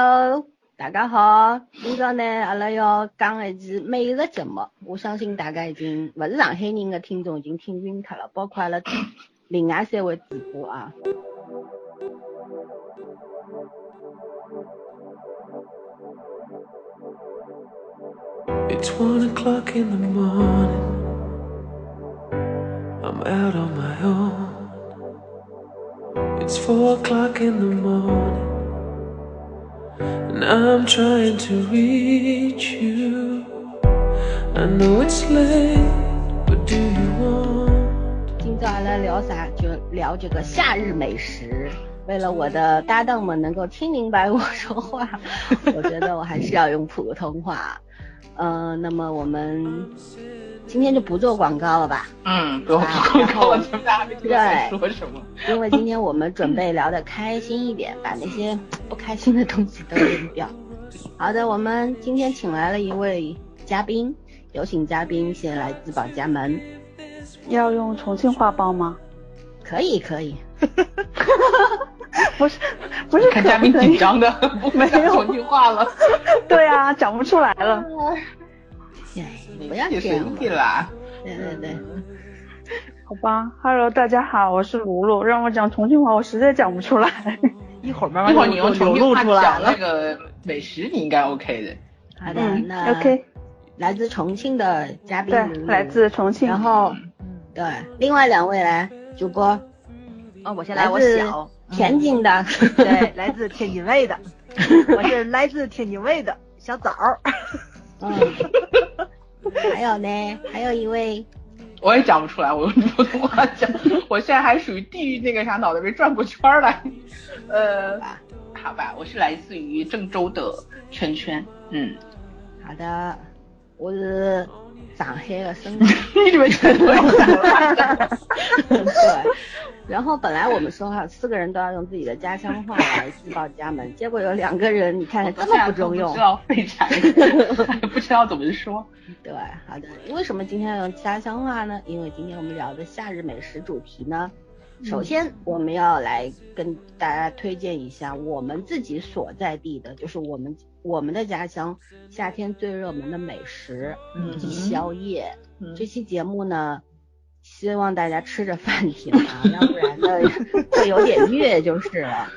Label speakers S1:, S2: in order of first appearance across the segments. S1: Hello，大家好。今朝呢，阿拉要讲一期美食节目。我相信大家已经勿是上海人的听众已经听晕脱了，包括阿拉 另外三位主播啊。
S2: It's one o'clock in the morning. I'm out on my own. It's four o'clock in the morning. And I'm trying to reach you. I know it's late, but do you want?
S1: 今朝阿拉聊啥？就聊这个夏日美食。为了我的搭档们能够听明白我说 话，我觉得我还是要用普通话。嗯、那么我们今天就不做广告了吧？啊
S3: 嗯，不用不用告诉你们大家没听
S1: 对
S3: 在说什么。
S1: 因为今天我们准 备聊得开心一点，把那些不开心的东西都扔掉。好的，我们今天请来了一位嘉宾，有请嘉宾先来自报家门，
S4: 要用重庆话报吗？
S1: 可以可 以，
S4: 不是，不是
S3: 看
S4: 可
S3: 嘉
S4: 不
S3: 宾
S4: 可
S3: 紧
S4: 以？
S3: 张的，不敢
S4: 没有
S3: 重庆话了，
S4: 对啊，讲不出来了。
S1: 哎，不要
S3: 你
S1: 这
S3: 随
S1: 样嘛
S3: 意，啦。
S1: 对对对，
S4: 好吧，Hello，大家好，我是卢卢，让我讲重庆话，我实在讲不出来。一会儿慢
S3: 一会儿你用重
S4: 流露
S3: 庆话
S4: 出来
S3: 讲那
S4: 了。
S3: 个美食，你应该 OK 的。
S1: 好的，
S4: 嗯
S1: 那
S4: ，OK，
S1: 来自重庆的嘉宾
S4: 对，
S1: 卢卢
S4: 来，自重庆。
S1: 然后对另外两位来主播，
S5: 啊，我先
S1: 来
S5: 来，我
S1: 自
S5: 小，
S1: 天津的，
S5: 对， 来自天津 卫的，我是来自天津卫的小枣儿，
S1: 嗯，还有呢，还有一位
S3: 我也讲不出来，我用普通话讲，我现在还属于地域那个啥，脑袋被转过圈儿来。呃，好吧，我是来自于郑州的圈圈。嗯，
S1: 好的，我是上海的生
S3: 你怎么全都用上了？
S1: 对。然后本来我们说哈，四个人都要用自己的家乡话来自报家门，结果有两个人，你看
S3: 我
S1: 这
S3: 现在
S1: 么不
S3: 都
S1: 中
S3: 哦不
S1: 用
S3: 知。道废柴， 还不知道怎么说。
S1: 对，好的。为什么今天要用家乡话呢？因为今天我们聊的夏日美食主题呢，首先我们要来跟大家推荐一下我们自己所在地的，就是我们我们的家乡夏天最热门的美食以及宵夜。
S3: 嗯
S1: 这期节目呢，希望大家吃着饭听啊，要不然呢会有点虐就是了。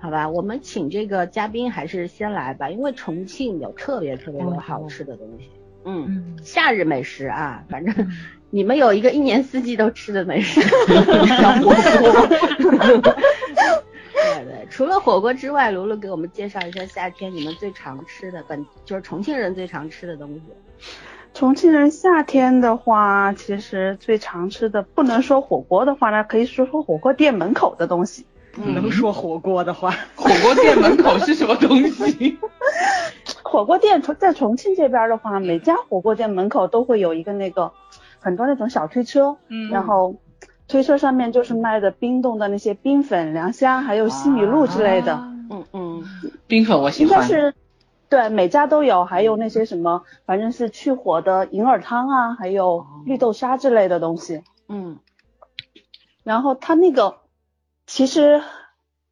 S1: 好吧，我们请这个嘉宾还是先来吧，因为重庆有特别特别多好吃的东西。嗯，
S5: 嗯，
S1: 夏日美食啊，反正你们有一个一年四季都吃的美食，对对，除了火锅之外，卢卢给我们介绍一下夏天你们最常吃的本就是重庆人最常吃的东西。
S4: 重庆人夏天的话，其实最常吃的，不能说火锅的话呢，可以说说火锅店门口的东西。
S5: 能说火锅的话，
S3: 火锅店门口是什么东西？
S4: 火锅店重在重庆这边的话，
S3: 嗯
S4: 每家火锅店门口都会有一个那个很多那种小推车，
S3: 嗯
S4: 然后推车上面就是卖的冰冻的那些冰粉、凉虾，还有西米露之类的，
S1: 嗯嗯，
S3: 冰粉我啊喜
S4: 应该
S3: 欢。
S4: 是对每家都有，还有那些什么，反正是去火的银耳汤啊，还
S3: 哦
S4: 有绿豆沙之类的东西。
S1: 嗯，
S4: 然后它那个其实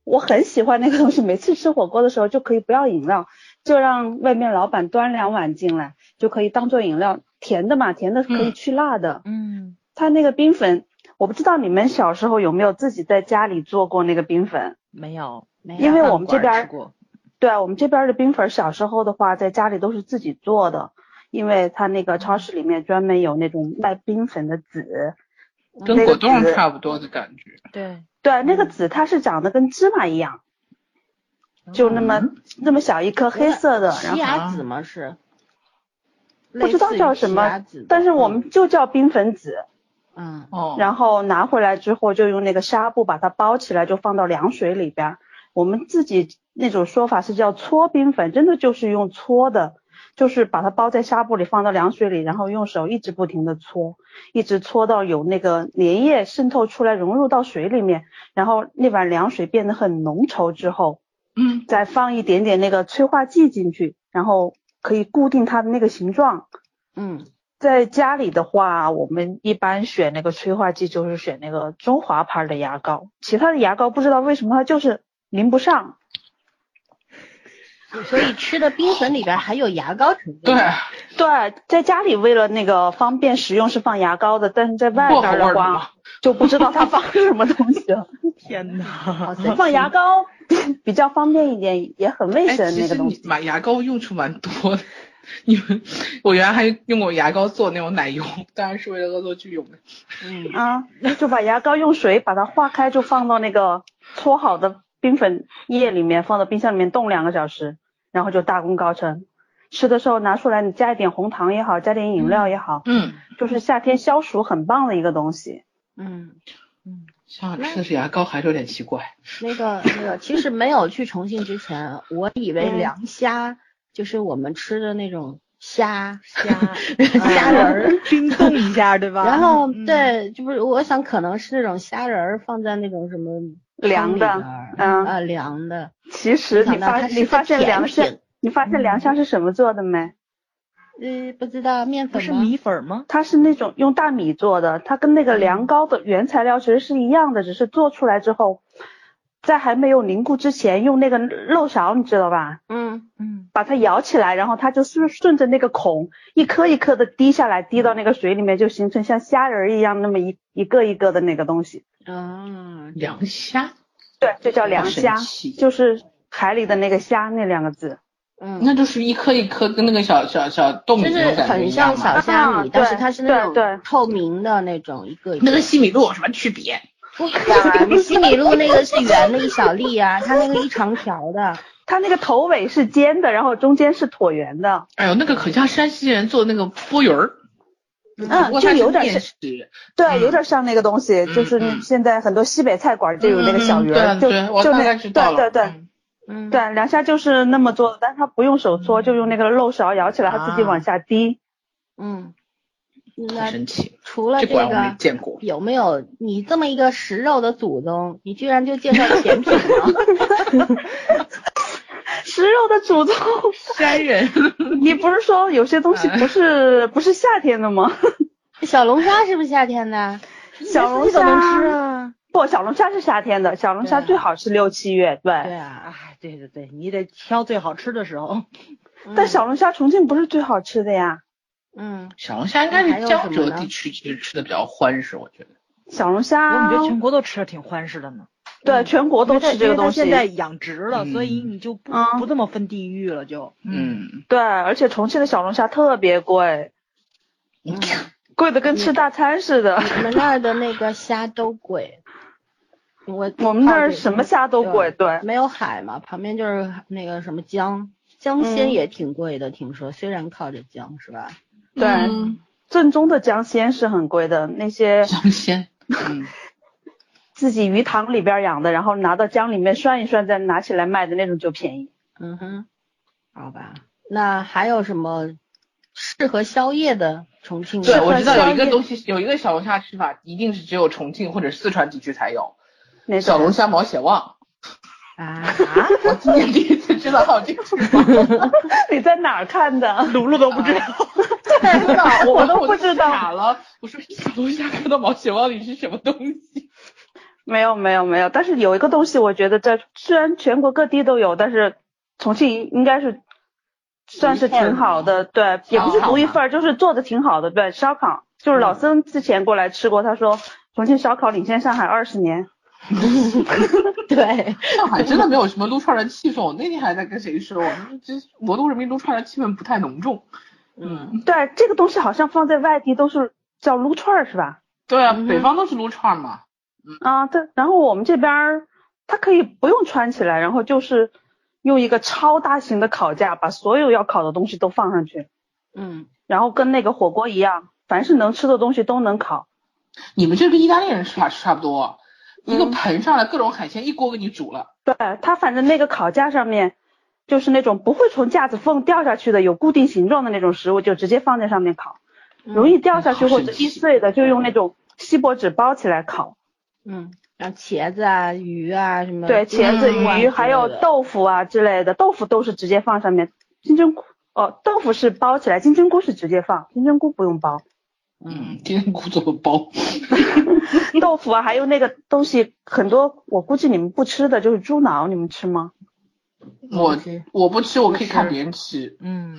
S4: 我很喜欢那个东西，每次吃火锅的时候就可以不要饮料，就让外面老板端两碗进来，就可以当做饮料，甜的嘛，甜的是可以去辣的。
S5: 嗯，
S4: 它那个冰粉，我不知道你们小时候有没有自己在家里做过那个冰粉，
S5: 没有，
S1: 没有
S4: 因为我们这边
S5: 吃
S4: 儿
S5: 过，
S4: 对啊，我们这边的冰粉儿小时候的话，在家里都是自己做的，因为它那个超市里面专门有那种卖冰粉的籽，
S3: 跟
S4: 那个
S3: 果冻
S4: 籽
S3: 差不多的感觉。
S5: 对，
S4: 对，那个籽它是长得跟芝麻一样，就那么、那么小一颗黑色的，然
S1: 奇
S4: 后
S1: 亚籽吗？是，
S4: 不知道叫
S1: 类似
S4: 什
S1: 于奇亚
S4: 么
S1: 籽，
S4: 但是我们就叫冰粉籽。
S1: 嗯
S3: 哦，
S4: 然后拿回来之后，就用那个纱布把它包起来，就放到凉水里边儿。我们自己那种说法是叫搓冰粉，真的就是用搓的，就是把它包在纱布里，放到凉水里，然后用手一直不停的搓，一直搓到有那个粘液渗透出来，融入到水里面，然后那碗凉水变得很浓稠之后，
S3: 嗯，
S4: 再放一点点那个催化剂进去，然后可以固定它的那个形状。
S1: 嗯
S4: 在家里的话，我们一般选那个催化剂，就是选那个中华牌的牙膏，其他的牙膏不知道为什么它就是淋不上。
S1: 所以吃的冰粉里边含有牙膏成分。
S3: 对，
S4: 对，啊在家里为了那个方便食用是放牙膏的，但是在外
S3: 薄荷
S4: 边
S3: 味儿
S4: 的
S3: 的
S4: 话
S3: 嘛，
S4: 就不知道它放什么东西 了。
S5: 天哪！
S1: 好 神奇
S4: 放牙膏比较方便一点，也很卫
S3: 哎，
S4: 生
S3: 其
S4: 那
S3: 实
S4: 个东
S3: 你
S4: 西。
S3: 买牙膏用处蛮多的。你们，我原来还用过牙膏做那种奶油，当然是为了恶作剧用的。
S1: 嗯，
S4: 啊，就把牙膏用水把它化开，就放到那个搓好的冰粉液里面，放到冰箱里面冻两个小时，然后就大功告成。吃的时候拿出来，你加一点红糖也好，加点饮料也好，
S3: 嗯，
S4: 就是夏天消暑很棒的一个东西。
S1: 嗯，
S3: 想想吃的是牙膏还是有点奇怪。
S1: 那个那个，其实没有去重庆之前，我以为
S4: 嗯
S1: 凉虾就是我们吃的那种虾
S5: 虾
S4: 哎
S1: 虾仁儿。
S5: 冰冻一下，对吧？
S1: 然后
S5: 嗯，
S1: 对，就不是我想可能是那种虾仁儿放在那种什么
S4: 凉的
S1: 汤里边儿
S4: 嗯
S1: 啊凉的，
S4: 其实你发
S1: 没想到它是
S4: 你发现
S1: 个甜
S4: 凉虾
S1: 品，嗯
S4: 你发现凉虾是什么做的没？
S1: 呃不知道面
S5: 不
S1: 粉
S5: 是
S1: 吗
S5: 米粉吗？
S4: 它是那种用大米做的，它跟那个凉糕的原材料其实是一样的，只是做出来之后，在还没有凝固之前，用那个漏勺，你知道吧？
S1: 嗯
S5: 嗯，
S4: 把它舀起来，然后它就是顺着那个孔一颗一颗的滴下来，滴到那个水里面，就形成像虾仁儿一样那么一一个一个的那个东西。
S1: 啊
S3: 凉虾，
S4: 对，就叫凉虾
S3: 好神奇，
S4: 就是海里的那个虾那两个字。
S1: 嗯，
S3: 那就是一颗一颗跟那个小小小豆米
S1: 就
S3: 那
S1: 是
S3: 种感觉
S1: 很
S3: 一样
S1: 像
S3: 嘛。
S1: 小虾
S4: 啊
S1: 米，但是
S4: 对
S1: 它是那
S4: 对对
S1: 种透明的那种一个一个。
S3: 那跟西米露有什么区别？
S1: 干嘛？你西米露那个是圆的一小粒啊，它那个一长条的。
S4: 它那个头尾是尖的，然后中间是椭圆的。
S3: 哎呦，那个可像山西人做那个钵盂儿，只不
S4: 嗯，
S3: 过
S4: 就
S3: 它是
S4: 有点
S3: 面
S4: 像。
S3: 食。
S4: 对，有点像那个东西，
S3: 嗯
S4: 就是
S3: 嗯
S4: 现在很多西北菜馆就有那个小鱼儿，
S3: 嗯
S4: 就
S3: 对对我
S4: 就
S3: 大
S4: 那
S3: 概
S4: 对
S3: 知道了。
S4: 对对
S3: 嗯
S1: 嗯，
S4: 对，凉虾就是那么做的，但是它不用手搓，就用那个漏勺舀起来，它自己
S3: 嗯啊
S4: 往下滴。
S1: 嗯，
S3: 好
S1: 那
S3: 神奇，
S1: 除了
S3: 这
S1: 这
S3: 果然我没
S1: 个，
S3: 见 过。
S1: 有没有你这么一个食肉的祖宗，你居然就介绍甜品 了？
S4: 食肉的祖 宗，
S3: 山人
S4: 你不是说有些东西不
S3: 哎
S4: 是不是夏天的 吗？
S1: 小龙虾是不是夏天的？
S4: 小龙
S1: 你怎么能吃
S4: 虾
S1: 啊？
S4: 不，小龙虾是夏天的，小龙虾
S1: 对啊
S4: 最好是六七月，
S1: 对
S4: 对。
S1: 啊，
S5: 哎，对对对，你得挑最好吃的时候。
S1: 嗯
S4: 但小龙虾重庆不是最好吃的呀，
S1: 嗯，
S3: 小龙虾应该
S1: 还有
S3: 是江
S1: 什么
S3: 浙
S1: 呢
S3: 地区其实吃的比较欢实，我觉得。
S4: 小龙
S5: 我
S4: 虾
S5: 们这全国都吃的挺欢实的呢，
S4: 对全国都
S5: 因为它
S4: 吃这个东西。
S5: 因为它现在养殖了，
S3: 嗯
S5: 所以你就不
S4: 嗯
S5: 不这么分地域了，就。
S3: 嗯，
S4: 对，而且重庆的小龙虾特别贵，
S1: 嗯
S4: 贵的跟吃大餐似的。
S1: 你们那儿的那个虾都贵。我
S4: 我们那
S1: 靠
S4: 儿
S1: 北
S4: 什么虾都贵，对，
S1: 没有海嘛，旁边就是那个什么江，江鲜
S4: 嗯
S1: 也挺贵的，听说虽然靠着江是吧？
S4: 对
S3: 嗯
S4: 正宗的江鲜是很贵的，那些
S3: 江鲜。 嗯，
S4: 自己鱼塘里边养的，然后拿到江里面涮一涮，再拿起来卖的那种就便宜。
S1: 嗯哼，好吧，那还有什么适合宵夜的重庆
S3: 对，
S1: 的？
S3: 我知道有一
S4: 宵
S3: 个
S4: 夜
S3: 东西，有一个小龙虾吃法，一定是只有重庆或者四川地区才有，
S4: 那
S3: 小
S4: 种
S3: 龙虾毛血旺。
S1: 啊，
S3: 我今年第一次知道还有这个吃法，
S4: 你在哪儿看的？
S5: 露露都 不知道，
S3: 真的，
S4: 我都不
S3: 就
S4: 知道
S3: 傻了。我说小龙虾搁到毛血旺里是什么东西？
S4: 没有没有没有，但是有一个东西，我觉得在虽然全国各地都有，但是重庆应该是算是挺好的，对，也不是独一份儿，就是做的挺好的，对，烧烤就是老孙之前过来吃过，他说重庆烧烤领先上海二十年，
S1: 对，
S3: 上海真的没有什么撸串的气氛。我那天还在跟谁说，我说这魔都人民撸串的气氛不太浓重。
S1: 嗯，
S4: 对，这个东西好像放在外地都是叫撸串儿是吧？
S3: 对啊，
S1: 嗯哼
S3: 北方都是撸串嘛。
S4: 啊，对，然后我们这边儿它可以不用穿起来，然后就是用一个超大型的烤架把所有要烤的东西都放上去，
S1: 嗯，
S4: 然后跟那个火锅一样，凡是能吃的东西都能烤。
S3: 你们这跟意大利人吃法是差不多，一个
S4: 嗯
S3: 盆上来各种海鲜，一锅给你煮了。
S4: 对，它反正那个烤架上面就是那种不会从架子缝掉下去的，有固定形状的那种食物，就直接放在上面烤，容易掉下去
S3: 嗯
S4: 或
S3: 好神
S4: 者
S3: 奇
S4: 易碎的，就用那种锡箔纸包起来烤。
S1: 嗯，像茄子啊、鱼啊什么，
S4: 对，茄子、
S1: 嗯
S4: 鱼还有，豆腐啊之类的，豆腐都是直接放上面，金针菇哦，豆腐是包起来，金针菇是直接放，金针菇不用包。
S3: 嗯， 今天姑做的包。
S4: 豆腐啊，还有那个东西，很多我估计你们不吃的就是猪脑，你们吃吗？
S3: 我
S1: 吃
S3: 我不吃，我可以看
S1: 吃
S3: 别人吃。
S5: 嗯，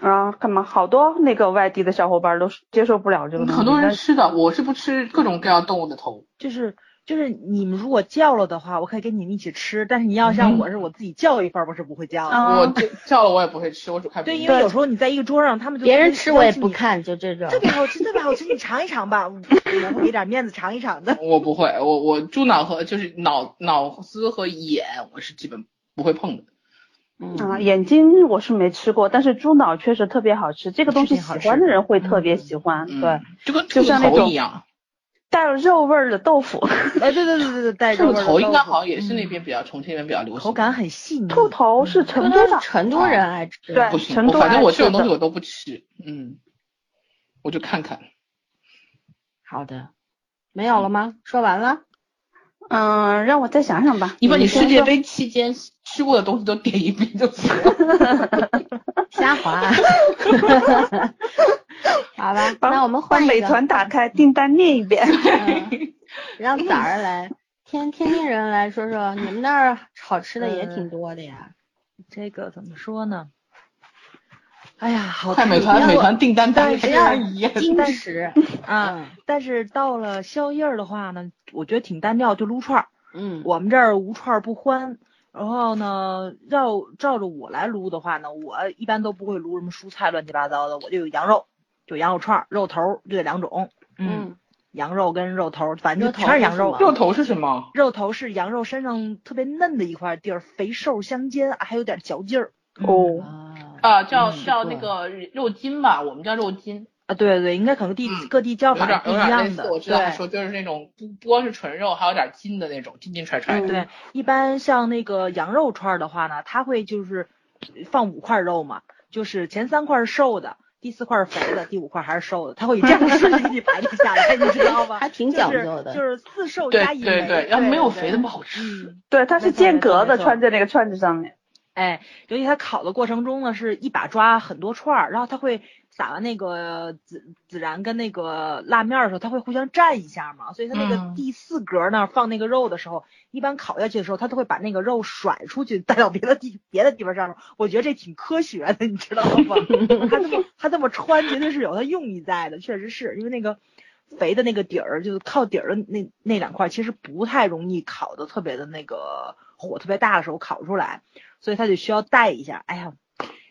S4: 啊，干嘛？好多那个外地的小伙伴都是接受不了这个东西，
S3: 嗯很多人
S4: 但
S3: 吃的，我是不吃各种各样动物的头。
S5: 就是就是你们如果叫了的话，我可以跟你们一起吃，但是你要像我是我自己叫一份儿，我是不会叫的。
S4: 啊
S3: 我叫了我也不会吃，我只看别
S5: 嗯对，
S3: 人
S5: 因为有时候你在一个桌上，他们就
S1: 别人
S5: 会
S1: 吃我也
S5: 邀请
S1: 不
S5: 你。
S1: 看，就这种。
S5: 这个好吃，这个好吃，你尝一尝吧。我我会给点面子，尝一尝的。
S3: 我不会，我我猪脑和就是脑脑子和眼，我是基本不会碰的。
S4: 啊，
S1: 嗯，
S4: 眼睛我是没吃过，但是猪脑确实特别好吃，这个东西
S5: 是挺好
S4: 喜欢
S5: 吃
S4: 的
S5: 的
S4: 人会特别
S5: 嗯
S4: 喜欢。
S3: 嗯
S4: 对，，
S3: 就跟
S4: 就
S3: 兔
S4: 像那
S3: 头
S4: 种
S3: 一样，
S4: 带有肉味儿的豆腐，
S3: 嗯
S5: 哎，对对对对对，带
S3: 兔
S5: 肉味儿的
S3: 头应该
S5: 豆腐
S3: 好像也
S4: 嗯
S3: 是那边比较重庆那边比较流行。
S5: 嗯口感很细腻。
S4: 兔头是成
S1: 成
S4: 都
S1: 都
S4: 的
S1: 是，成都人爱吃。
S4: 对
S3: 嗯不行，
S4: 成
S3: 我
S4: 都
S3: 反正
S4: 爱
S3: 我这
S4: 吃
S3: 种东西
S4: 的
S3: 我都不吃。嗯，我就看看。
S1: 好的，没有了吗？说完了。
S4: 嗯，让我再想想吧。
S3: 你把你
S4: 先
S3: 世界
S4: 说
S3: 杯期间吃过的东西都点一遍就行 了。
S1: 瞎滑。 好吧，
S4: 把
S1: 那我们
S4: 把
S1: 换一
S4: 美
S1: 个，
S4: 团打开订单念一 遍。
S1: 嗯、让崽儿来，天天津人来说说，你们那儿好吃的也
S3: 嗯
S1: 挺多的呀。
S5: 这个怎么说呢？哎呀，好
S3: 看
S5: 吃
S3: 美
S5: 不
S3: 团，
S5: 要
S3: 美团订单单
S5: 但
S3: 是
S5: 是
S3: 一页。
S1: 矜 持，
S5: 啊！
S1: 嗯
S5: 但是到了宵夜儿的话呢，我觉得挺单调，就撸串儿。
S1: 嗯，
S5: 我们这儿无串儿不欢，然后呢，要照着我来撸的话呢，我一般都不会撸什么蔬菜乱七八糟的，我就有羊肉，就羊肉串儿、肉头儿，就这两种。，
S1: 嗯，
S5: 羊肉跟肉头儿，反正
S1: 肉
S5: 就
S1: 头
S5: 全
S1: 是
S5: 是羊
S1: 什
S5: 肉。啊
S1: 么
S3: 肉头是什么？
S5: 肉头是羊肉身上特别嫩的一块地儿，肥瘦相间，啊还有点嚼劲儿。嗯
S4: 哦，
S1: 啊
S3: 啊，叫
S1: 嗯
S3: 叫
S1: 对
S3: 那个肉筋吧，我们叫肉筋，
S5: 啊，对对对，应该可能地、
S3: 嗯
S5: 各地叫
S3: 有
S5: 法
S3: 点
S5: 不
S3: 有
S5: 一
S3: 点类
S5: 样
S3: 似
S5: 的。，
S3: 我知道
S5: 对
S3: 你说就是那种不不光是纯肉，还有点筋的那种，筋筋揣揣的。
S5: 对，一般像那个羊肉串儿的话呢，它会就是放五块肉嘛，就是前三块是瘦的，第四块是肥的，第五块还是瘦的，它会以这样的顺序给你排列下来，你知道 吗？
S1: 还挺讲究的
S5: 就是，就是四瘦
S3: 对
S5: 加一
S3: 对
S5: 肥。
S3: 对，要是没有肥的不好吃。
S5: 嗯，
S4: 对，它是
S5: 没错
S4: 间
S5: 没错
S4: 隔的，
S5: 没错
S4: 穿在那个串子上面。
S5: 哎，尤其它烤的过程中呢，是一把抓很多串儿，然后它会撒完那个孜孜然跟那个辣面儿的时候，它会互相蘸一下嘛，所以它那
S3: 嗯
S5: 个第四格那儿放那个肉的时候，一般烤下去的时候，它都会把那个肉甩出去，带到别的地别的地方上面。我觉得这挺科学的，你知道吗？它这么它这么穿，绝对是有它用意在的，确实是因为那个。肥的那个底儿，就是靠底儿的那那两块，其实不太容易烤的特别的那个火特别大的时候烤出来，所以它就需要带一下。哎呀，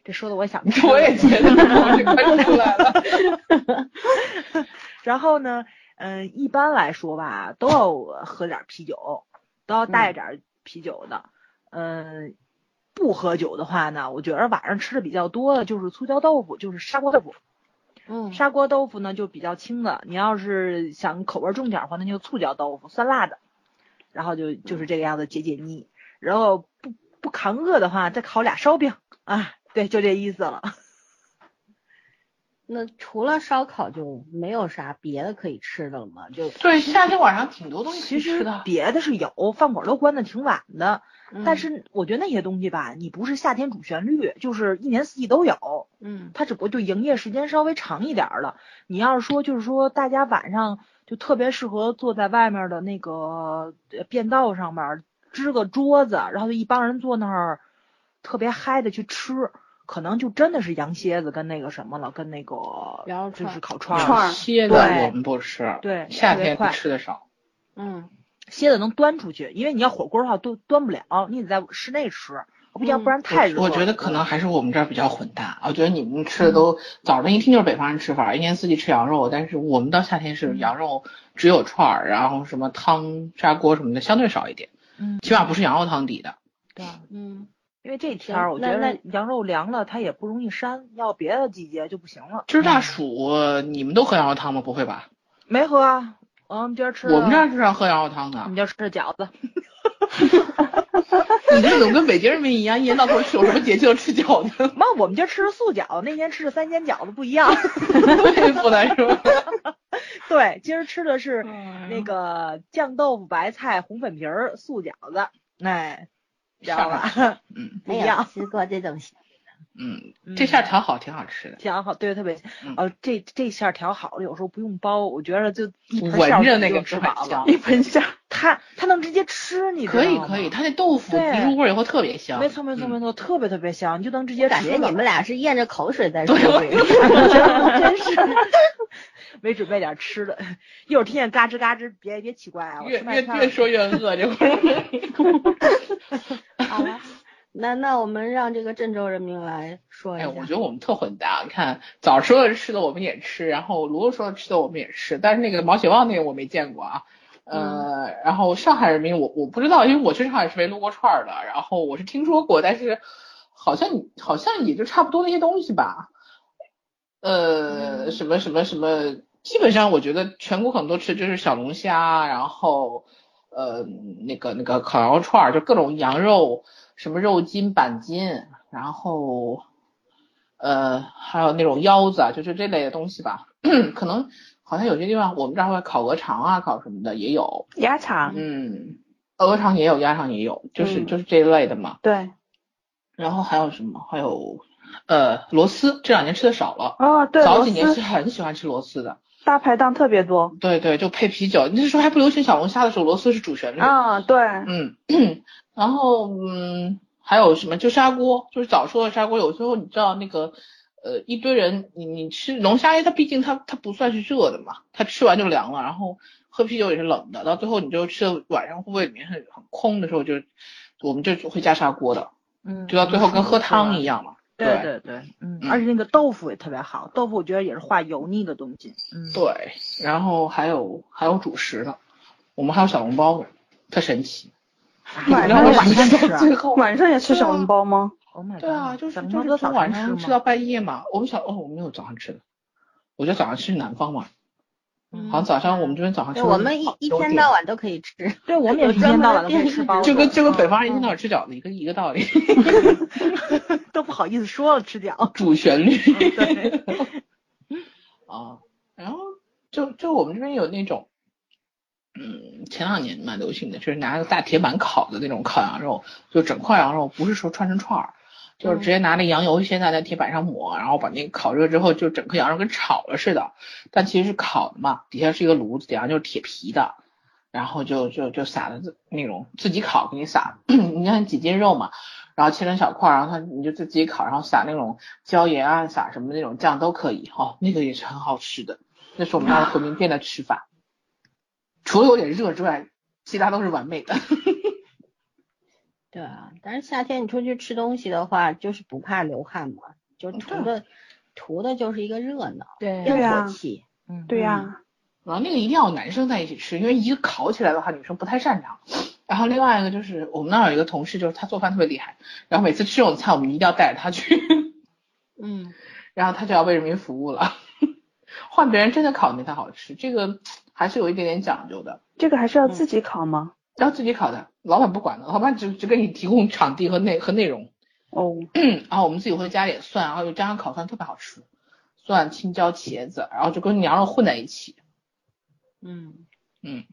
S5: 这说的我想吃 了
S3: 我也觉得我这快出来 了。
S5: 然后呢，嗯，一般来说吧，都要喝点啤酒，都要带点啤酒的。嗯，不喝酒的话呢，我觉得晚上吃的比较多的就是醋椒豆腐，就是砂锅豆腐。
S1: 嗯，
S5: 砂锅豆腐呢就比较轻的，你要是想口味重点儿的话，那就醋椒豆腐，酸辣的，然后就就是这个样子解解腻。然后不不扛饿的话，再烤俩烧饼啊，对，就这意思了。
S1: 那除了烧烤就没有啥别的可以吃的了吗？就
S3: 对，夏天晚上挺多东西可
S5: 其
S3: 以吃
S5: 实
S3: 的。
S5: 别的是有，饭馆都关的挺晚的，但
S1: 嗯
S5: 是我觉得那些东西吧，你不是夏天主旋律，就是一年四季都有。
S1: 嗯
S5: 它只不过就营业时间稍微长一点儿了。你要是说就是说大家晚上就特别适合坐在外面的那个呃便道上面儿支个桌子，然后就一帮人坐那儿特别嗨的去吃，可能就真的是羊蝎子跟那个什么了，跟那个
S1: 羊肉
S5: 就
S1: 串
S5: 是
S1: 儿
S5: 烤串
S4: 串
S5: 儿。
S4: 儿
S3: 蝎子
S5: 对
S3: 我们不吃，
S5: 对
S3: 夏
S5: 特别
S3: 天
S5: 快
S3: 吃的少。
S1: 嗯
S5: 蝎子能端出去，因为你要火锅的话都端不了，你得在室内吃，不要
S1: 嗯
S5: 不然太热了。嗯
S3: 我觉得可能还是我们这儿比较混搭。我觉得你们吃的都早上一听就是北方人吃法，一年四季吃羊肉，但是我们到夏天
S5: 嗯
S3: 是羊肉只有串儿，然后什么汤、砂锅什么的相对少一点，
S5: 嗯，
S3: 起码不是羊肉汤底的。
S5: 对。
S1: 嗯，
S5: 因为这天儿，我觉
S1: 那那
S5: 得羊肉凉了，它也不容易膻，要别的季节就不行了。
S3: 就是大暑，你们都喝羊肉汤吗？不会吧？
S5: 没喝啊，嗯我们今儿吃
S3: 我们这
S5: 的
S3: 儿是让喝羊肉汤
S5: 我
S3: 的
S5: 们。今儿吃的饺子，
S3: 你这怎么跟北京人民一样，一年到头吃有什么节气都吃饺 子？
S5: 妈，我们今儿吃的素饺子，那天吃的三鲜饺子不一样。
S3: 对，不难说。
S5: 对，今儿吃的是
S3: 嗯
S5: 那个酱豆腐、白菜、红粉皮儿素饺子，哎，知道吧？
S3: 嗯
S5: 不一
S1: 没有
S5: 样，
S1: 吃过这种
S3: 嗯，
S5: 嗯
S3: 这下调好，挺好吃的。
S5: 调好，对，特别
S3: 嗯，
S5: 呃，这这馅儿调好了，有时候不用包，我觉得就一盆
S3: 闻
S5: 馅儿
S3: 着
S5: 自己
S3: 那
S5: 就
S3: 个
S5: 吃
S3: 就很
S5: 饱了
S3: 香。
S4: 一盆香，
S5: 它它能直接吃，你知
S3: 可以
S5: 道
S3: 可以，嗯
S5: 吗
S3: 它那豆腐
S5: 对
S3: 提出味儿以后特别香。
S5: 没错没错没错，特别特别香，你就能直接吃
S1: 感觉
S5: 了
S1: 你们俩是咽着口水 在说这个。
S5: 真 是 没准备点吃的，一会儿听见嘎吱嘎吱，别别奇怪啊！我
S3: 越
S5: 吃麦
S3: 越
S5: 片
S3: 越
S5: 儿
S3: 说越饿，这会儿。
S1: 好
S3: 啊
S1: 了， 那那我们让这个郑州人民来说一
S3: 哎，
S1: 下。
S3: 我觉得我们特混搭。你看，早说的吃的我们也吃，然后卢卢说的吃的我们也吃，但是那个毛血旺那个我没见过啊。呃，然后上海人民我我不知道，因为我去上海是没撸过串儿的，然后我是听说过，但是好像好像也就差不多那些东西吧。呃，什么什么什么，基本上我觉得全国可能都吃就是小龙虾，啊然后呃那个那个烤羊肉串儿，就各种羊肉，什么肉筋、板筋，然后呃还有那种腰子啊，就就这类的东西吧。 可能好像有些地方我们这儿会烤鹅肠啊，烤什么的也有，
S4: 鸭肠，
S3: 嗯，鹅肠也有，鸭肠也有，就是
S4: 嗯
S3: 就是这一类的嘛。
S4: 对，
S3: 然后还有什么？还有呃螺丝，这两年吃的少了。
S4: 哦对，
S3: 早
S4: 螺
S3: 几年是
S4: 丝
S3: 很喜欢吃螺丝的，
S4: 大排档特别多，
S3: 对对，就配啤酒。那时候还不流行小龙虾的时候，螺丝是主旋律。
S4: 啊对，
S3: 嗯， 然后嗯，还有什么？就砂锅，就是早说的砂锅。有时候你知道那个，呃，一堆人，你你吃龙虾，因为它毕竟它它不算是热的嘛，它吃完就凉了，然后喝啤酒也是冷的，到最后你就吃的晚上胃里面很很空的时候就，我们就会加砂锅的，
S5: 嗯，
S3: 就到最后跟喝汤一
S5: 样。
S3: 样嘛。
S5: 对对对，嗯，而且那个豆腐也特别好，豆腐我觉得也是化油腻的东西。嗯，
S3: 对，然后还有还有主食呢，我们还有小笼包呢，特神奇。
S5: 哎
S4: 晚
S3: 然
S4: 上
S3: 后
S4: 也
S3: 晚
S4: 吃
S3: 上
S5: 吃啊
S3: 到最后，啊
S4: 晚上也吃小笼包吗？
S5: ，Oh my god！
S3: 对啊，就是
S5: 咱们
S3: 就
S5: 能
S3: 是
S5: 搁
S3: 从
S5: 早
S3: 晚
S5: 上
S3: 上吃
S5: 吗
S3: 到半夜嘛。我们想，哦，我没有早上吃的，我觉得早上吃南方嘛，
S5: 嗯
S3: 好像早上我们这边早上吃
S1: 对，
S3: 的
S1: 嗯我
S3: 是
S1: 们一
S3: 早
S1: 一
S3: 九
S1: 天
S3: 点
S1: 到晚都可以吃。
S5: 对，我们也
S1: 有
S5: 是一
S1: 专
S5: 天
S1: 门
S5: 到
S1: 的
S5: 晚都会
S1: 电
S5: 吃
S1: 视
S5: 包子，
S3: 就跟就跟北
S5: 嗯
S1: 啊
S3: 方人一天到晚吃饺子一个一个道理，
S1: 嗯
S5: 都不好意思说了吃饺。
S3: 主旋律
S1: 嗯
S5: 对，
S3: 啊。然后就就我们这边有那种，嗯，前两年蛮流行的，就是拿个大铁板烤的那种烤羊肉，就整块羊肉，不是说串成串儿。就是直接拿那羊油先在那铁板上抹，然后把那个烤热之后，就整颗羊肉跟炒了似的，但其实是烤的嘛，底下是一个炉子，底下就是铁皮的，然后就就就撒的自那种自己烤给你撒， 你看几斤肉嘛，然后切成小块儿，然后它你就自己烤，然后撒那种椒盐啊，撒什么那种酱都可以，哦，那个也是很好吃的，那是我们那儿回民店的吃法，除了有点热之外，其他都是完美的。
S1: 对啊，但是夏天你出去吃东西的话，就是不怕流汗嘛，就图的图的就是一个热闹，
S5: 哦对
S1: 烟
S4: 对
S1: 火
S4: 啊
S1: 气。
S5: 嗯
S4: 对呀、
S3: 然后那个一定要男生在一起吃，因为一个烤起来的话，女生不太擅长。然后另外一个就是我们那儿有一个同事，就是他做饭特别厉害，然后每次吃这种菜，我们一定要带着他去，
S1: 嗯，
S3: 然后他就要为人民服务了。 换别人真的烤没他好吃，这个还是有一点点讲究的。
S4: 这个还是要
S1: 嗯
S4: 自己烤吗？
S3: 要自己烤的，老板不管的，老板只只给你提供场地和内和内容。
S4: 哦，
S3: 然后我们自己会加点蒜，然后又加上烤蒜，特别好吃。蒜、青椒、茄子，然后就跟羊肉混在一起。
S1: 嗯
S3: 嗯，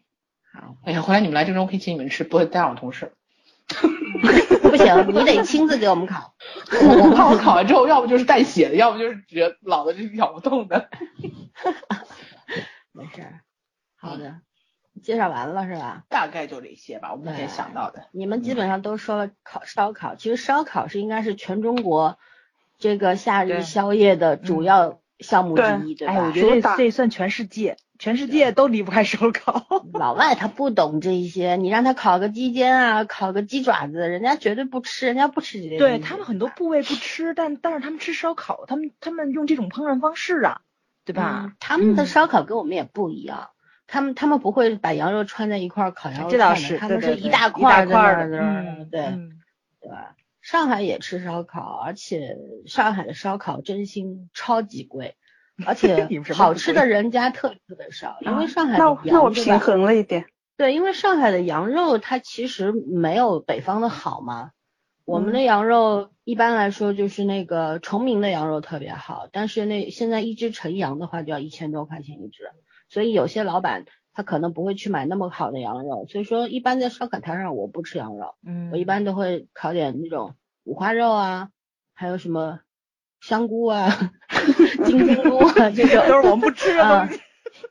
S1: 好，
S3: 哎呀，回来你们来郑州可以请你们吃，不会带上我同事。
S1: 不行，你得亲自给我们烤。
S3: 我怕我烤完之后，要不就是带血的，要不就是觉得老的是咬不动的。
S1: 没事儿，好
S5: 嗯
S1: 的，介绍完了是吧？
S3: 大概就这些吧，我目前想到的。
S1: 你们基本上都说了烤烧烤，其实烧烤是应该是全中国这个夏
S5: 对嗯
S1: 日宵夜的主要项目之一，对
S5: 哎，我
S1: 吧？
S5: 觉得
S4: 主
S5: 这
S4: 打
S5: 这算全世界，全世界都离不开烧烤。
S1: 老外他不懂这一些，你让他烤个鸡尖啊，烤个鸡爪子，人家绝对不吃，人家不吃这些东西。
S5: 对他们很多部位不吃，但但是他们吃烧烤，他们他们用这种烹饪方式啊，对吧
S1: 嗯？他们的
S5: 嗯
S1: 烧烤跟我们也不一样，他们他们不会把羊肉串在一块儿烤羊肉
S5: 这
S1: 串
S5: 倒
S1: 的，
S5: 是
S1: 他
S5: 对
S1: 们
S5: 对
S1: 是
S5: 对
S1: 大
S5: 一
S1: 块
S5: 大
S1: 儿在那
S5: 块儿
S1: 儿
S5: 的
S1: 在那儿
S5: 嗯
S1: 对、
S5: 嗯
S1: 对吧？上海也吃烧烤，而且上海的烧烤真心超级 贵，而且
S5: 你们什么
S1: 好
S5: 不啊
S1: 吃
S5: 贵
S1: 的人家特别特别少，因为上海的
S4: 那
S1: 羊、
S4: 我那我
S1: 对
S4: 平
S1: 吧
S4: 衡了一点，
S1: 对，因为上海的羊肉它其实没有北方的好嘛。我
S5: 嗯
S1: 们的羊肉一般来说就是那个崇明的羊肉特别好，但是那现在一只成羊的话就要一千多块钱一只，所以有些老板他可能不会去买那么好的羊肉，所以说一般在烧烤摊上我不吃羊肉，
S5: 嗯，
S1: 我一般都会烤点那种五花肉啊，还有什么香菇啊、 金针菇啊这种，
S5: 都是 我们不吃的东
S1: 嗯
S5: 西。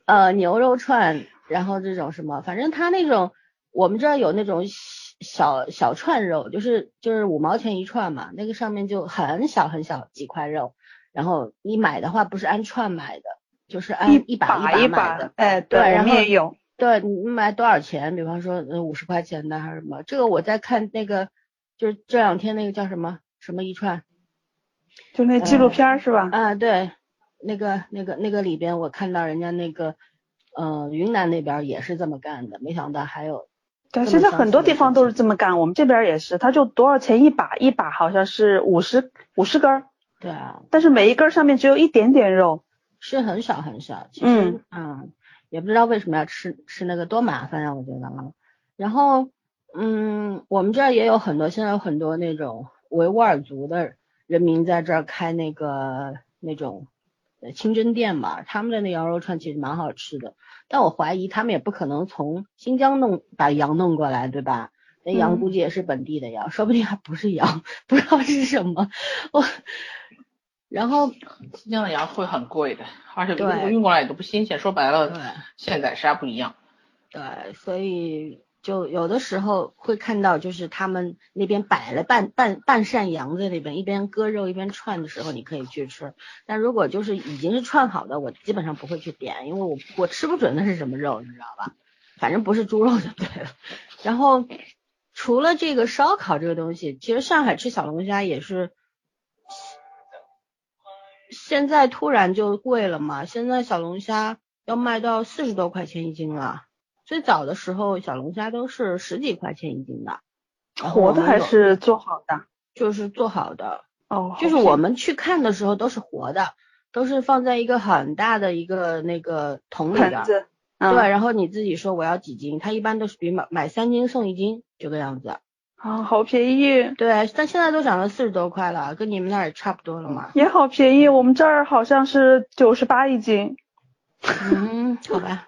S1: 呃牛肉串，然后这种什么，反正他那种我们这儿有那种小小串肉，就是就是五毛钱一串嘛，那个上面就很小很小几块肉，然后你买的话不是按串买的，就是按
S4: 一
S1: 一把
S4: 一
S1: 把买的。
S4: 哎，对，
S1: 对
S4: 我
S1: 然
S4: 们
S1: 后
S4: 也有，
S1: 对你买多少钱？比方说，呃，五十块钱的还是什么？这个我在看那个，就是这两天那个叫什么什么一串
S4: 就那纪录片儿是吧？
S1: 啊？对，那个那个那个里边我看到人家那个，呃，云南那边也是这么干的，没想到还有
S4: 对，
S1: 这
S4: 现
S1: 么
S4: 在
S1: 相
S4: 很
S1: 似
S4: 多
S1: 的
S4: 地
S1: 事
S4: 方都是
S1: 情
S4: 这么干，我们这边儿也是，它就多少钱一把，一把好像是五十五十根儿，
S1: 对啊，
S4: 但是每一根儿上面只有一点点肉。
S1: 是很少很少，其
S4: 嗯
S1: 实啊、也不知道为什么要吃吃那个，多麻烦啊，我觉得啊。然后，嗯，我们这儿也有很多，现在有很多那种维吾尔族的人民在这儿开那个那种呃清真店嘛，他们的那羊肉串其实蛮好吃的，但我怀疑他们也不可能从新疆弄把羊弄过来，对吧？那羊
S4: 嗯
S1: 估计也是本地的羊，说不定还不是羊， 不知道是什么。我， 然后
S3: 新疆的羊会很贵的，而且
S1: 对
S3: 运过来也都不新鲜。说白
S1: 对
S4: 呃
S3: 了，现宰杀不一样。
S1: 对，所以就有的时候会看到，就是他们那边摆了半半半扇羊在那边，一边割肉一边串的时候，你可以去吃。但如果就是已经是串好的，我基本上不会去点，因为我我吃不准那是什么肉，你知道吧？反正不是猪肉就对了。然后除了这个烧烤这个东西，其实上海吃小龙虾也是。现在突然就贵了嘛，现在小龙虾要卖到四十多块钱一斤了。最早的时候，小龙虾都是十几块钱一斤的，然后
S4: 活
S1: 我
S4: 的
S1: 们
S4: 还
S1: 哦有
S4: 是做好的？
S1: 就是做好的，
S4: 哦，
S1: 就是
S4: 好
S1: 我
S4: 像
S1: 们去看的时候都是活的，都是放在一个很大的一个那个桶里
S4: 盆
S1: 的，
S4: 子，嗯
S1: 对，然后你自己说我要几斤，它一般都是比买买三斤送一斤这个样子，
S4: 啊，好便宜，
S1: 对，但现在都涨到四十多块了，跟你们那儿也差不多了嘛，
S4: 也好便宜，我们这儿好像是九十八一斤。
S1: 嗯，好吧。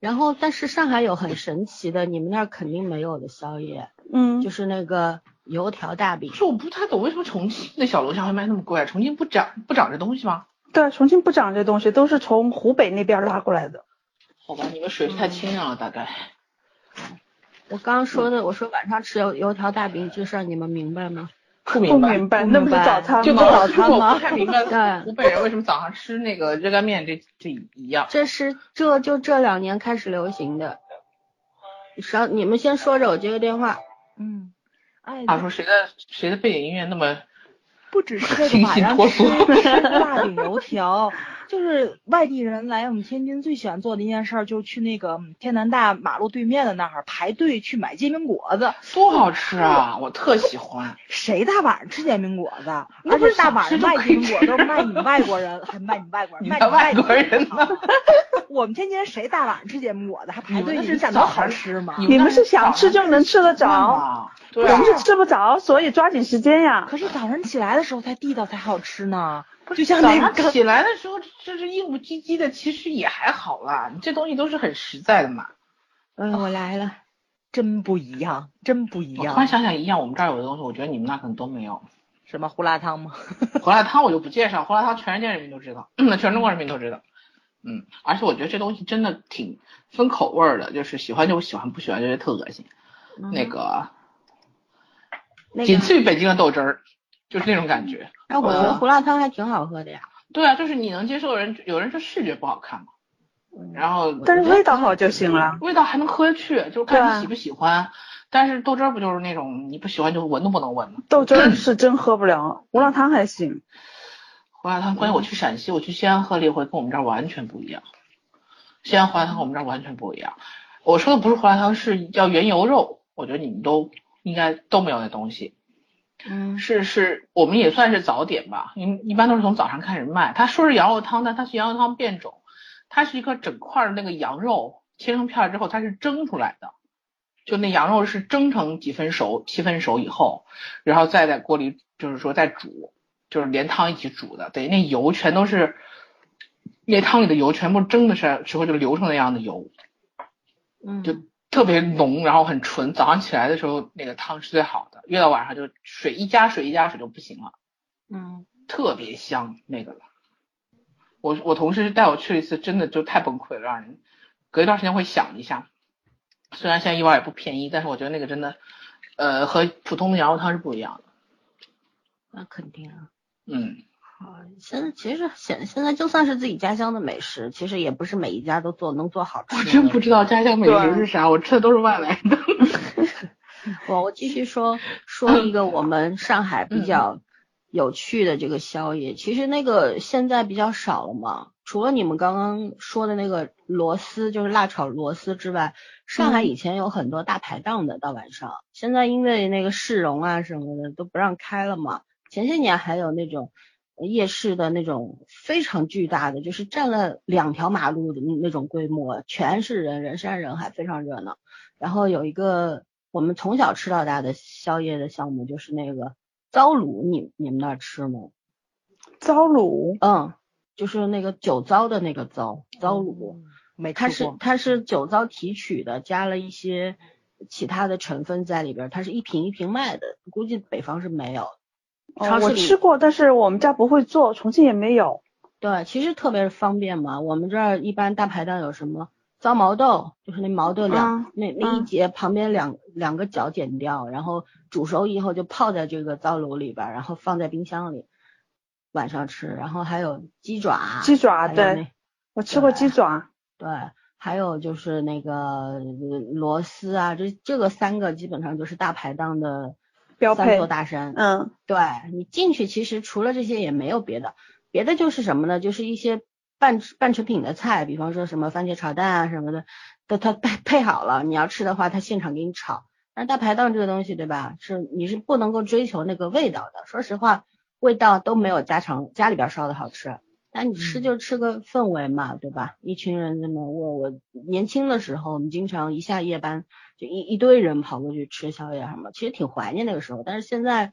S1: 然后，但是上海有很神奇的，你们那儿肯定没有的宵夜，
S4: 嗯，
S1: 就是那个油条大饼
S3: 可。是我不太懂为什么重庆的小龙虾会卖那么贵啊？重庆不长不长这东西吗？
S4: 对，重庆不长这东西，都是从湖北那边儿拉过来的。
S3: 好吧，你们水是太清凉了，大概。
S1: 我刚刚说的，我说晚上吃油油条大饼这事儿，你们明白吗？
S3: 不
S4: 不
S3: 明白，
S4: 明白，
S1: 不
S4: 那不
S1: 明
S4: 是
S1: 白
S4: 早餐
S3: 就
S4: 吗
S3: 跟？ 我
S1: 早餐
S3: 我
S1: 吗
S3: 不太明白
S1: 对
S3: 湖北人为什么早上吃那个热干面这这一样。
S1: 这是这就这两年开始流行的。少你们先说着，我接个电话。
S5: 嗯，哎，
S3: 啊他说谁的谁的背景音乐那么
S5: 不只是 这
S3: 清
S5: 个晚
S3: 新
S5: 上
S3: 脱
S5: 吃
S3: 俗
S5: 吃大饼油条，就是外地人来我们天津最喜欢做的一件事儿，就去那个天南大马路对面的那儿排队去买煎饼果子。
S3: 多好吃啊！我特喜欢。
S5: 谁大晚上吃煎饼果子？
S3: 那
S5: 而
S3: 不是
S5: 且大
S3: 想
S5: 晚
S3: 吃
S5: 上
S3: 就
S5: 卖
S3: 可以
S5: 煎饼果
S3: 吃
S5: 子，卖你们外国人，还卖你们外国人，
S3: 你
S5: 卖
S3: 们
S5: 们
S3: 外国人
S5: 呢？ 我们天津人谁大晚上吃煎饼果子还排
S3: 你们
S5: 队？
S3: 那
S5: 你
S3: 是
S5: 想
S3: 早
S5: 到好
S3: 上
S5: 吃吗？
S3: 你
S4: 你
S3: 们
S4: 们是
S3: 早上
S4: 想吃就能吃得着，
S3: 啊，
S4: 我
S3: 对啊
S4: 们，是吃不着，所以抓紧时间呀。
S5: 可是早上起来的时候才地道才好吃呢，就像
S3: 早
S5: 那
S3: 上
S5: 个
S3: 起来的时候这是硬不唧唧的，其实也还好啦。你这东西都是很实在的嘛。
S1: 嗯，我来了。
S5: 真不一样，真不一
S3: 我突然
S5: 样。
S3: 想想，一样我们这儿有的东西，我觉得你们那可能都没有。
S5: 什么胡辣汤吗？
S3: 胡辣汤我就不介绍，胡辣汤全世界人民都知道，全中国人民都知道。嗯，而且我觉得这东西真的挺分口味儿的，就是喜欢就喜欢，不喜欢就觉得特恶心。那
S1: 嗯
S3: 个
S1: 那
S3: 仅
S1: 个，
S3: 次于北京的豆汁儿，就是那种感觉。
S1: 哎，我觉得
S3: 呃
S1: 胡辣汤还挺好喝的呀。
S3: 对啊，就是你能接受的人，有人说视觉不好看嘛，
S1: 嗯
S3: 然后
S4: 但是味道好就行了。
S3: 味道还能喝得去，就是看
S1: 对啊
S3: 你喜不喜欢。但是豆汁儿不就是那种你不喜欢就闻都不能闻吗？
S4: 豆 汁儿是真喝不了，胡辣汤还行。
S3: 胡辣汤，关键我去陕西，我去西安喝了一回，跟我们这儿完全不一样。西安胡辣汤和我们这儿完全不一样。我说的不是胡辣汤，是叫原油肉，我觉得你们都应该都没有那东西。
S1: 嗯，
S3: 是是，我们也算是早点吧，一一般都是从早上开始卖。他说是羊肉汤，但它是羊肉汤变种，它是一个整块儿的那个羊肉切成片儿之后，它是蒸出来的，就那羊肉是蒸成几分熟、七分熟以后，然后再在锅里就是说再煮，就是连汤一起煮的，等于那油全都是那汤里的油全部蒸的时时候就流成那样的油，
S1: 嗯，
S3: 就特别浓，然后很纯。早上起来的时候那个汤是最好的，越到晚上就水一加水一加水就不行了。
S1: 嗯，
S3: 特别香那个。我我同事带我去一次，真的就太崩溃了，让人隔一段时间会想一下，虽然现在一碗也不便宜，但是我觉得那个真的，呃，和普通的羊肉汤是不一样的。
S1: 那肯定啊。
S3: 嗯，
S1: 好，现在其实现现在就算是自己家乡的美食，其实也不是每一家都做能做好吃的。
S3: 我真不知道家乡美食是啥，我吃的都是外来的。
S1: 我我继续说说一个我们上海比较有趣的这个宵夜，其实那个现在比较少了嘛，除了你们刚刚说的那个螺丝，就是辣炒螺丝之外，上海以前有很多大排档的，到晚上，现在因为那个市容啊什么的都不让开了嘛，前些年还有那种。夜市的那种非常巨大的，就是占了两条马路的那种规模，全是人，人山人海，非常热闹。然后有一个我们从小吃到大的宵夜的项目，就是那个糟卤，你你们那儿吃吗？
S4: 糟卤，
S1: 嗯，就是那个酒糟的那个糟糟
S4: 哦
S1: 卤，
S5: 哦没
S1: 它
S5: 吃
S1: 是
S5: 过
S1: 它是酒糟提取的，加了一些其他的成分在里边儿，它是一瓶一瓶卖的，估计北方是没有。超
S4: 哦
S1: 市
S4: 我
S1: 里
S4: 吃过，但是我们家不会做，重庆也没有。
S1: 对，其实特别方便嘛。我们这儿一般大排档有什么糟毛豆，就是那毛豆两、
S4: 嗯
S1: 那那一
S4: 嗯
S1: 节旁边两、两个角剪掉，然后煮熟以后就泡在这个糟卤里边儿，然后放在冰箱里晚上吃。然后还有鸡爪，
S4: 鸡爪
S1: 还有
S4: 对
S1: 那
S4: 我吃过鸡爪，
S1: 对，还有就是那个呃螺丝啊，这这个三个基本上就是大排档的
S4: 标
S1: 三
S4: 配
S1: 座大山。
S4: 嗯，
S1: 对你进去，其实除了这些也没有别的，别的就是什么呢？就是一些半半成品的菜，比方说什么番茄炒蛋啊什么的，都它配配好了，你要吃的话，它现场给你炒。但是大排档这个东西，对吧？是你是不能够追求那个味道的。说实话，味道都没有家常家里边烧的好吃。那你吃就吃个氛围嘛，对吧？一群人这么我我年轻的时候，我们经常一下夜班就一一堆人跑过去吃宵夜什么，其实挺怀念那个时候。但是现在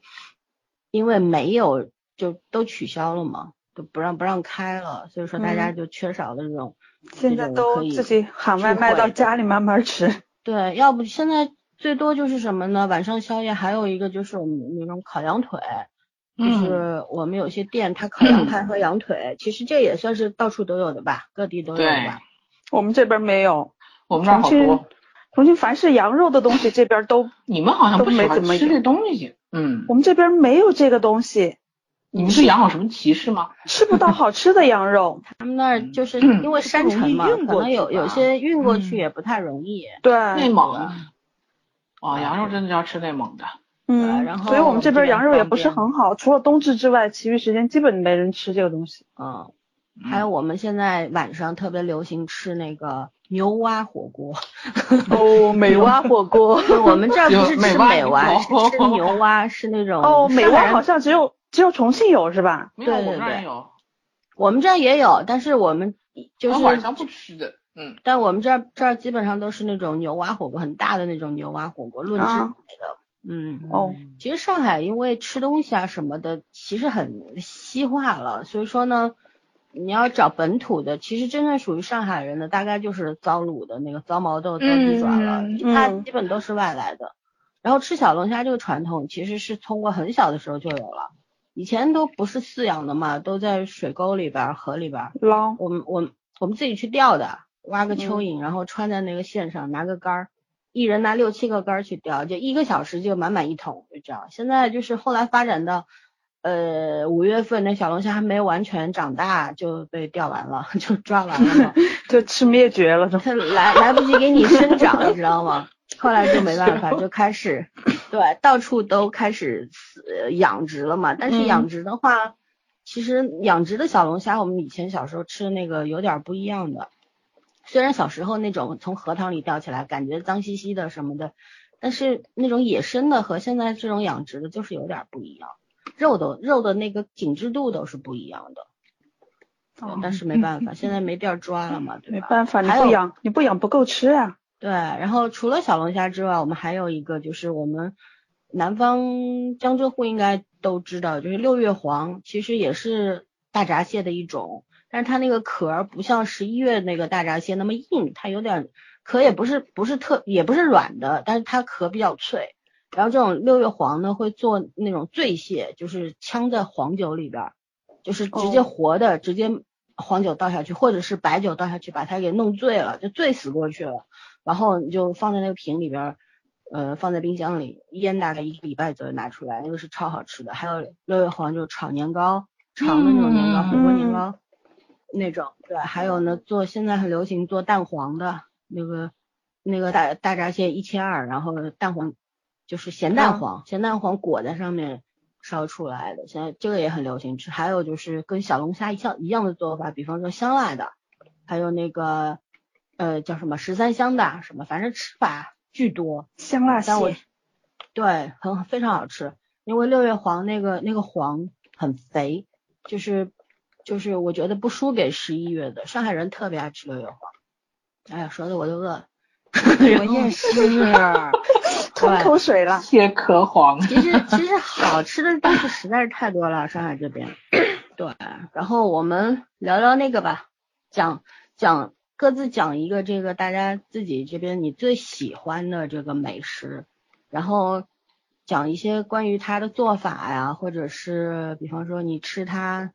S1: 因为没有就都取消了嘛，就不让不让开了，所以说大家
S4: 嗯
S1: 就缺少了这种
S4: 现在都自己喊外卖
S1: 聚会
S4: 到家里慢慢吃。
S1: 对，要不现在最多就是什么呢？晚上宵夜还有一个就是我们那种烤羊腿，嗯
S5: 嗯
S1: 就是我们有些店它烤羊 排和羊腿，其实这也算是到处都有的吧，各地都有的吧。
S4: 我们这边没有，
S3: 我们这儿好
S4: 重
S3: 多
S4: 庆，重庆凡是羊肉的东西，这边都
S3: 你们好像不
S4: 都
S3: 喜
S4: 没
S3: 欢
S4: 怎么
S3: 吃
S4: 有
S3: 这东西。嗯，
S4: 我们这边没有这个东西，
S3: 你们对羊有什么歧视吗？
S4: 吃不到好吃的羊肉。
S1: 他们那儿 就是
S3: 嗯
S1: 因为山城嘛，
S5: 不容易运
S1: 可
S5: 过
S1: 能
S5: 去
S1: 有有
S5: 吧
S1: 些运过去
S5: 嗯
S1: 也不太容易。
S3: 内
S4: 哎对，
S3: 蒙哦，羊肉真的要吃内蒙的。
S4: 嗯，
S1: 然后
S4: 所以我们这边羊肉也不是
S1: 方便
S4: 很好，除了冬至之外，其余时间基本没人吃这个东西。
S1: 嗯，
S3: 嗯
S1: 还有我们现在晚上特别流行吃那个牛蛙火锅，
S4: 哦，美蛙火 锅。
S1: 我们这儿不是
S3: 有美
S1: 吃
S3: 蛙
S1: 美
S3: 有
S1: 蛙，是吃
S3: 哦
S1: 牛蛙，是那种
S4: 哦，美
S1: 上海
S4: 蛙
S1: 人
S4: 好像只有只有重庆有是吧？
S3: 没有，
S1: 对
S3: 我们这
S1: 对
S3: 儿
S1: 对
S3: 有，
S1: 我们这儿也有，但是我们就
S3: 我
S1: 是
S3: 晚上不吃的。嗯，
S1: 但我们这儿这儿基本上都是那种牛蛙火锅，很大的那种牛蛙火锅，论只
S4: 啊
S1: 买的。嗯，
S4: 哦，
S1: 其实上海因为吃东西啊什么的，其实很西化了，所以说呢，你要找本土的，其实真正属于上海人的，大概就是糟卤的那个糟毛豆、糟鸡爪了，
S3: 嗯
S1: 它
S4: 嗯
S1: 基本都是外来的。然后吃小龙虾这个传统，其实是通过很小的时候就有了，以前都不是饲养的嘛，都在水沟里边儿、河里边儿。
S4: 捞
S1: 我们我们我们自己去钓的，挖个蚯蚓，然后穿在那个线上，拿个杆儿，一人拿六七个杆儿去钓，就一个小时就满满一桶，就这样。现在就是后来发展到，呃，五月份那小龙虾还没完全长大就被钓完了， 就抓完了嘛，
S4: 就吃灭绝了，
S1: 它来来不及给你生长，你知道吗？后来就没办法，就开 始对到处都开始呃养殖了嘛。但是
S4: 嗯
S1: 养殖的话，其实养殖的小龙虾，我们以前小时候吃的那个有点不一样的。虽然小时候那种从荷塘里钓起来，感觉脏兮兮的什么的，但是那种野生的和现在这种养殖的，就是有点不一样，肉的肉的那个紧致度都是不一样的。对
S4: 哦
S1: 但是没办法，现在没地儿抓了嘛，对
S4: 没
S1: 吧？
S4: 办法，你
S1: 还有
S4: 不养你不养不够吃啊。
S1: 对，然后除了小龙虾之外，我们还有一个就是我们南方江浙沪应该都知道，就是六月黄，其实也是大闸蟹的一种，但是它那个壳儿不像十一月那个大闸蟹那么硬，它有点壳也不是不是特也不是软的，但是它壳比较脆。然后这种六月黄呢，会做那种醉蟹，就是呛在黄酒里边儿，就是直接
S4: 哦
S1: 活的，直接黄酒倒下去，或者是白酒倒下去，把它给弄醉了，就醉死过去了。然后你就放在那个瓶里边儿，呃，放在冰箱里腌大概一个礼拜左右拿出来，那个是超好吃的。还有六月黄就是炒年糕，长的那种年糕，
S3: 嗯
S1: 火锅年糕那种。对，还有呢，做现在很流行做蛋黄的那个那个大大闸蟹一千二，然后蛋黄就是咸
S5: 嗯
S1: 蛋黄，咸蛋黄裹在上面烧出来的，现在这个也很流行吃。还有就是跟小龙虾一样一样的做法，比方说香辣的，还有那个呃叫什么十三香的什么，反正吃法巨多。
S4: 香辣蟹
S1: 但，我对很非常好吃，因为六月黄那个那个黄很肥，就是就是我觉得不输给十一月的。上海人特别爱吃六月黄，哎呀，说的我都饿了。
S5: 我也 是，
S4: 吞口水了。
S3: 蟹壳黄，
S1: 其实其实好吃的东西实在是太多了，上海这边。 对，然后我们聊聊那个吧，讲讲各自讲一个这个大家自己这边你最喜欢的这个美食，然后讲一些关于它的做法呀，或者是比方说你吃它，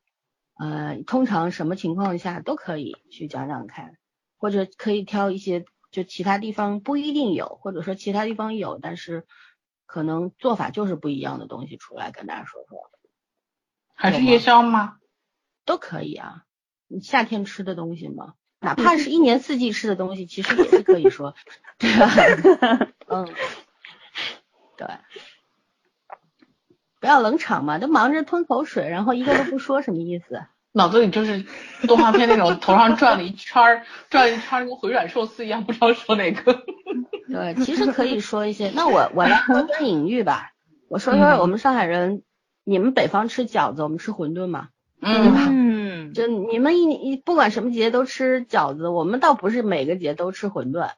S1: 呃，通常什么情况下都可以去讲讲看，或者可以挑一些就其他地方不一定有，或者说其他地方有，但是可能做法就是不一样的东西出来跟大家说说
S3: 还是夜宵吗？
S1: 都可以啊。你夏天吃的东西嘛，哪怕是一年四季吃的东西，其实也是可以说，对吧？ 嗯，对。不要冷场嘛，都忙着吞口水，然后一个都不说，什么意思？
S3: 脑子里就是动画片那种头上转了一圈儿，转一圈儿跟回转寿司一样，不知道说哪个。
S1: 对，其实可以说一些。那我我来抛砖引玉吧，我说说
S3: 嗯
S1: 我们上海人，你们北方吃饺子，我们吃馄饨嘛。
S3: 嗯，
S5: 嗯，
S1: 就你们一一不管什么节都吃饺子，我们倒不是每个节都吃馄饨，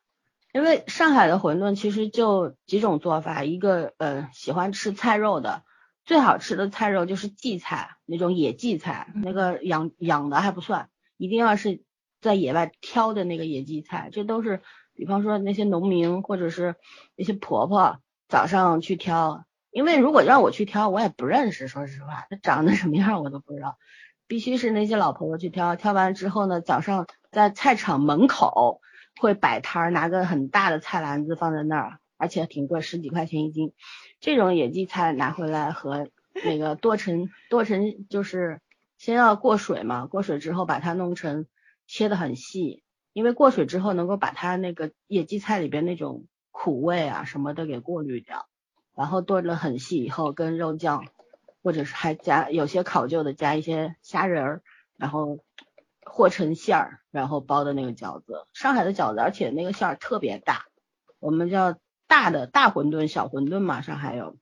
S1: 因为上海的馄饨其实就几种做法，一个呃喜欢吃菜肉的，最好吃的菜肉就是荠菜那种野荠菜，那个养养的还不算，一定要是在野外挑的那个野荠菜，这都是比方说那些农民或者是那些婆婆早上去挑，因为如果让我去挑，我也不认识，说实话，它长得什么样我都不知道。必须是那些老婆婆去挑，挑完之后呢，早上在菜场门口会摆摊儿，拿个很大的菜篮子放在那儿，而且挺贵，十几块钱一斤。这种野荠菜拿回来和那个剁成剁成，就是先要过水嘛，过水之后把它弄成切的很细，因为过水之后能够把它那个野荠菜里边那种苦味啊什么的给过滤掉，然后剁得很细以后跟肉酱或者是还加有些考究的加一些虾仁儿，然后和成馅儿，然后包的那个饺子。上海的饺子，而且那个馅儿特别大，我们叫大的大馄饨、小馄饨嘛，上海有。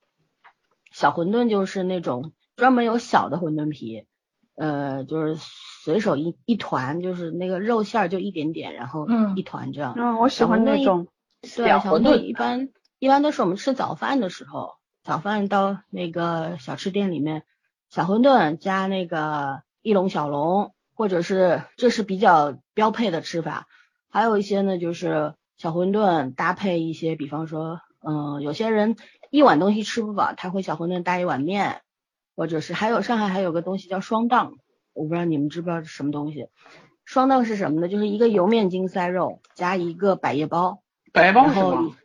S1: 小馄饨就是那种专门有小的馄饨皮，呃，就是随手一一团，就是那个肉馅儿就一点点，然后
S3: 嗯
S1: 一团这样。
S4: 嗯，我喜欢那种，
S1: 对，小
S3: 小馄
S1: 馄
S3: 饨
S1: 饨一般一般都是我们吃早饭的时候，早饭到那个小吃店里面，小馄饨加那个一笼小笼，或者是这是比较标配的吃法。还有一些呢，就是小馄饨搭配一些，比方说，嗯，有些人一碗东西吃不饱，他会小馄饨搭一碗面，或者是还有上海还有个东西叫双档，我不知道你们知不知道是什么东西。双档是什么呢？就是一个油面筋塞肉加一个百叶包，
S3: 白包
S1: 然
S3: 是
S1: 后
S3: 吗？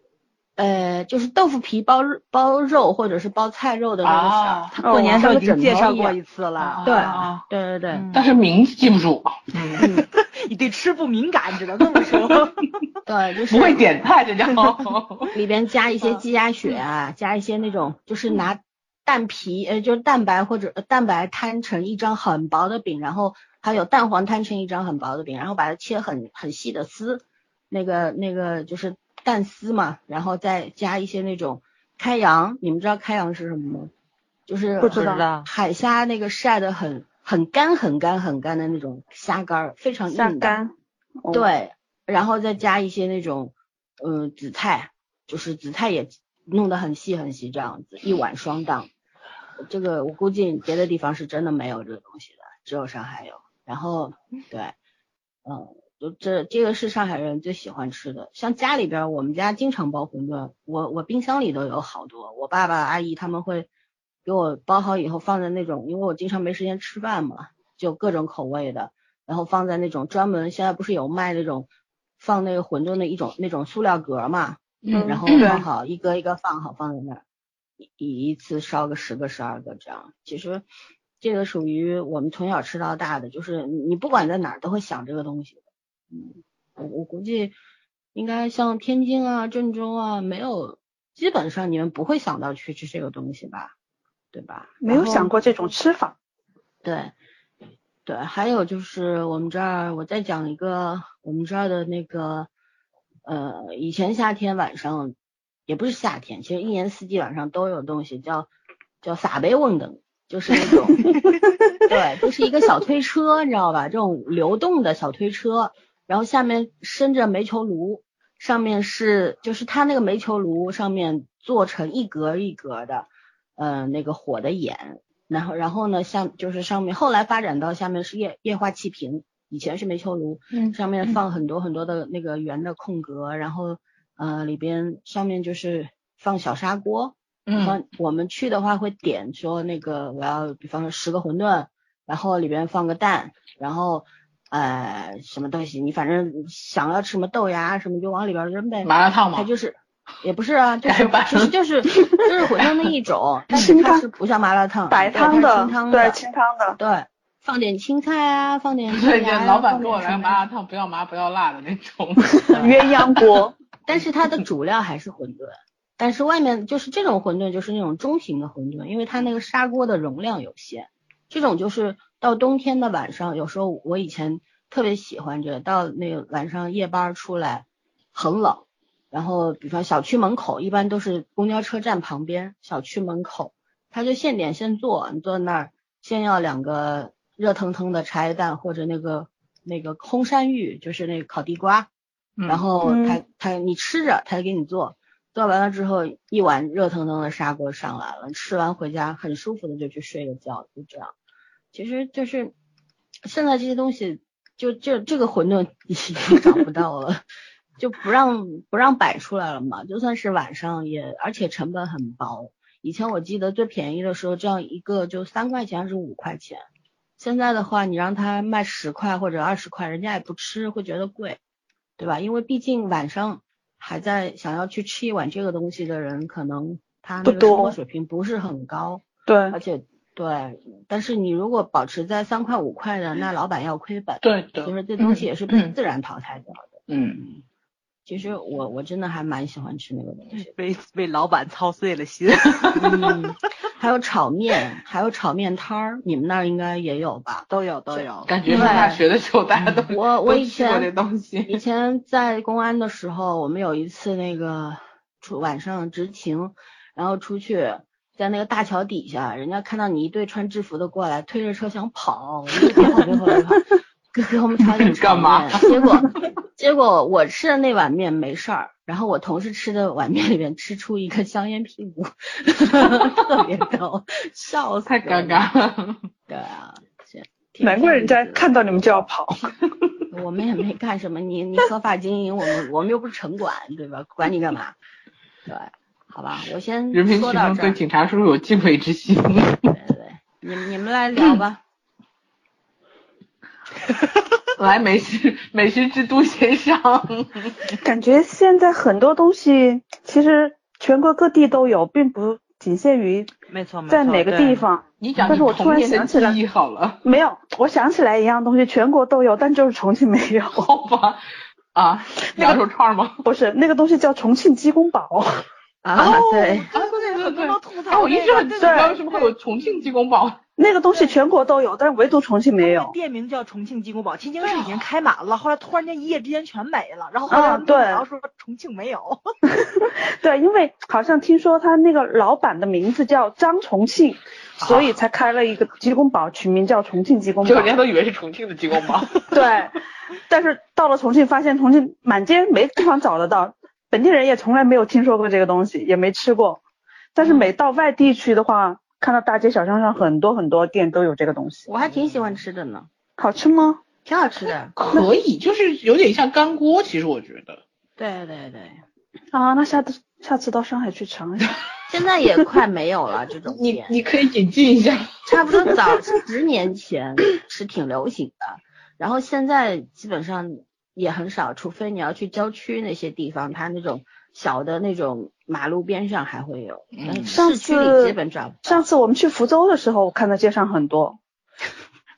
S1: 呃，就是豆腐皮包包肉或者是包菜肉的那个馅儿
S3: 啊，
S1: 它
S5: 过
S1: 过年
S5: 年时
S1: 像个
S5: 候已经
S1: 枕
S5: 介
S1: 头
S5: 绍
S1: 一
S5: 过
S1: 样。
S5: 一次了，
S1: 对
S3: 啊
S1: 对对对
S5: 嗯
S3: 但是名字记不住，
S5: 你对吃不敏感，只能这么说。
S1: 对，就是
S3: 不会点菜，这叫。
S1: 里边加一些鸡鸭血啊，加一些那种就是拿蛋皮呃就是蛋白或者呃蛋白摊成一张很薄的饼，然后还有蛋黄摊成一张很薄的饼，然后把它切很很细的丝，那个那个就是蛋丝嘛，然后再加一些那种开阳，你们知道开阳是什么吗？就是
S4: 不知道
S1: 很海虾那个晒的很很干很干很干的那种虾干儿，非常硬
S4: 下
S1: 的。
S4: 干，哦，
S1: 对，然后再加一些那种，嗯、紫菜，就是紫菜也弄得很细很细这样子，一碗双档。这个我估计别的地方是真的没有这个东西的，只有上海有。然后对，嗯，就这这个是上海人最喜欢吃的。像家里边儿，我们家经常包馄饨，我我冰箱里都有好多。我爸爸阿姨他们会给我包好以后放在那种，因为我经常没时间吃饭嘛，就各种口味的。然后放在那种专门现在不是有卖那种放那个馄饨的一种那种塑料格嘛，
S3: 嗯
S1: 然后
S5: 对，
S1: 放好一个一个放好放在那儿，一一次烧个十个十二个这样。其实这个属于我们从小吃到大的，就是你不管在哪儿都会想这个东西的。嗯，我我估计应该像天津啊、郑州啊，没有基本上你们不会想到去吃这个东西吧，对吧？
S4: 没有
S1: 然后
S4: 想过这种吃法。
S1: 对，对，还有就是我们这儿，我再讲一个我们这儿的那个，呃，以前夏天晚上也不是夏天，其实一年四季晚上都有东西叫叫撒贝翁灯，就是那种，对，就是一个小推车，你知道吧？这种流动的小推车，然后下面伸着煤球炉，上面是就是它那个煤球炉上面做成一格一格的，呃，那个火的眼，然后然后呢，下就是上面后来发展到下面是液液化气瓶，以前是煤球炉，
S3: 嗯
S1: 上面放很多很多的那个圆的空格，然后呃里边上面就是放小砂锅，然
S3: 嗯
S1: 后我们去的话会点说那个我要比方说十个馄饨，然后里边放个蛋，然后呃什么东西你反正想要吃什么豆芽啊什么就往里边扔呗，
S3: 麻辣烫
S1: 它
S3: 嘛，
S1: 嗯就是也不是啊，就
S3: 改
S1: 是
S3: 版
S1: 其实就是就是馄饨的一 种，但是
S4: 清
S1: 它
S4: 汤
S1: 是不像麻辣烫，
S4: 白
S1: 对
S4: 汤
S1: 它是
S4: 的，
S1: 清汤
S4: 对
S1: 的，
S4: 清汤的，
S1: 对，放点青菜啊，放点豆
S3: 对
S1: 芽
S3: 对，
S1: 啊
S3: 老板
S1: 放
S3: 给
S1: 点
S3: 我来
S1: 什
S3: 个
S1: 么
S3: 麻辣烫，不要麻不要辣的那种。
S4: 鸳 鸯锅。
S1: 但是它的主料还是馄饨，但是外面就是这种馄饨就是那种中型的馄饨，因为它那个砂锅的容量有限。这种就是到冬天的晚上，有时候我以前特别喜欢这个，到那个晚上夜班出来很冷，然后比方小区门口一般都是公交车站旁边小区门口，他就现点现做，你坐那儿先要两个热腾腾的茶叶蛋或者那个那个空山芋，就是那个烤地瓜，然后他、他你吃着，他给你做，做完了之后一碗热腾腾的砂锅上来了，吃完回家很舒服的就去睡个觉，就这样。其实就是现在这些东西，就这这个馄饨已经找不到了，就不让不让摆出来了嘛。就算是晚上也，而且成本很薄。以前我记得最便宜的时候，这样一个就三块钱还是五块钱。现在的话，你让他卖十块或者二十块，人家也不吃，会觉得贵，对吧？因为毕竟晚上还在想要去吃一碗这个东西的人，可能他那
S4: 不
S1: 个生活
S4: 多
S1: 水平不是很高。
S4: 对
S1: 而，且对，但是你如果保持在三块五块的，那老板要亏本。
S3: 对
S1: 其
S3: 的，
S1: 实这东西也是被
S3: 嗯
S1: 自然淘汰掉的。
S3: 嗯，
S1: 其实我我真的还蛮喜欢吃那个 东西
S5: 被被老板操碎了心。
S1: 嗯，还有炒面，还有炒面摊儿，你们那儿应该也有吧？
S5: 都有都有，
S3: 感觉上大学的时候大家都
S1: 我我
S3: 都
S1: 以
S3: 吃过这
S1: 前
S3: 东
S1: 以
S3: 西。
S1: 前在公安的时候，我们有一次那个出晚上执勤，然后出去。在那个大桥底下，人家看到你一队穿制服的过来，推着车想跑，我们就别跑，别跑，别跑，哥给我们 炒点炒
S3: 干嘛
S1: 面。结果结果我吃的那碗面没事儿，然后我同事吃的碗面里面吃出一个香烟屁股， 特别逗，笑死！
S3: 太尴。尬了，
S1: 对啊，这
S4: 难怪人家看到你们就要跑。
S1: 我们也没干什么，你你合法经营，我们我们又不是城管，对吧？管你干嘛？对，好吧，我先
S3: 人民群
S1: 说到
S3: 众
S1: 这
S3: 对
S1: 儿。
S3: 警察叔叔有敬畏之心。
S1: 对对对，你们你们来聊吧。
S3: 来，美食美食之都先上。
S4: 感觉现在很多东西其实全国各地都有，并不仅限于
S5: 没
S1: 嗯
S5: 错没错。
S4: 在哪个地
S5: 对？
S4: 方。
S3: 你讲
S4: 但
S3: 你
S4: 是我突
S3: 童
S4: 然
S3: 年的
S4: 想起来
S3: 记忆好了，
S4: 没有，我想起来一样东西，全国都有，但就是重庆没有。
S3: 好吧？啊，羊肉串吗？
S4: 不是那个东西叫重庆鸡公煲，
S5: 哦
S1: 啊，对，
S3: 啊，对对
S5: 很多
S3: 对
S5: 都。吐
S3: 啊，
S5: 槽
S3: 我一
S5: 这
S3: 直
S5: 个
S3: 很奇怪，为什么会有重庆鸡公煲？
S4: 那个东西全国都有，但是唯独重庆没有。
S5: 店名叫重庆鸡公煲，天津市已经开满了，后来突然间一夜之间全没了，然后后
S4: 啊
S5: 来
S4: 对
S5: 然后说重庆没有，
S4: 对，因为好像听说他那个老板的名字叫张重庆，所以才开了一个鸡公煲，取名叫重庆鸡公
S3: 就
S4: 煲
S3: 人。家都以为是重庆的鸡公煲。
S4: 对，但是到了重庆，发现重庆满街没地方找得到，本地人也从来没有听说过这个东西，也没吃过。但是每到外地去的话，看到大街小巷上很多很多店都有这个东西，
S1: 我还挺喜欢吃的呢，
S4: 好吃吗？
S1: 挺好吃的。
S3: 可以，就是有点像干锅，其实我觉得。
S1: 对对对，
S4: 啊，那下次下次到上海去尝一下。
S1: 现在也快没有了这种
S3: 你
S1: 店，
S3: 你可以引进一下。
S1: 差不多早十年前是挺流行的，然后现在基本上也很少，除非你要去郊区那些地方，它那种小的那种马路边上还会有，
S3: 嗯
S1: 但是
S4: 上
S1: 市区里
S4: 次
S1: 基本找不到。
S4: 上次我们去福州的时候，我看到街上很多，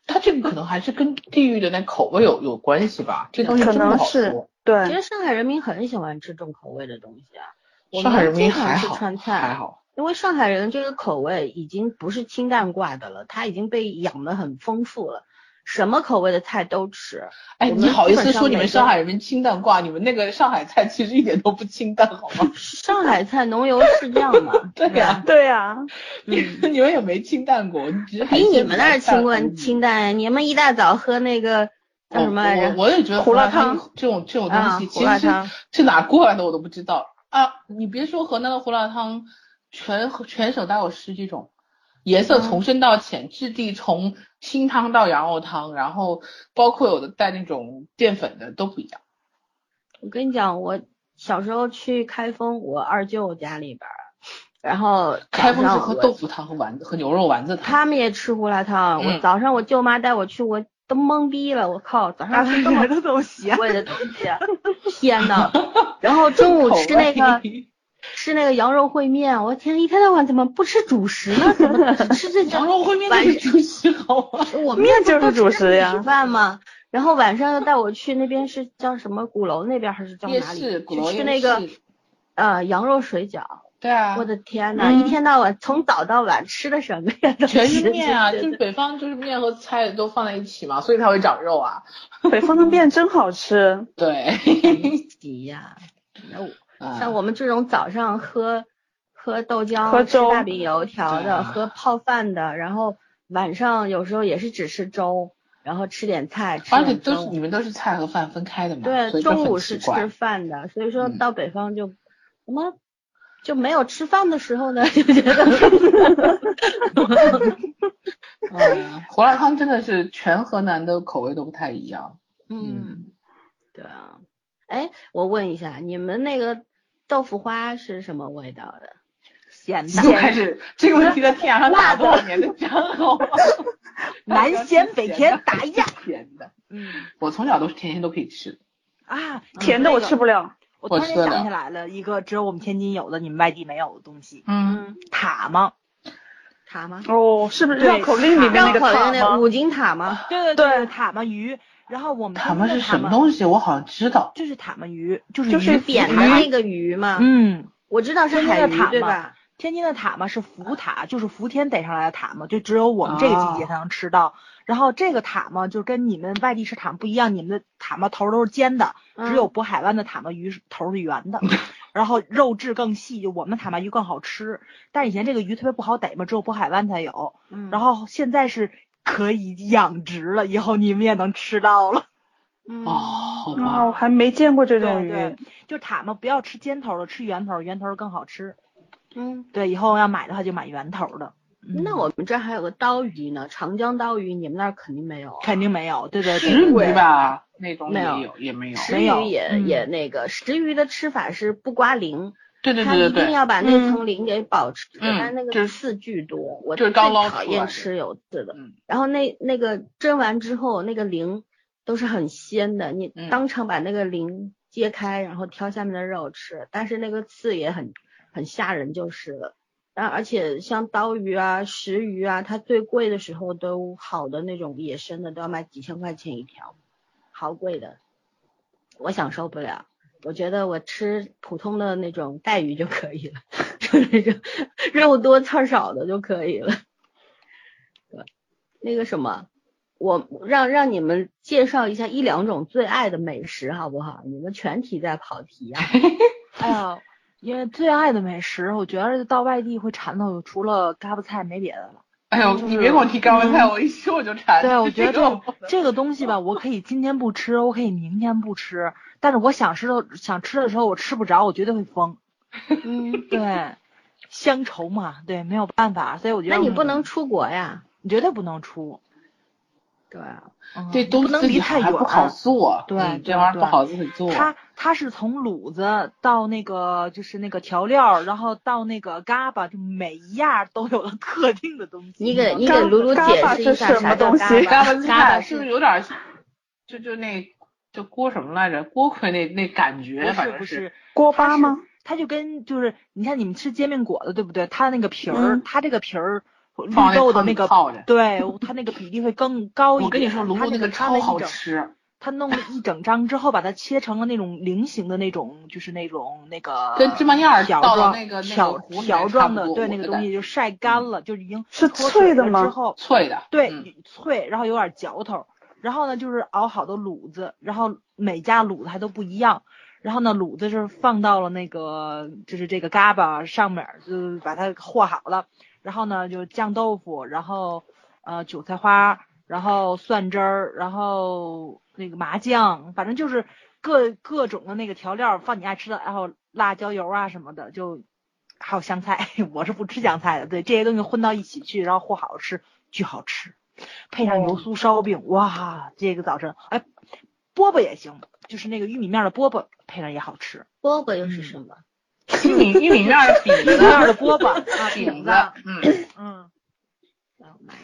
S3: 它这个可能还是跟地域的那口味有有关系吧，这东西
S4: 可
S3: 真不
S4: 能
S3: 好
S4: 是
S3: 说。
S1: 其
S4: 对，
S1: 实上海人民很喜欢吃重口味的东西啊，我
S3: 上海
S1: 们
S3: 人
S1: 经
S3: 民
S1: 常
S3: 还
S1: 吃
S3: 好，
S1: 川菜
S3: 还好。
S1: 因为上海人这个口味已经不是清淡挂的了，他已经被养得很丰富了，什么口味的菜都吃。
S3: 哎，
S1: 我
S3: 你
S1: 们
S3: 好
S1: 基
S3: 意
S1: 本
S3: 思
S1: 上
S3: 说你
S1: 每
S3: 们
S1: 个
S3: 上海人清淡挂？你们那个上海菜其实一点都不清淡，好吗？ ，
S1: 上海菜浓油赤酱嘛
S3: 对啊
S1: 吧嗯
S3: 呀
S4: 对呀、
S3: 你们你们也没清淡过，你只是海
S1: 比你
S3: 鲜
S1: 们那儿
S3: 比较淡
S1: 清
S3: 而已
S1: 惯清淡，你们一大早喝那个叫什么来
S3: 嗯哦
S1: 着？
S3: 我我我也觉得
S1: 胡辣
S3: 汤
S1: 汤
S3: 这种这种
S1: 啊
S3: 东西，
S1: 胡
S3: 其
S1: 辣
S3: 实是
S1: 汤
S3: 是哪过来的我都不知道啊！你别说河南的胡辣汤，全全省大概有十几种，颜
S1: 嗯
S3: 色从深到浅，质地从清汤到羊肉汤，然后包括有的带那种淀粉的都不一样。
S1: 我跟你讲，我小时候去开封，我二舅家里边儿，然后
S3: 开封是
S1: 早上
S3: 喝
S1: 我
S3: 豆腐汤和丸子和牛肉丸子汤，
S1: 他们也吃胡辣汤。
S3: 嗯
S1: 我早上我舅妈带我去，我都懵逼了，我靠，早
S5: 大
S1: 上吃这
S5: 家
S1: 么
S5: 的东西啊
S1: 多，味的东西， 天 呐，然后中午吃那个
S3: 口味
S1: 吃那个羊肉烩面，我天，一天到晚怎么不吃主食呢？怎么只 吃这
S3: 羊肉烩面
S1: 晚
S3: 那是主食好吗？
S1: 上我们
S4: 面
S1: 那时候
S4: 就是
S1: 都
S4: 主
S1: 吃
S4: 食呀
S1: 米饭嘛。然后晚上又带我去那边是叫什么鼓楼那边还是叫
S3: 夜
S1: 哪里？
S3: 市鼓
S1: 去
S3: 楼
S1: 吃
S3: 夜
S1: 那个
S3: 市
S1: 呃羊肉水饺。
S3: 对啊，
S1: 我的天呐，
S4: 嗯
S1: 一天到晚从早到晚吃的什么呀？都
S3: 全是 面啊，
S1: 真
S3: 就是
S1: 的
S3: 北方就是面和菜都放在一起嘛，所以它会长肉啊。
S4: 北方的面真好吃，
S3: 对，
S1: 神奇呀！那我 像
S3: 啊
S1: 我们这种早上喝喝豆浆、
S4: 喝
S1: 吃大
S4: 粥
S1: 饼油条
S3: 对啊
S1: 的、喝泡饭的，然后晚上有时候也是只吃粥，然后吃点菜，吃
S3: 而且
S1: 点
S3: 都是你
S1: 粥。
S3: 们都是菜和饭分开的嘛，所
S1: 对，
S3: 以就
S1: 中
S3: 很
S1: 午是
S3: 奇
S1: 吃
S3: 怪。
S1: 饭的，所以说
S3: 嗯
S1: 到北方就什么就没有吃饭的时候呢，就 觉得
S3: 嗯，胡辣汤真的是全河南的口味都不太一样。
S1: 嗯，对啊。哎，我问一下，你们那个豆腐花是什么味道的？
S5: 咸
S3: 又开始这个问题在天涯上打
S1: 辣的
S3: 多少年的战后，
S5: 南咸北甜打
S3: 压。甜的，
S5: 嗯
S3: 我从小都是甜甜都可以吃。
S5: 啊，
S4: 甜的我吃不了。
S5: 我
S3: 我
S5: 突然
S3: 吃得
S5: 间
S3: 了
S5: 想起来了一个只有我们天津有的，你们外地没有的东西，
S3: 嗯，
S1: 嗯，
S5: 塔嘛。
S1: 塔吗？
S4: 哦，是不是
S5: 对
S4: 绕口令里面
S5: 绕
S1: 绕
S4: 那个
S1: 口
S4: 塔
S1: 令那
S4: 吗？
S1: 五金塔吗？
S5: 对
S4: 对
S5: 塔嘛鱼。然后我们
S3: 他
S5: 天
S3: 们
S5: 津
S3: 是
S5: 的塔
S3: 什
S5: 嘛
S3: 么东西？我好像知道。
S5: 就是塔嘛鱼，就是
S4: 就
S5: 嗯鱼
S4: 是
S5: 浮
S1: 扁的
S5: 塔
S1: 那个鱼嘛，
S5: 嗯，
S1: 我知道是
S5: 天津
S1: 海
S5: 的
S1: 鱼
S5: 塔
S1: 对
S5: 嘛
S1: 吧？
S5: 天津的塔嘛是浮塔，就是伏天逮上来的塔嘛，就只有我们这个季节
S3: 哦
S5: 才能吃到。然后这个塔嘛，就跟你们外地吃塔嘛不一样，你们的塔嘛头都是尖的，
S1: 嗯
S5: 只有渤海湾的塔嘛鱼是头是圆的，然后肉质更细，就我们塔嘛鱼更好吃。但以前这个鱼特别不好逮嘛，只有渤海湾才有。
S1: 嗯，
S5: 然后现在是可以养殖了，以后你们也能吃到了。
S1: 嗯
S3: 哦，
S4: 啊，
S3: 好
S4: 我
S3: 吧，
S4: 还没见过这种
S5: 对
S4: 鱼
S5: 对。，就塔嘛，不要吃尖头的，吃圆头，圆头更好吃。
S1: 嗯，
S5: 对，以后要买的话就买圆头的。嗯
S1: 那我们这儿还有个刀鱼呢，长江刀鱼，你们那儿肯定没有啊，
S5: 肯定没有，对对
S1: 是
S5: 对
S3: 石
S1: 因
S3: 鱼
S1: 为
S3: 吧，那种
S1: 嗯没
S3: 也
S1: 有
S3: 有，也没有。
S1: 石
S5: 没有
S1: 鱼也
S5: 嗯
S1: 也那个，石鱼的吃法是不刮鳞，
S3: 对对
S1: 它
S3: 对对
S1: 一
S3: 对
S1: 定。要把那
S4: 嗯
S1: 层鳞给保持，
S3: 嗯
S1: 但那
S3: 就是
S1: 个刺巨多，我
S3: 就是
S1: 最
S3: 刚捞
S1: 讨
S3: 出来
S1: 厌
S3: 的
S1: 吃有刺的
S3: 嗯。
S1: 然后那那个蒸完之后，那个鳞都是很鲜的，你
S3: 嗯
S1: 当场把那个鳞揭开，然后挑下面的肉吃，但是那个刺也很很吓人，就是了。然后而且像刀鱼啊、石鱼啊，它最贵的时候都好的那种野生的都要卖几千块钱一条，好贵的，我享受不了。我觉得我吃普通的那种带鱼就可以了，就那种肉多刺少的就可以了。对那个什么，我让让你们介绍一下一两种最爱的美食好不好？你们全体在跑题啊！
S5: 哎呀，因为最爱的美食，我觉得到外地会馋到，除了嘎巴菜没别的了。
S3: 哎呦，你别给我提高温菜，我一吃我就馋。
S5: 嗯对，我觉得
S3: 这个
S5: 这这个东西吧，我可以今天不吃，我可以明天不吃，但是我想吃的想吃的时候我吃不着，我绝对会疯。
S1: 嗯，
S5: 对，乡愁嘛，对，没有办法，所以我觉得
S1: 那你
S5: 我
S1: 不能出国呀？
S5: 你绝对不能出，
S1: 对啊，
S5: 嗯、
S3: 这东
S5: 不
S3: 西
S5: 能
S3: 自己
S5: 离太
S3: 还
S5: 远，
S3: 不好做，
S5: 对
S3: 嗯这
S5: 对
S3: 玩意儿
S5: 对
S3: 不好自己做。
S5: 它它是从卤子到那个就是那个调料，然后到那个嘎巴，就每一样都有了 特定的东西。
S1: 你给你
S5: 知
S1: 给
S5: 道吗
S1: 卢卢
S4: 嘎
S1: 解
S4: 巴
S1: 释
S4: 是
S1: 一下
S4: 什么
S1: 啥叫
S4: 东西
S1: 嘎巴
S3: 嘎巴
S1: 嘎
S3: 菜
S1: 巴
S3: 是
S1: 是
S3: 不是有点儿，就就那叫锅什么来着？锅盔那那感觉，
S5: 不
S3: 反
S5: 是
S3: 正
S5: 不是，
S4: 锅
S5: 它
S4: 巴
S5: 是
S4: 吗？？
S5: 它就跟就是你看你们吃煎饼果子对不对？它那个皮儿
S4: 嗯，
S5: 它这个皮儿绿
S3: 放在
S5: 豆的
S3: 汤里
S5: 那个
S3: 泡着，
S5: 对它那个比例会更高一点。
S3: 我跟你说，泸
S5: 它
S3: 州那
S5: 个
S3: 个
S5: 它的
S3: 超
S5: 一
S3: 好
S5: 整。
S3: 吃，
S5: 它弄了一整张之后，把它切成了那种菱形的那种，就是那种那个
S3: 跟芝麻叶儿
S5: 条
S3: 倒到
S5: 状
S3: 那个那
S5: 条
S3: 个壶里
S5: 条
S3: 面
S5: 状
S3: 差不
S5: 的，
S3: 多
S5: 对
S3: 我
S5: 那个
S3: 觉
S5: 东
S3: 得嗯
S5: 西就晒干了，就已经
S4: 是
S5: 脱
S4: 脆
S5: 水
S4: 的
S5: 了
S4: 吗
S5: 之后
S3: 脆的。
S5: 对、
S3: 嗯
S5: 脆，然后有点嚼头，然后呢就是熬好的卤子，然后每家卤子还都不一样，然后呢卤子是放到了那个就是这个嘎巴上面儿，就是把它和好了，然后呢就酱豆腐，然后呃韭菜花，然后蒜汁儿，然后那个麻酱，反正就是各各种的那个调料放你爱吃的，然后辣椒油啊什么的就。还有香菜， 我是不吃香菜的。对，这些东西混到一起去，然后和好吃，巨好吃。配上
S1: 嗯
S5: 油酥烧饼，哇，这个早晨，哎，饽饽也行，就是那个玉米面的饽饽，配上也好吃。
S1: 饽饽又是什么？
S3: 玉米玉米面儿饼
S5: 玉米
S3: 子，
S5: 面的饽饽啊，饼
S3: 饼
S5: 子
S3: 子，，嗯，
S5: 嗯，
S1: 让我妈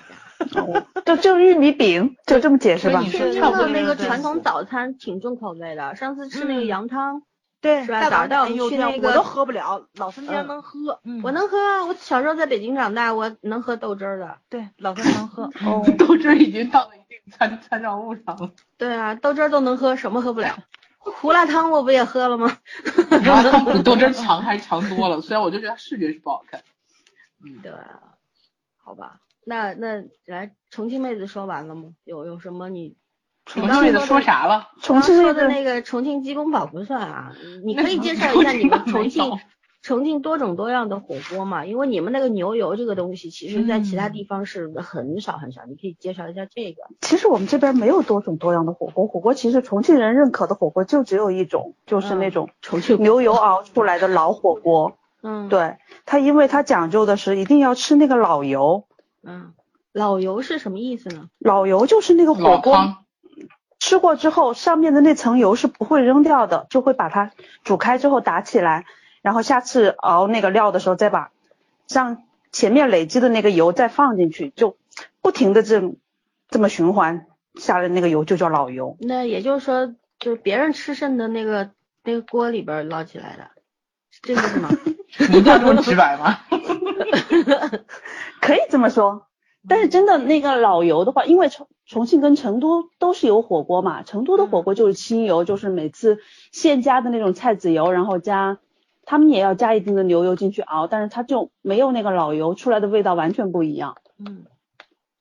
S1: 家。
S4: 就就是玉米饼，就这么解释吧
S3: 对。你
S1: 天
S3: 是
S1: 津
S3: 差不
S1: 的
S3: 多
S1: 那
S3: 这
S1: 个
S3: 个
S1: 传
S3: 意
S1: 统
S3: 思
S1: 早餐挺重口味的，上次吃那个
S5: 嗯
S1: 羊汤，
S5: 对，
S1: 是吧
S5: 大早
S1: 早上
S5: 上哎
S1: 你
S5: 呦
S1: 去
S5: 天
S1: 那
S5: 我
S1: 个
S5: 都喝不了，老三竟
S1: 嗯
S5: 然能喝，嗯，
S1: 我能喝啊！我小时候在北京长大，我能喝豆汁儿的。
S5: 对，老三能喝，
S4: 哦，
S3: 豆汁儿已经到了一定参参照物上了，
S1: 对啊，豆汁儿都能喝，什么喝不了？胡辣汤我不也喝了吗？
S3: 麻辣烫 比豆汁儿强还是强多了。虽然我就觉得它视觉是不好看，
S1: 对啊，好吧，那那来重庆妹子说完了吗？有有什么你
S3: 重庆的说啥了？
S4: 重庆
S1: 刚
S4: 那
S1: 说的
S4: 个
S1: 那个重庆鸡公煲不算啊，你
S3: 那
S1: 可以
S3: 重
S1: 介绍一下你们
S3: 重
S1: 重
S3: 庆
S1: 庆重庆多种多样的火锅嘛？因为你们那个牛油这个东西，其实在其他
S5: 嗯
S1: 地方是很少很少，你可以介绍一下这个。
S4: 其实我们这边没有多种多样的火锅，火锅其实重庆人认可的火锅就只有一种，就是那种
S1: 重庆
S4: 牛油熬出来的老火锅。
S1: 嗯，，
S4: 对，它因为它讲究的是一定要吃那个老油，
S1: 嗯，老油是什么意思呢？
S4: 老油就是那个火
S3: 老
S4: 锅
S3: 汤，
S4: 吃过之后，上面的那层油是不会扔掉的，就会把它煮开之后打起来，然后下次熬那个料的时候再把像前面累积的那个油再放进去，就不停的这这么循环下来，那个油就叫老油。
S1: 那也就是说，就是别人吃剩的那个那个锅里边儿捞起来的，是这个是吗？
S3: 你这么直白吗？
S4: 可以这么说。但是真的那个老油的话，因为重重庆跟成都都是有火锅嘛，成都的火锅就是清油，就是每次现加的那种菜籽油，然后加他们也要加一定的牛油进去熬，但是它就没有那个老油出来的味道完全不一样。
S1: 嗯，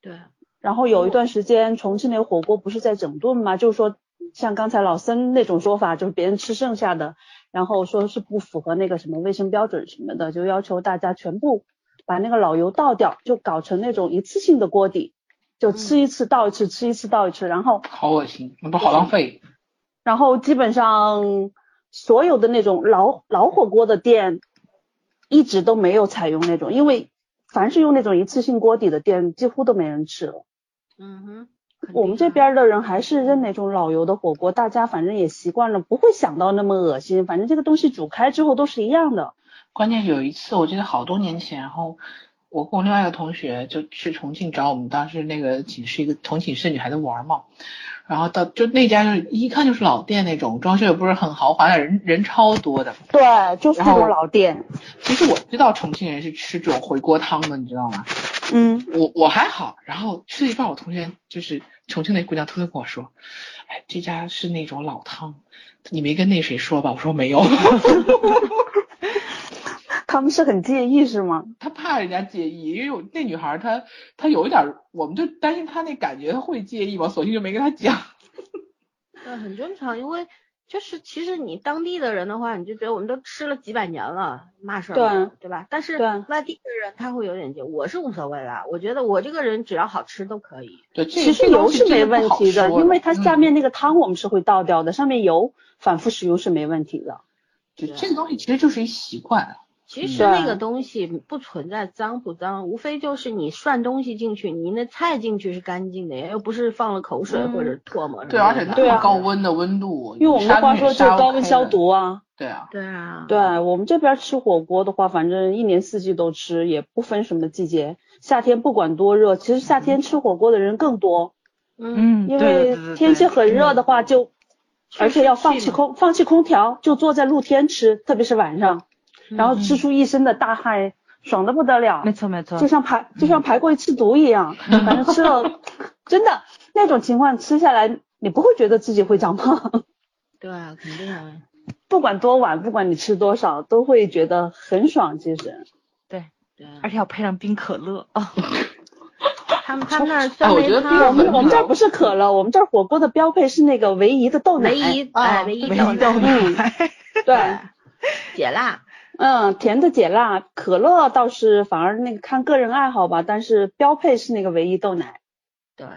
S1: 对，
S4: 然后有一段时间重庆那个火锅不是在整顿嘛，就是说像刚才老森那种说法，就是别人吃剩下的，然后说是不符合那个什么卫生标准什么的，就要求大家全部把那个老油倒掉，就搞成那种一次性的锅底，就吃一次倒一次，吃一次倒一次，然后
S3: 好恶心，那不好浪费。
S4: 然后基本上所有的那种老老火锅的店一直都没有采用那种，因为凡是用那种一次性锅底的店，几乎都没人吃了。
S1: 嗯哼，肯
S4: 我们
S1: 定
S4: 这
S1: 啊
S4: 边儿的人还是认那种老油的火锅，大家反正也习惯了，不会想到那么恶心。反正这个东西煮开之后都是一样的。
S3: 关键有一次，我记得好多年前，然后我跟我另外一个同学就去重庆找我们当时那个寝室一个同寝室的女孩子玩嘛，然后到就那家就是一看就是老店那种，装修也不是很豪华，但人人超多的。
S4: 对，就是这
S3: 然后
S4: 种老店。
S3: 其实我知道重庆人是吃这种回锅汤的，你知道吗？
S4: 嗯，
S3: 我我还好，然后吃了一半，我同学就是重庆那姑娘偷偷跟我说，哎，这家是那种老汤，你没跟那谁说吧？我说没有，
S4: 他们是很介意是吗？
S3: 她怕人家介意，因为我那女孩儿她她有一点儿，我们就担心她那感觉她会介意嘛，索性就没跟她讲。
S1: 嗯对，很正常，因为就是其实你当地的人的话，你就觉得我们都吃了几百年了，嘛事儿没有
S4: 对
S1: 对吧？但是
S4: 对
S1: 外地的人他会有点觉，我是无所谓的，我觉得我这个人只要好吃都可以。
S3: 对，这
S4: 其实
S3: 这东
S4: 油
S3: 西
S4: 是
S3: 真
S4: 没
S3: 不
S4: 问
S3: 好
S4: 题的，
S3: 说
S4: 因为它下
S3: 嗯
S4: 面那个汤我们是会倒掉的，上面油反复使用是没问题的。
S3: 就这个东西其实就是一习惯，
S1: 其实
S4: 嗯对啊
S1: 那个东西不存在脏不脏，无非就是你涮东西进去，你那菜进去是干净的，又不是放了口水或者唾沫什
S3: 对，
S1: 么
S3: 而
S1: 的
S3: 且那
S1: 对
S4: 嗯对
S3: 么
S4: 啊
S3: 高温的温度，
S4: 因为我们的话说就
S3: 就
S4: 高温消，毒啊。
S3: 对啊，
S1: 对啊，
S4: 对我们这边吃火锅的话，反正一年四季都吃，也不分什么季节。夏天不管多热，其实夏天吃火锅的人更多。
S1: 嗯，
S5: 嗯，
S4: 因
S5: 对
S4: 为天气很热的，话，就而且要放弃空放弃空调，就坐在露天吃，特别是晚上，然后吃出一身的大汗，爽的不得了。
S5: 嗯没错没错嗯
S4: 就，像排就像排过一次毒一 样，反正吃了，真的那种情况吃下来，你不会觉得自己会长胖，
S1: 对啊，肯定
S4: 哎
S1: 啊。
S4: 不管多晚，不管你吃多少，都会觉得很爽。其实，
S5: 对，
S1: 对啊，
S5: 而且要配上冰可乐
S1: 嗯
S5: 啊，
S1: 他们他们那儿酸
S3: 我
S1: 梅
S3: 觉得
S1: 汤，
S3: 比
S4: 哎我们我们这儿
S3: 嗯
S4: 不是可乐，我们这儿火锅的标配是那个唯一的豆奶，
S1: 唯一
S4: 啊
S1: 哎，唯一
S5: 没
S1: 豆
S5: 到
S1: 奶
S4: 嗯对，
S1: 解辣，
S4: 嗯，甜的解辣，可乐倒是反而那个看个人爱好吧，但是标配是那个唯一豆奶。
S1: 对，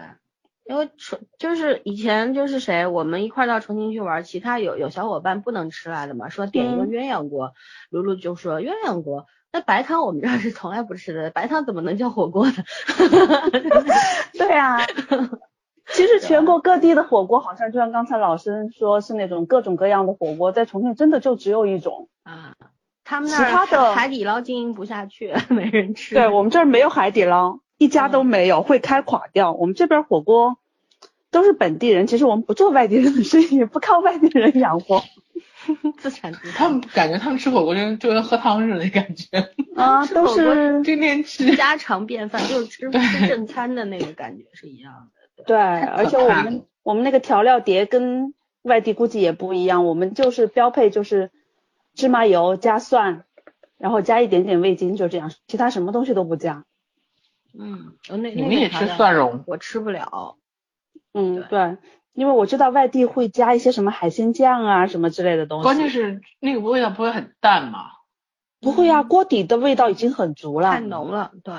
S1: 因为重就是以前就是谁，我们一块儿到重庆去玩，其他有有小伙伴不能吃辣的嘛，说点一个
S4: 嗯
S1: 鸳鸯锅，露露就说鸳鸯锅。那白汤我们这儿是从来不吃的，白汤怎么能叫火锅呢？
S4: 对啊， 其实全国各地的火锅好像就像刚才老师说是那种各种各样的火锅，在重庆真的就只有一种。
S1: 啊，他们那
S4: 其
S1: 儿
S4: 他的
S1: 海底捞经营不下去，没人吃。
S4: 对我们这儿没有海底捞，一家都没有，会开垮掉。我们这边火锅都是本地人，其实我们不做外地人的生意，不靠外地人养活。
S1: 自产自
S3: 他
S1: 销
S3: 们，感觉他们吃火锅就就跟喝汤似的感觉，
S4: 啊，都
S1: 火锅
S4: 是
S3: 天天吃。
S1: 家常便饭就是吃吃正餐的那个感觉是一样的。
S4: 对，而且我
S3: 怕了
S4: 们我们那个调料碟跟外地估计也不一样，我们就是标配就是芝麻油加蒜，然后加一点点味精，就这样，其他什么东西都不加。
S1: 嗯，我那
S3: 你
S1: 那
S3: 们
S1: 个
S3: 也
S1: 调
S3: 吃
S1: 料
S3: 蒜蓉？
S1: 我吃不了。
S4: 嗯
S1: 对，
S4: 对，因为我知道外地会加一些什么海鲜酱啊什么之类的东西。
S3: 关键是那个味道不会很淡嘛？
S4: 不会啊，锅底的味道已经很足
S1: 太
S4: 了。
S1: 浓了，对，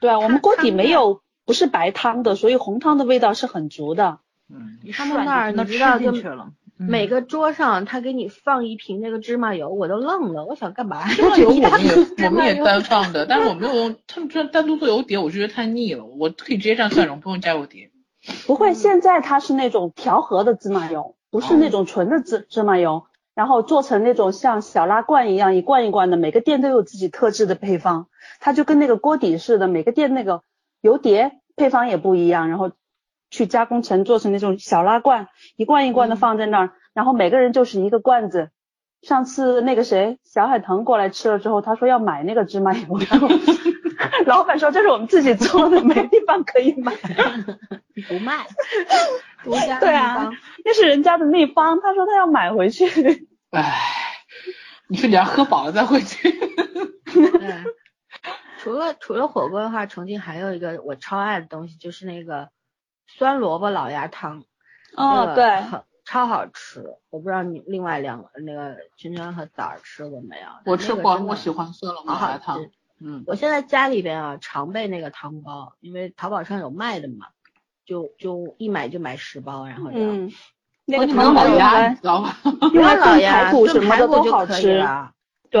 S4: 对啊，我们锅
S1: 它
S4: 底
S1: 它
S4: 没有不是白汤的，所以红汤的味道是很足的。
S3: 嗯，
S1: 他们那儿
S5: 都
S1: 你
S5: 吃
S1: 知道
S5: 进
S1: 就
S5: 去了，
S1: 每个桌上他给你放一瓶那个芝麻油，我都愣 了，我想干嘛？
S3: 芝麻油我们也
S1: 芝麻油
S3: 我们也单放 的，但是我没有用，他们这单独做油碟，我就觉得太腻了，我可以直接蘸蒜蓉，不用加油碟。
S4: 不会，现在它是那种调和的芝麻油，不是那种纯的芝芝麻油，然后做成那种像小拉罐一样一罐一罐的，每个店都有自己特制的配方，它就跟那个锅底似的，每个店那个油碟配方也不一样，然后去加工成做成那种小拉罐，一罐一罐的放在那儿，然后每个人就是一个罐子。上次那个谁小海棠过来吃了之后，他说要买那个芝麻油，然后 老板说这是我们自己做的，没地方可以买。
S1: 不卖， 独家
S4: 对啊
S1: 秘方，
S4: 那是人家的秘方，他说他要买回去。
S3: 唉，你说你要喝饱了再回去。
S1: 对。嗯除了除了火锅的话，重庆还有一个我超爱的东西，就是那个酸萝卜老鸭汤。
S3: 哦
S1: 那个很超好吃。我不知道你另外两个那个圈圈和枣儿吃过没有？
S3: 我吃过，
S1: 那个真的啊
S3: 我喜欢酸萝卜
S1: 好
S3: 麻
S1: 好
S3: 辣烫
S1: 吃。。
S3: 嗯，
S1: 我现在家里边啊，常备那个汤包，因为淘宝上有卖的嘛，就就一买就买十包，然后这样。
S4: 嗯，那个
S3: 哦你们
S4: 汤包
S3: 老
S4: 用
S3: 鸭，你
S4: 来
S3: 知道吧？
S4: 用来
S1: 老
S4: 炖
S1: 鸭
S4: 排骨什
S1: 炖
S4: 么的
S1: 排骨
S4: 都
S1: 就
S4: 好
S1: 可以
S4: 吃。
S1: 了
S4: 对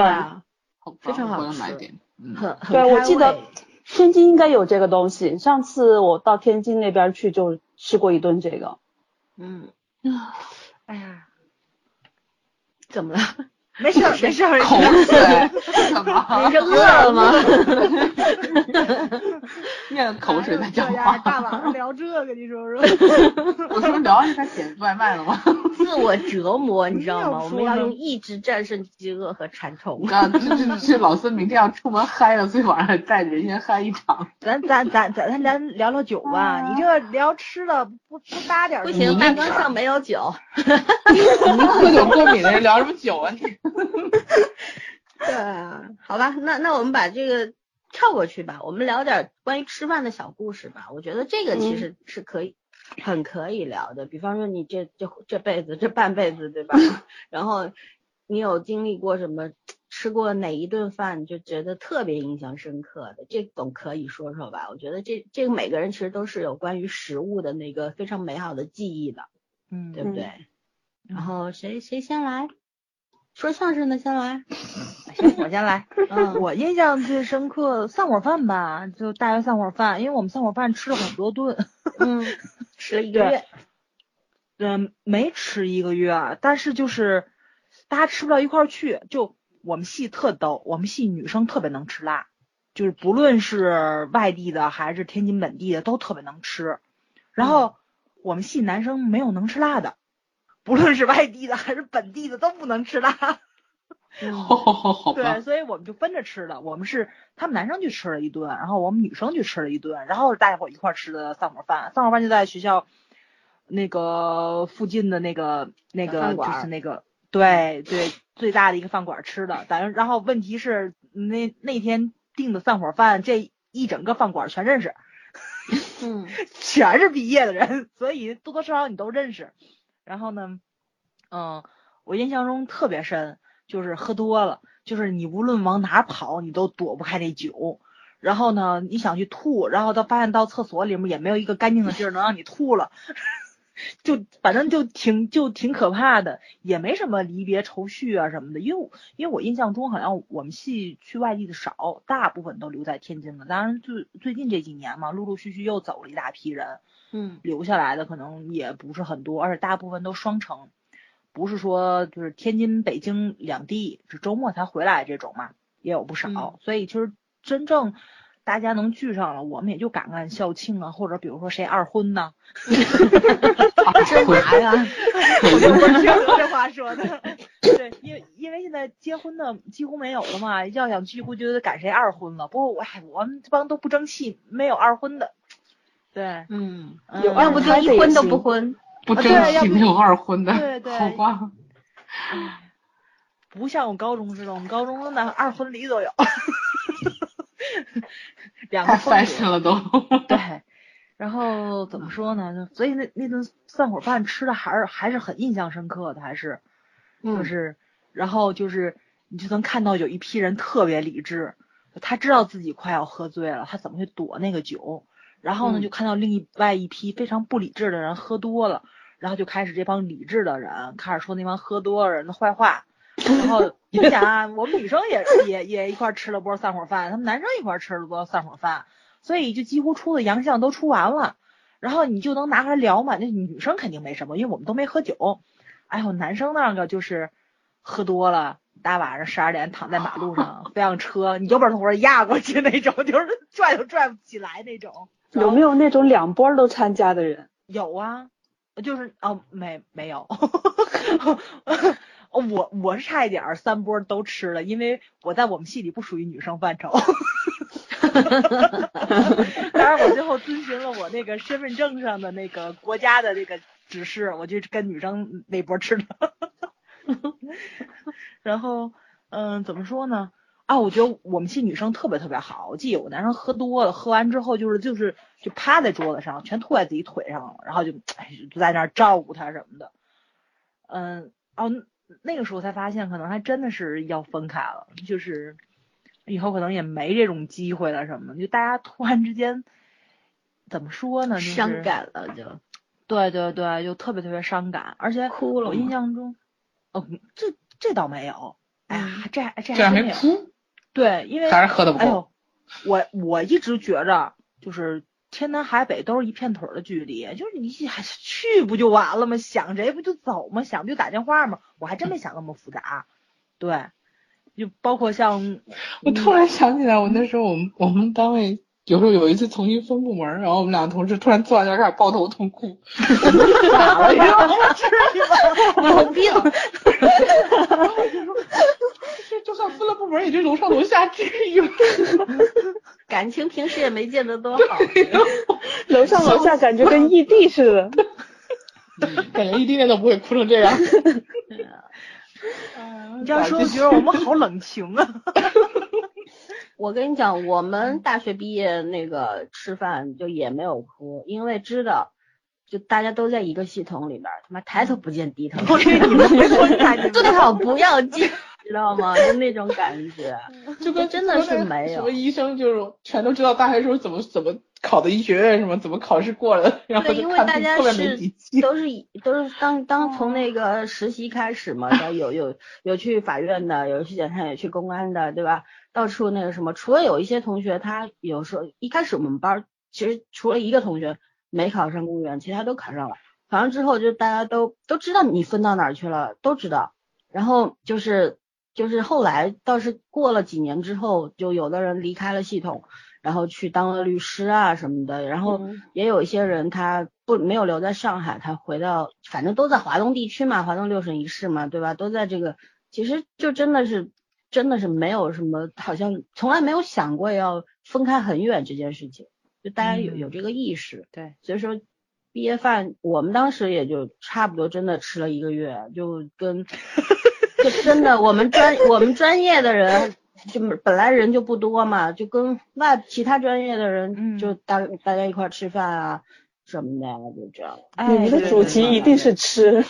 S1: 对啊，
S3: 好吧
S1: 非常好
S3: 我回来
S1: 吃
S3: 买 点。嗯，
S1: 很很
S4: 对我
S1: 开
S4: 记得
S1: 胃
S4: 天津应该有这个东西。上次我到天津那边去就吃过一顿这个。
S1: 嗯，
S5: 哎呀，
S1: 怎 么了？
S5: 没事儿没事儿，没事儿
S3: 口 水， 什么？
S1: 你是饿了吗？
S3: 咽口水在讲
S5: 哎呦这呀
S3: 话。
S5: 大晚上聊这个，你说说。
S3: 我说聊一下点外卖了吗？
S1: 自我折磨，你知道吗？
S5: 要
S1: 我
S5: 说
S1: 们要
S5: 呢
S1: 用意志战胜饥饿和馋 虫。
S3: 啊，这这这老孙明天要出门嗨了，所以晚上还带着人先嗨一场。
S5: 咱咱咱咱咱咱聊聊酒吧，你这聊吃的不不搭点儿
S1: 不
S5: 什么，
S1: 行，大纲上没有酒。
S3: 你们喝酒过敏的人聊什么酒啊？你
S1: 对啊，好吧，那那我们把这个跳过去吧，我们聊点关于吃饭的小故事吧。我觉得这个其实是可以，很可以聊的。比方说你这这这辈子这半辈子对吧？然后你有经历过什么？吃过哪一顿饭就觉得特别印象深刻的，这种可以说说吧。我觉得这这个每个人其实都是有关于食物的那个非常美好的记忆的。
S5: 嗯
S1: 对不对？
S5: 嗯
S1: 然后谁谁先来？说相声的先来。
S5: 行，我先 来。
S1: 嗯，
S5: 我印象最深刻散伙饭吧，就大学散伙饭，因为我们散伙饭吃了很多顿，
S1: 嗯，吃 了一个月。
S5: 嗯，没吃一个月，啊但是就是大家吃不到一块儿去，就我们系特逗，我们系女生特别能吃辣，就是不论是外地的还是天津本地的都特别能吃，然后我们系男生没有能吃辣的，不论是外地的还是本地的都不能吃辣。
S3: 好好好好吧
S5: 对，，所以我们就分着吃的。我们是他们男生去吃了一顿，然后我们女生去吃了一顿，然后大家伙一块儿吃的散伙饭。散伙饭就在学校那个附近的那个那
S1: 小
S5: 个
S1: 饭
S5: 就
S1: 馆儿
S5: 是那个对对最大的一个饭馆儿吃的。咱然后问题是那那天订的散伙饭，这一整个饭馆儿全认识，
S1: 嗯，
S5: 全是毕业的人，所以多多少少你都认识。然后呢，嗯，我印象中特别深，就是喝多了，就是你无论往哪跑，你都躲不开这酒。然后呢，你想去吐，然后到发现到厕所里面也没有一个干净的地儿能让你吐了， 就反正就挺就挺可怕的，也没什么离别愁绪啊什么的，因为我因为我印象中好像我们系去外地的少，大部分都留在天津了。当然最最近这几年嘛，陆陆续续又走了一大批人，
S1: 嗯，
S5: 留下来的可能也不是很多，而且大部分都双城，不是说就是天津、北京两地只周末才回来这种嘛，也有不少。
S1: 嗯
S5: 所以其实真正大家能聚上了，我们也就赶赶校庆啊，或者比如说谁二婚呐、
S1: 干嘛呀？
S5: 啊我就不听这话说的。对，因为因为现在结婚的几乎没有了嘛，要想聚会就得赶谁二婚了。不过我哎，我们这帮都不争气，没有二婚的。对，
S1: 嗯，
S5: 嗯
S4: 有
S1: 要
S4: 二
S1: 不
S4: 婚
S1: 就一婚都不婚，
S3: 不
S5: 啊
S3: 争
S5: 对要
S3: 气
S5: 不
S3: 没有二婚的，
S5: 对对
S3: 好吧，
S5: 不像我高中似的，我们高中那二婚离都有， 两个
S3: 太
S5: 风
S3: fashion
S5: 格。
S3: 了都。
S5: 对，然后怎么说呢？就所以那那顿散伙饭吃的还是还是很印象深刻的，还是就是，然后就是你就能看到有一批人特别理智，他知道自己快要喝醉了，他怎么去躲那个酒？然后呢，
S1: 嗯
S5: 就看到另一外一批非常不理智的人喝多了，然后就开始这帮理智的人开始说那帮喝多了人的坏话。然后你想啊，我们女生也也也一块儿吃了波散伙饭，他们男生一块儿吃了波散伙饭，所以就几乎出的洋相都出完了，然后你就能拿出来聊嘛。那女生肯定没什么，因为我们都没喝酒。哎呦，男生那个就是喝多了，大晚上十二点躺在马路上，非让车你有本事我压过去那种， 就是拽都拽不起来那种。
S4: 有没有那种两波儿都参加的人？
S5: 有啊，就是哦，没没有， 我我是差一点儿三波都吃了，因为我在我们系里不属于女生范畴。当然，我最后遵循了我那个身份证上的那个国家的那个指示，我就跟女生那波吃的。然后，嗯，怎么说呢？啊，我觉得我们系女生特别特别好。我记得有个男生喝多了，喝完之后就是就是就趴在桌子上，全吐在自己腿上了，然后就哎就在那儿照顾他什么的。嗯，哦，那个时候才发现，可能还真的是要分开了，就是以后可能也没这种机会了什么的，就大家突然之间怎么说呢？就是、
S1: 伤。感了就
S5: 对对对，就特别特别伤感，而且
S1: 哭了
S5: 我
S1: 吗
S5: 印象中，哦，这这倒没有，哎呀，
S1: 嗯
S5: 这还这还
S3: 这还
S5: 真
S3: 没
S5: 有
S3: 哭，
S5: 对，因为
S3: 还是喝的不
S5: 哎
S3: 够。
S5: 呦，我我一直觉着就是天南海北都是一片腿儿的距离，就是你一还去不就完了吗？想谁不就走吗？想不就打电话吗？我还真没想那么复杂。对，就包括像
S3: 我突然想起来，我那时候我们我们单位有时候有一次重新分部门，然后我们俩同事突然坐在那儿开始抱头痛 哭，
S5: 咋了呀？我至于吗？
S1: 有病，
S3: 然后我就说，这就算分了部门，也是楼上楼下至于吗？
S1: 感情平时也没见得多好，
S4: 楼上楼下感觉跟异地似的。
S3: 嗯感觉异地恋都不会哭成这 样。
S5: 你这样说，我觉得我们好冷情啊。
S1: 我跟你讲，我们大学毕业那个吃饭就也没有哭，因为知道就大家都在一个系统里边儿，他妈抬头不见低头见。
S5: 我给你们没混在 你
S1: 最
S5: 们。
S1: 好不要进，知道吗？就那种感觉，
S3: 就跟
S1: 真的是没有
S3: 什么医生就是全都知道大学时候怎么怎么考的医学院什么怎么考试过了，然后
S1: 对，
S3: 就
S1: 因为
S3: 看
S1: 大
S3: 自己
S1: 家
S3: 后面没
S1: 是
S3: 几哦期。
S1: 都是以都是当当从那个实习开始嘛，然后有有有去法院的，有去检察院，有去公安的，对吧？到处那个什么，除了有一些同学，他有时候一开始我们班儿其实除了一个同学没考上公务员，其他都考上了。考上之后，就大家都都知道你分到哪儿去了，都知道。然后就是就是后来倒是过了几年之后，就有的人离开了系统，然后去当了律师啊什么的。然后
S5: 嗯
S1: 也有一些人他不没有留在上海，他回到反正都在华东地区嘛，华东六省一市嘛，对吧？都在这个，其实就真的是真的是没有什么，好像从来没有想过要分开很远这件事情，就大家有、
S5: 嗯
S1: 有这个意识。
S5: 对，
S1: 所以说毕业饭我们当时也就差不多真的吃了一个月，就 跟就真的我们专我们专业的人就本来人就不多嘛，就跟外其他专业的人
S5: 嗯
S1: 就大、大家一块儿吃饭啊什么的呀，就这样。
S5: 哎
S4: 你们的
S5: 对
S4: 主
S5: 对
S4: 题
S5: 对
S4: 一定是吃，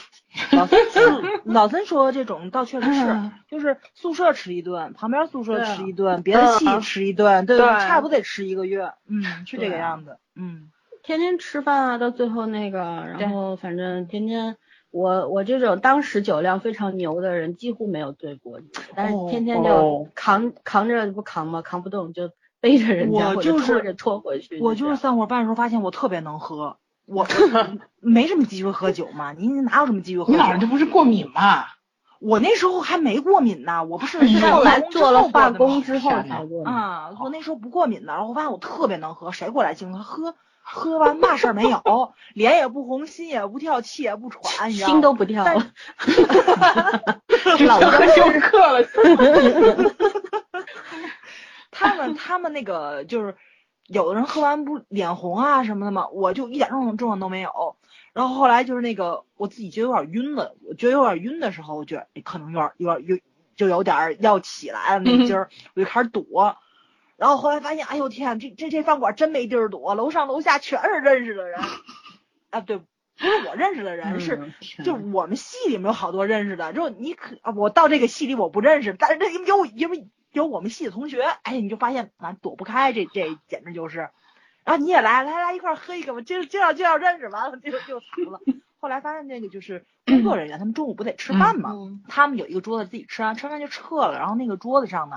S5: 老三说，老三说的这种倒确实是，就是宿舍吃一顿，旁边宿舍
S1: 嗯对啊
S5: 吃一顿，别的系吃一顿，对
S6: 对
S5: 差不多得吃一个月，嗯，是这个
S1: 对啊
S5: 样子，嗯，
S1: 天天吃饭啊，到最后那个，
S5: 对
S1: 然后反正天天我我这种当时酒量非常牛的人几乎没有醉过，但是天天就
S3: 哦
S1: 扛、扛着不扛嘛，扛不动就背着人家
S5: 我
S1: 或者
S5: 就是
S1: 拖着拖回去。
S5: 我就是散伙饭的时候发现我特别能喝， 我没什么机会喝酒嘛，你哪有什么机会喝
S3: 你老人
S5: 酒
S3: 就？不是过敏 嘛？
S5: 我那时候还没过敏呢，我不是
S1: 这样后来
S5: 化工之
S1: 做了
S5: 后过
S1: 化
S5: 的
S1: 工
S5: 吗
S1: 之后
S3: 天
S1: 才
S3: 哪
S1: 过敏。
S5: 啊，我那时候不过敏的，然后我发现我特别能喝，谁过来敬 他喝，喝完嘛事儿没有，脸也不红，心也不跳，气也不喘，你知道吗
S1: 心都不跳
S5: 但
S1: 了， 老
S3: 喝休克了，
S5: 他们他们那个就是有的人喝完不脸红啊什么的嘛，我就一点这种症状都没有。然后后来就是那个我自己觉得有点晕了，我觉得有点晕的时候，我觉得哎可能有点有点有就有点儿要起来了那劲儿，我就开始躲。然后后来发现，哎呦天，这这这饭馆真没地儿躲，楼上楼下全是认识的人。啊，对，不是我认识的人，是
S3: 嗯
S5: 就我们系里面有好多认识的，就你可啊我到这个系里我不认识，但是这有因为有我们系的同学，哎，你就发现咱躲不开，这这简直就是。然后你也来，来来一块儿喝一个吧，今儿今儿今儿认识完了就就惨了。后来发现那个就是工作人员，他们中午不得吃饭嘛，
S1: 嗯
S5: 他们有一个桌子自己吃完，吃完就撤了。然后那个桌子上呢，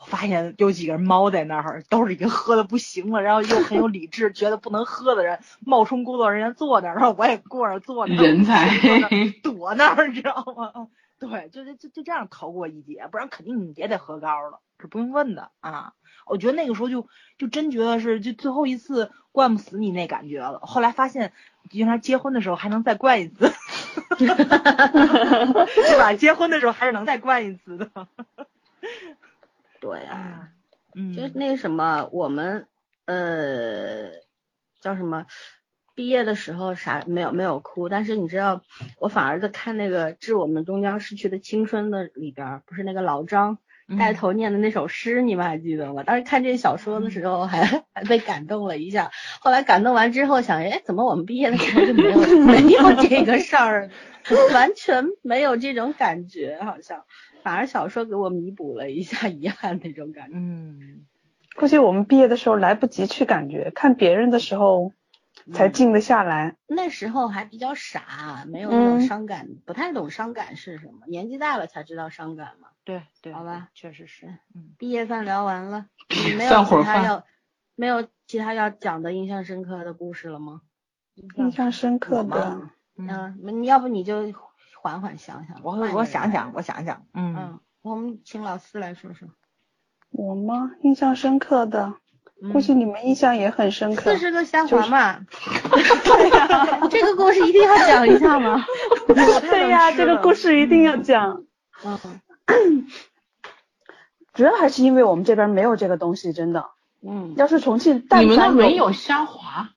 S5: 我发现有几个人猫在那儿，都是已经喝的不行了，然后又很有理智， 觉得不能喝的人冒充工作人员坐那儿，然后我也过那儿坐那儿，
S3: 人才
S5: 我 就坐那 儿躲那儿，你知道吗？ 对，就就就就这样逃过一劫，不然肯定你也得喝高了，是不用问的啊。我觉得那个时候就就真觉得是就最后一次灌不死你那感觉了。后来发现原来结婚的时候还能再灌一次， 是吧？结婚的时候还是能再灌一次的。
S1: 对啊，
S5: 嗯，
S1: 就是那个什么，我们呃叫什么，毕业的时候啥没有没有哭，但是你知道，我反而在看那个《致我们终将逝去的青春》的里边儿，不是那个老张带头念的那首诗，你们还记得吗？当时看这小说的时候还， 还被感动了一下。后来感动完之后想，哎，怎么我们毕业的时候就没有没有这个事儿，完全没有这种感觉，好像反而小说给我弥补了一下遗憾那种感觉。
S5: 嗯，
S4: 估计我们毕业的时候来不及去感觉，看别人的时候才静得下来。
S1: 那时候还比较傻，没有那种
S4: 嗯
S1: 伤感，不太懂伤感是什么。年纪大了才知道伤感嘛。
S5: 对对，
S1: 好吧，
S5: 确实是，嗯，
S1: 毕业饭聊完 了，你没有
S3: 散伙
S1: 其他
S3: 饭
S1: 要没有其他要讲的印象深刻的故事了吗？
S4: 印象深刻
S1: 我
S4: 的
S1: 吗，
S5: 嗯，
S1: 嗯，你要不你就缓缓想想，
S5: 我
S1: 换一个
S5: 我想
S1: 人
S5: 想，，我想想，嗯
S1: 嗯，我们请老师来说说。
S4: 我吗？印象深刻的，
S1: 嗯
S4: 估计你们印象也很深刻
S1: 四。十个虾滑嘛， 这个故事一定要讲一下吗？
S4: 对呀、这个故事一定要讲。
S1: 嗯，
S4: 主要还是因为我们这边没有这个东西，真的。
S1: 嗯，
S4: 要是重庆，但
S3: 你们那
S4: 凡
S3: 没？有虾滑？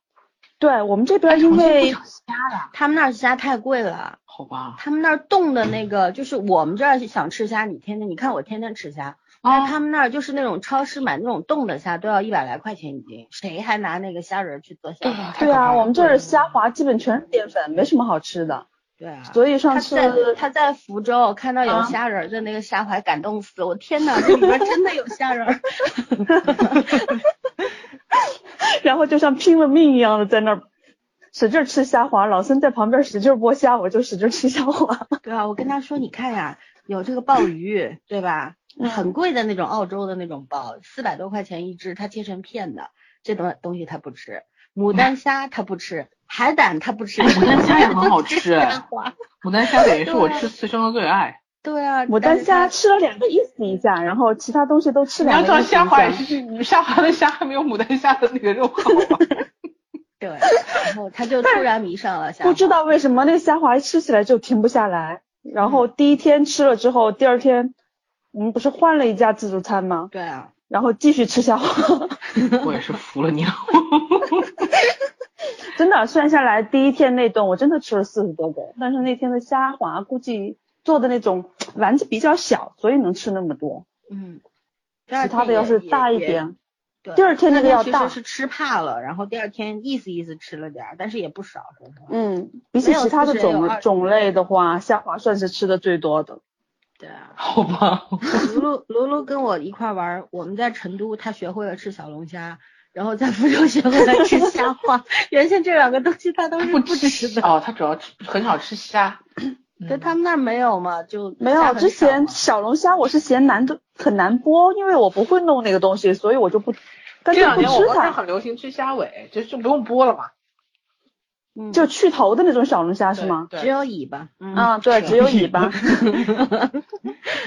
S4: 对我们这边因为
S3: 重庆不产虾 呀？
S1: 他们那儿虾太贵了。
S3: 好吧，
S1: 他们那儿冻的那个，就是我们这儿想吃虾，你天天你看我天天吃虾，但是
S3: 啊，
S1: 他们那儿就是那种超市买那种冻的虾都要一百来块钱一斤，谁还拿那个虾仁儿去做虾滑？
S4: 对啊，我们这儿虾滑基本全是淀粉，没什么好吃的。
S1: 对啊。
S4: 所以上
S1: 他
S4: 次
S1: 在他在福州看到有
S4: 啊
S1: 虾仁儿的那个虾滑，感动死我！天哪，这里边真的有虾仁儿。
S4: 然后就像拼了命一样的在那儿使劲吃虾滑，老孙在旁边使劲剥虾，我就使劲吃虾 滑。
S1: 对啊，我跟他说，你看呀，有这个鲍鱼，对吧？
S4: 嗯
S1: 很贵的那种澳洲的那种鲍，四百多块钱一只，他切成片的，这东东西他不吃。牡丹 虾他不吃，海胆他不吃，牡
S3: 哎丹虾也很好吃
S1: 虾滑
S3: 牡丹虾等于是我吃刺生的最爱。
S1: 对啊，
S4: 牡
S1: 但
S4: 丹
S1: 是
S4: 虾
S1: 它
S4: 吃了两个意思一下，然后其他东西都吃
S3: 你
S4: 两
S3: 要
S4: 个
S3: 知
S4: 意思一
S3: 道虾滑也
S4: 下。
S3: 是虾滑的虾还没有牡丹虾的那个肉好吧？
S1: 对，然后他就突然迷上了虾滑，
S4: 不知道为什么那虾滑吃起来就停不下来，
S3: 嗯
S4: 然后第一天吃了之后，第二天我们不是换了一家自助餐吗？
S1: 对啊，
S4: 然后继续吃虾滑，
S3: 我也是服了你了。
S4: 真的算下来第一天那顿我真的吃了四十多个，但是那天的虾滑估计做的那种丸子比较小，所以能吃那么多。
S1: 嗯，第二
S4: 其他
S1: 天
S4: 的要
S1: 也
S4: 是
S1: 也
S4: 大一
S1: 也
S4: 点，
S1: 对
S4: 第二天那个
S1: 他
S4: 要
S1: 其
S4: 大
S1: 实是吃怕了，然后第二天意思意思吃了点儿，但是也不少，说实话。
S4: 嗯，比起
S1: 没有
S4: 其他的
S1: 四十也有
S4: 种
S1: 二十
S4: 种类的话，虾滑算是吃的最多的。
S1: 对啊，
S3: 好吧，
S1: 嗯卢卢卢卢跟我一块玩儿，我们在成都，他学会了吃小龙虾，然后在福州学会了吃虾花。 原先这两个东西他都是
S3: 不
S1: 吃
S3: 吃
S1: 的，
S3: 哦，他主要吃很少吃虾。
S1: 对他们那儿没有嘛，就
S4: 没
S1: 虾
S4: 有，
S1: 很
S4: 之
S1: 少啊
S4: 前
S1: 嘛
S4: 小龙虾我是嫌难度很难剥，因为我不会弄那个东西，所以我就不干
S3: 这
S4: 脆
S3: 两
S4: 不
S3: 年我
S4: 吃
S3: 们这儿
S4: 它，
S3: 很流行吃虾尾，就就不用剥了嘛。
S1: 嗯
S4: 就去头的那种小龙虾啊是吗？
S1: 只有尾巴，嗯，
S4: 啊，对，只有尾巴。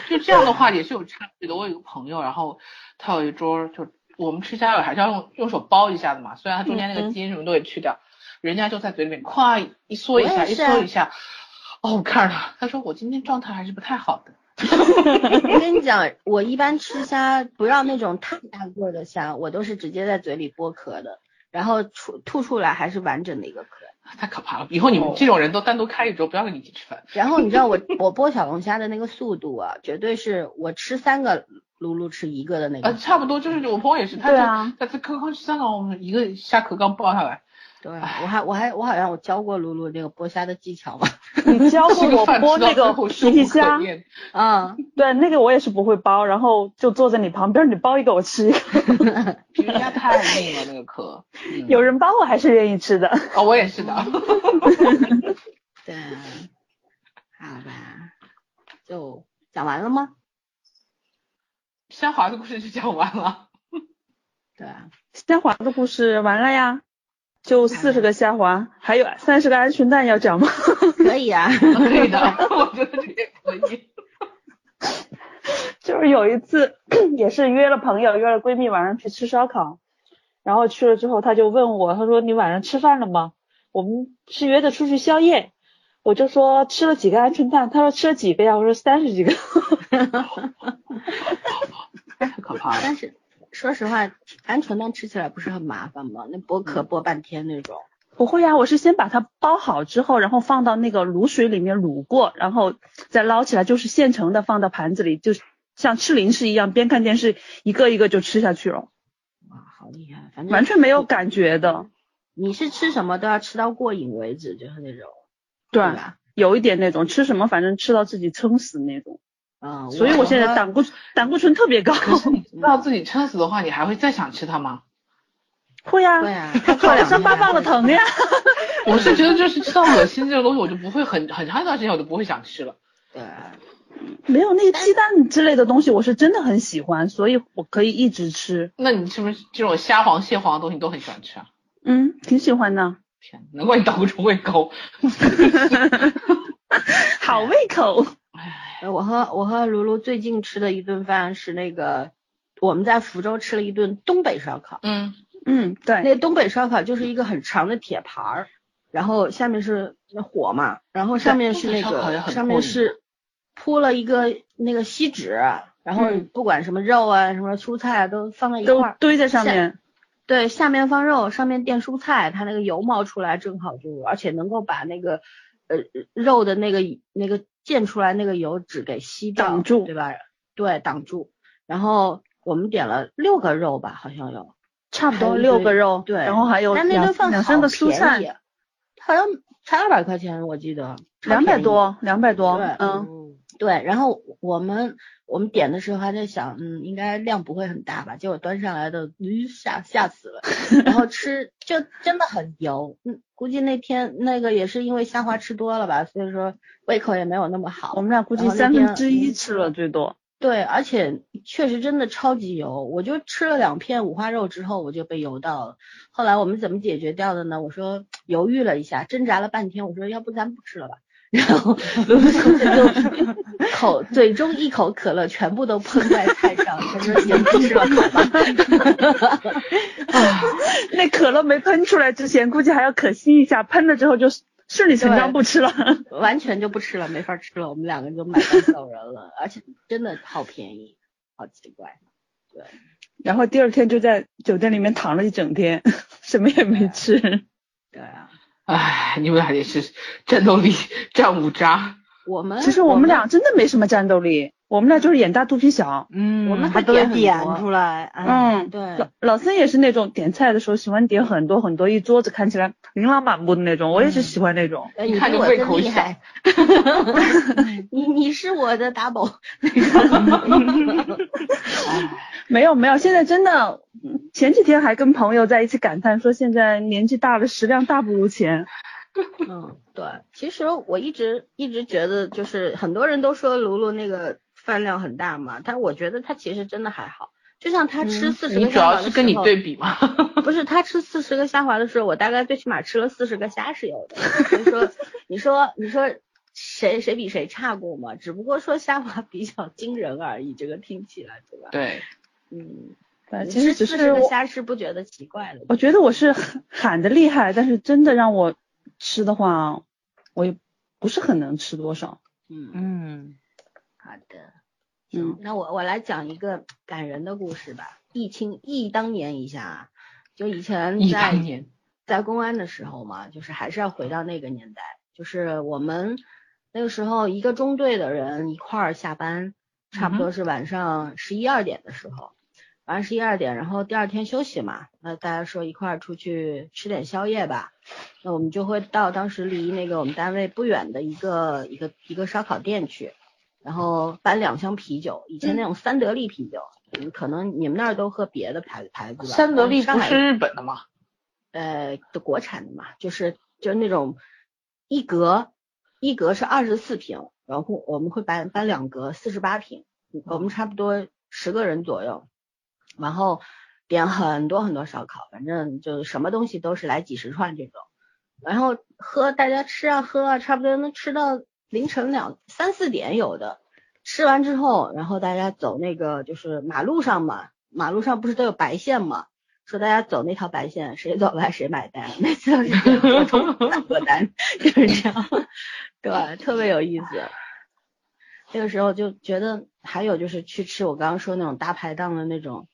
S3: 就这样的话也是有差距的。我有一个朋友，然后他有一桌就我们吃虾尾还是要用用手剥一下的嘛，虽然它中间那
S4: 嗯
S3: 个
S4: 嗯
S3: 筋什么都给去掉，人家就在嘴里面咵一缩一
S1: 我
S3: 下，
S1: 也
S3: 一
S1: 是啊
S3: 缩一下。哦，我看着他，他说我今天状态还是不太好的。
S1: 我跟你讲，我一般吃虾不要那种太大个儿的虾，我都是直接在嘴里剥壳的，然后吐吐出来还是完整的一个壳。
S3: 太可怕了！以后你
S4: 哦
S3: 们这种人都单独开一桌，不要跟你一起吃饭。
S1: 然后你知道我我剥小龙虾的那个速度啊，绝对是我吃三个噜噜吃一个的那
S3: 呃，
S1: 个。
S3: 差不多就是我朋友也是，
S4: 嗯
S3: 他
S4: 对
S3: 就
S4: 啊
S3: 他他刚刚去香港，我们一个虾壳刚剥下来，
S1: 对，
S4: 哎
S1: 我还我还我好像我教过噜噜那个剥虾的技 巧嘛。
S4: 你教过
S3: 这个
S4: 我
S3: 饭
S4: 剥
S3: 吃
S4: 那
S3: 到最
S4: 个
S3: 后
S4: 皮
S3: 生
S4: 皮
S3: 无可
S4: 虾，
S3: 恋。
S1: 啊、
S4: 对，那个我也是不会剥，然后就坐在你旁边，你剥一个我吃一个。
S3: 嗯皮皮虾太硬了那个壳。嗯
S4: 有人剥我还是愿意吃的。
S3: 哦，我也是的。
S1: 对，好吧，就讲完了吗？
S3: 虾滑的故事就讲完了。
S1: 对啊，
S4: 虾滑的故事完了呀，就四十个虾滑，还有三十个鹌鹑蛋要讲吗？
S1: 可以啊。
S3: 可以的，我觉得这也可以。
S4: 就是有一次也是约了朋友，约了闺蜜晚上去吃烧烤，然后去了之后，她就问我，她说你晚上吃饭了吗？我们是约着出去宵夜，我就说吃了几个鹌鹑蛋，她说吃了几个呀？我说三十几个。
S3: 太可怕了。
S1: 但是说实话，鹌鹑蛋吃起来不是很麻烦吗？那剥
S4: 嗯
S1: 壳剥半天那种。
S4: 不会啊呀、我是先把它包好之后，然后放到那个卤水里面卤过，然后再捞起来，就是现成的放到盘子里，就像吃零食一样，边看电视一个一个就吃下去了，
S1: 哇，好厉害！反正
S4: 完全没有感觉的。
S1: 你是吃什么都要吃到过瘾为止，就是那种，
S4: 对，
S1: 吧？
S4: 有一点那种吃什么反正吃到自己撑死那种，
S1: 嗯，
S4: 所以我现在胆固胆固醇特别 高。
S3: 可是你知道自己撑死的话，你还会再想吃它吗？
S4: 会呀、
S1: 对啊，
S4: 烤的伤疤忘了疼呀。
S3: 我是觉得就是吃到恶心这个东西，我就不会很很长一段时间我就不会想吃了。
S1: 对，
S3: 啊
S4: 没有那个鸡蛋之类的东西，我是真的很喜欢，所以我可以一直吃，
S3: 那你是不是这种虾黄、蟹黄的东西你都很喜欢吃啊？
S4: 嗯，挺喜欢的，
S3: 天，难怪你胆固醇会高。
S4: 好胃口。
S1: 呃我和我和卢卢最近吃的一顿饭是那个我们在福州吃了一顿东北烧烤，
S3: 嗯，
S4: 嗯，对。
S1: 那东北烧烤就是一个很长的铁盘儿，然后下面是那火嘛，然后上面是那
S3: 东北烧烤也
S1: 个
S3: 很
S1: 上面
S3: 过瘾
S1: 是铺了一个那个锡纸，然后
S4: 嗯
S1: 不管什么肉啊、什么蔬菜啊都放在一
S4: 都
S1: 块儿，
S4: 堆在上面。
S1: 对，下面放肉，上面垫蔬菜，它那个油冒出来正好就，而且能够把那个呃肉的那个那个溅出来那个油脂给吸掉
S4: 挡住
S1: 对吧？对，挡住。然后我们点了六个肉吧，好像有，
S4: 差不多
S1: 还有一
S4: 六
S1: 堆
S4: 个肉，
S1: 对
S4: 然后还有
S1: 但那顿
S4: 两
S1: 饭
S4: 两
S1: 好
S4: 三个蔬
S1: 便宜
S4: 菜，，
S1: 好像才二百块钱，我记得
S4: 两百，多，两百多
S1: 对，
S4: 嗯，
S1: 超便宜对。然后我们我们点的时候还在想，嗯，应该量不会很大吧？结果端上来的，嗯，吓吓死了。然后吃就真的很油，嗯，估计那天那个也是因为虾滑吃多了吧，所以说胃口也没有那么好。
S4: 我们俩估计
S1: 然后那
S4: 三
S1: 天嗯
S4: 分之一吃了最多。
S1: 对，而且确实真的超级油，我就吃了两片五花肉之后，我就被油到了。后来我们怎么解决掉的呢？我说犹豫了一下，挣扎了半天，我说要不咱不吃了吧。然后卢松子就口最终一口可乐全部都喷在菜上，他说行，吃吧，烤吧。
S4: 那可乐没喷出来之前，估计还要可惜一下，喷了之后就顺理成章不吃 了。
S1: 完全就不吃了，没法吃了，我们两个就买单走人了，而且真的好便宜，好奇怪。对，
S4: 然后第二天就在酒店里面躺了一整天， 什么也没吃。
S1: 对啊，
S3: 哎，你们俩也是战斗力战五渣，
S1: 哎我们
S4: 其实我们俩真的没什么战斗力，我们俩就是眼大肚皮小。
S5: 嗯，
S1: 我们
S5: 还
S1: 还
S5: 都得
S1: 点很
S5: 点
S1: 多
S5: 出来，哎，
S4: 嗯，
S1: 对
S4: 老老森也是那种点菜的时候喜欢点很多很多，一桌子看起来琳琅满目的那种，我也是喜欢那种。
S1: 哎
S3: 你看
S1: 比
S3: 你
S1: 我
S3: 胃
S1: 更
S3: 口
S1: 厉
S3: 小嗯
S1: 害， 你你是我的 double，
S4: 没有没有，现在真的，嗯前几天还跟朋友在一起感叹说，现在年纪大了，食量大不如前。
S1: 嗯，对，其实我一直一直觉得，就是很多人都说卢卢那个饭量很大嘛，但我觉得他其实真的还好。就像他吃四十
S3: 嗯你
S1: 个
S3: 主
S1: 虾滑
S3: 要
S1: 的时
S3: 是
S1: 候，
S3: 跟你对比嘛，
S1: 不是他吃四十个虾滑的时候，我大概最起码吃了四十个虾是有的。所以 说，你说你说谁谁比谁差过吗？只不过说虾滑比较惊人而已，这个听起来 对吧？，
S3: 对，
S1: 嗯，
S4: 对，
S3: 呃
S1: 你
S4: 其实
S1: 吃
S4: 只
S1: 四
S4: 是
S1: 十个
S4: 我，
S1: 虾是不觉得奇怪的。
S4: 我觉得我是喊喊的厉害，但是真的让我吃的话，我也不是很能吃多少。
S1: 嗯，
S5: 嗯，
S1: 好的，
S4: 嗯
S1: 行，那我我来讲一个感人的故事吧。忆清忆当年一下啊，就以前
S3: 一
S1: 在
S3: 当年，
S1: 在公安的时候嘛，就是还是要回到那个年代，就是我们那个时候一个中队的人一块儿下班，差
S3: 嗯
S1: 不多是晚上十一二点的时候，晚上十一二点，然后第二天休息嘛，那大家说一块儿出去吃点宵夜吧，那我们就会到当时离那个我们单位不远的一个一个一个烧烤店去，然后搬两箱啤酒，以
S3: 嗯
S1: 前那种三得利啤酒，嗯，可能你们那儿都喝别的牌牌子吧，
S3: 三得利
S1: 上
S3: 不
S1: 海
S3: 是日本的吗？
S1: 呃的国产的嘛，就是就是那种一格一格是二十四平，然后我们会搬搬两格四十八平，嗯我们差不多十个人左右，然后点很多很多烧烤，反正就是什么东西都是来几十串这种，然后喝大家吃啊喝啊，差不多能吃到凌晨两三四点有的。吃完之后，然后大家走那个就是马路上嘛，马路上不是都有白线嘛，说大家走那条白线，谁走完谁买单， 每次都是这样我重复打过单，就是这样，对，特别有意思。那个时候就觉得，还有就是去吃我刚刚说那种大排档的那种，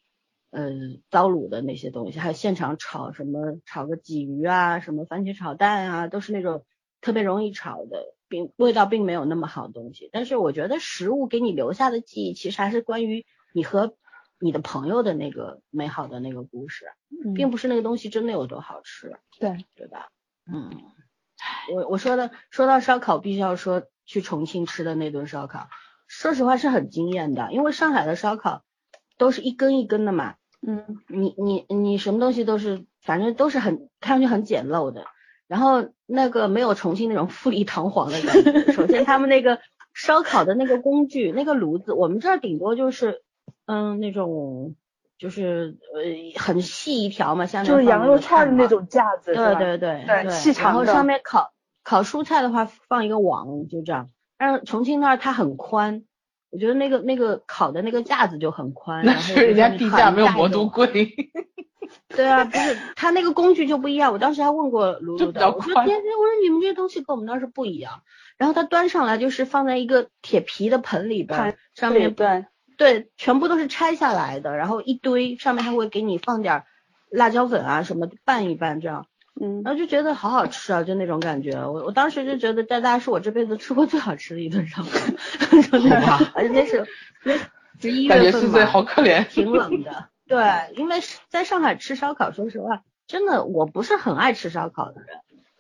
S1: 呃，糟卤的那些东西，还有现场炒什么炒个鲫鱼啊，什么番茄炒蛋啊，都是那种特别容易炒的，并味道并没有那么好的东西。但是我觉得食物给你留下的记忆，其实还是关于你和你的朋友的那个美好的那个故事。
S4: 嗯
S1: 并不是那个东西真的有多好吃，
S4: 对
S1: 对吧？嗯，我我说的说到烧烤，必须要说去重庆吃的那顿烧烤，说实话是很惊艳的，因为上海的烧烤都是一根一根的嘛，
S4: 嗯，
S1: 你你你什么东西都是，反正都是很看上去很简陋的，然后那个没有重庆那种富丽堂皇的感觉。首先他们那个烧烤的那个工具，那个炉子，我们这儿顶多就是嗯那种就是呃很细一条嘛，下面
S4: 就是
S1: 放
S4: 羊
S1: 那
S4: 肉
S1: 个
S4: 串的
S1: 炭
S4: 那
S1: 嘛
S4: 种架子，是
S1: 对
S4: 吧？
S1: 对对
S4: 对细
S1: 然
S4: 长
S1: 后
S4: 的
S1: 上面烤烤蔬菜的话放一个网，就这样。但是重庆那儿它很宽，我觉得那个那个烤的那个架子就很宽，嗯然
S3: 那
S1: 后
S3: 是
S1: 就
S3: 人家
S1: 你
S3: 地
S1: 烤
S3: 价
S1: 一
S3: 没有
S1: 大
S3: 魔
S1: 个
S3: 都
S1: 网
S3: 贵，
S1: 对啊，不是他那个工具就不一样。我当时还问过卢
S3: 就
S1: 卢
S3: 比较
S1: 的，我说
S3: 宽
S1: 天天，我说你们这东西跟我们那儿是不一样。然后他端上来就是放在一个铁皮的盆里边
S4: 盘
S1: 儿，上面
S4: 对，
S1: 对，全部都是拆下来的，然后一堆，上面还会给你放点儿辣椒粉啊什么的拌一拌这样。
S4: 嗯
S1: 然后就觉得好好吃啊，就那种感觉。我我当时就觉得大大是我这辈子吃过最好吃的一顿 烧烤，就是
S3: 好吧
S1: 而且那是那十一
S3: 感
S1: 月
S3: 觉
S1: 份
S3: 四
S1: 嘛
S3: 岁，好可怜。
S1: 挺冷的。对，因为是在上海吃烧烤，说实话，真的我不是很爱吃烧烤的人，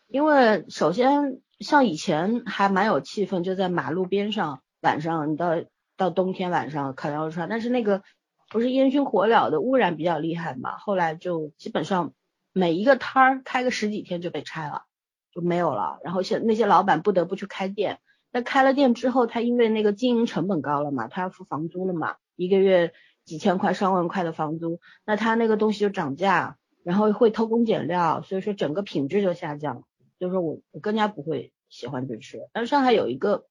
S1: 因为首先像以前还蛮有气氛，就在马路边上，晚上你到到冬天晚上烤羊肉串，但是那个不是烟熏火燎的污染比较厉害嘛，后来就基本上每一个摊儿开个十几天就被拆了，就没有了，然后现那些老板不得不去开店。那开了店之后，他因为那个经营成本高了嘛，他要付房租了嘛，一个月几千块、上万块的房租，那他那个东西就涨价，然后会偷工减料，所以说整个品质就下降。就是说我我更加不会喜欢去吃。但是上海有一个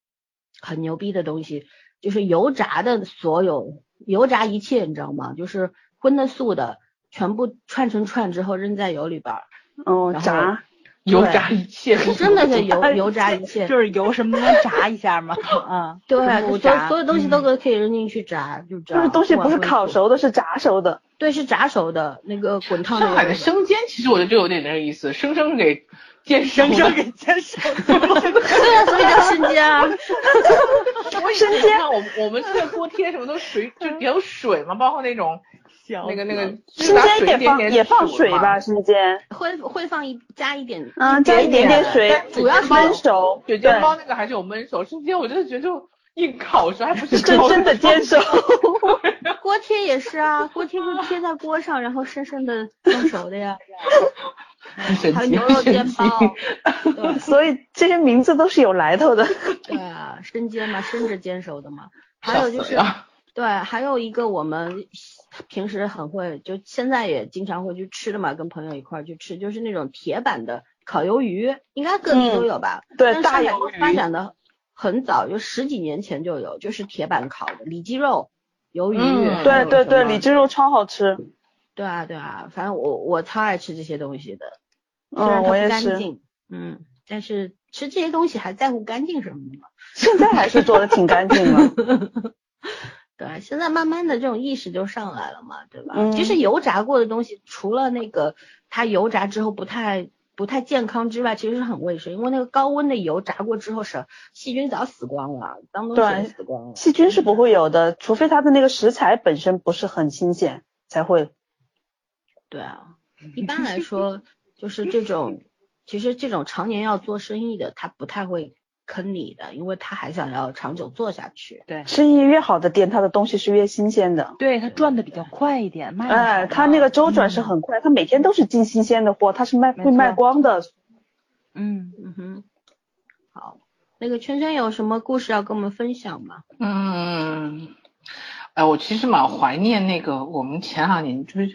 S1: 很牛逼的东西，就是油炸的所有油炸一切，你知道吗？就是荤的素的全部串成串之后扔在油里边儿，
S4: 哦，
S1: 然后
S4: 炸，
S3: 油炸一切，
S1: 真的 是油油炸一切，
S5: 就是油什么东西炸一 下嘛，啊，
S1: 对，就所有
S5: 油炸
S1: 所有东西都可可以扔进去炸，就这
S4: 就
S1: 样。
S4: 是东西不是
S1: 碗会
S4: 烤
S1: 熟，
S4: 熟的，是炸熟的。
S1: 对，是炸熟的那个滚烫的
S3: 上海的
S1: 油炸。
S3: 生煎，其实我觉得就有点那个意思，生生给煎熟
S5: 生生
S3: 了。
S5: 给煎熟了。
S1: 对啊，所以叫生煎啊。
S3: 生煎，你看我们我们现在锅贴什么 都水，
S1: 嗯
S3: 就比较有水嘛，包括那种那个那个，就是
S4: 生
S3: 拿
S4: 煎
S3: 水
S4: 也
S3: 一点
S4: 放
S3: 点
S4: 也放
S3: 煮
S4: 水
S3: 嘛
S4: 吧，生煎，
S1: 会会放一加一点，
S4: 嗯，加一点
S1: 点
S4: 点水
S3: 但，
S1: 主要是
S4: 焖熟，
S3: 水煎包那个还是有焖熟，生煎我真的觉得就硬烤熟，还不是
S4: 对，是
S3: 烤
S4: 真的煎 熟。
S1: 锅贴也是啊，锅贴就贴在锅上，然后深深的弄熟的呀。
S3: 神
S1: 还有
S3: 奇
S1: 牛 肉
S3: 神
S1: 煎
S3: 奇。
S1: 包，对
S4: 所以这些名字都是有来头的。
S1: 对啊，生煎嘛，生着煎熟的嘛。还
S3: 笑
S1: 有
S3: 死
S1: 就
S3: 了
S1: 是
S3: 呀！
S1: 对，还有一个我们平时很会，就现在也经常会去吃的嘛，跟朋友一块儿去吃，就是那种铁板的烤鱿鱼，应该各地
S4: 嗯
S1: 都有吧？但
S4: 对，
S1: 是
S4: 大
S1: 上海
S4: 有
S1: 就发展的很早，就十几年前就有，就是铁板烤的里脊肉、鱿鱼，啊
S3: 嗯
S1: 还
S4: 对
S1: 有
S4: 对
S1: 什
S4: 对，
S1: 么
S4: 里脊肉超好 吃。
S1: 对啊对啊，反正我我超爱吃这些东西的，虽然它
S4: 嗯，我
S1: 不
S4: 也
S1: 干
S4: 是，
S1: 净，嗯，但是吃这些东西还在乎干净什么的嘛？
S4: 现在还是做的挺干净 的。
S1: 对啊，现在慢慢的这种意识就上来了嘛，对吧？
S4: 嗯
S1: 其实油炸过的东西，除了那个它油炸之后不太不太健康之外，其实是很卫生，因为那个高温的油炸过之后是细菌早死光了，脏东西也
S4: 对
S1: 死光了。
S4: 细菌是不会有的，除非它的那个食材本身不是很新鲜才会。
S1: 对啊，一般来说就是这种，其实这种常年要做生意的，他不太会坑你的，因为他还想要长久做下去。
S5: 对
S4: 生意越好的店，它的东西是越新鲜的。
S5: 对，他赚的比较快一点，啊卖得好
S4: 哎，
S5: 嘛
S4: 它那个周转是很快，它每天都是进新鲜的货，它是卖
S5: 嗯没
S4: 会卖
S5: 错
S4: 光的。
S5: 嗯，
S1: 嗯哼，好，那个圈圈有什么故事要跟我们分享吗？
S3: 嗯，哎，我其实蛮怀念那个我们前两年就是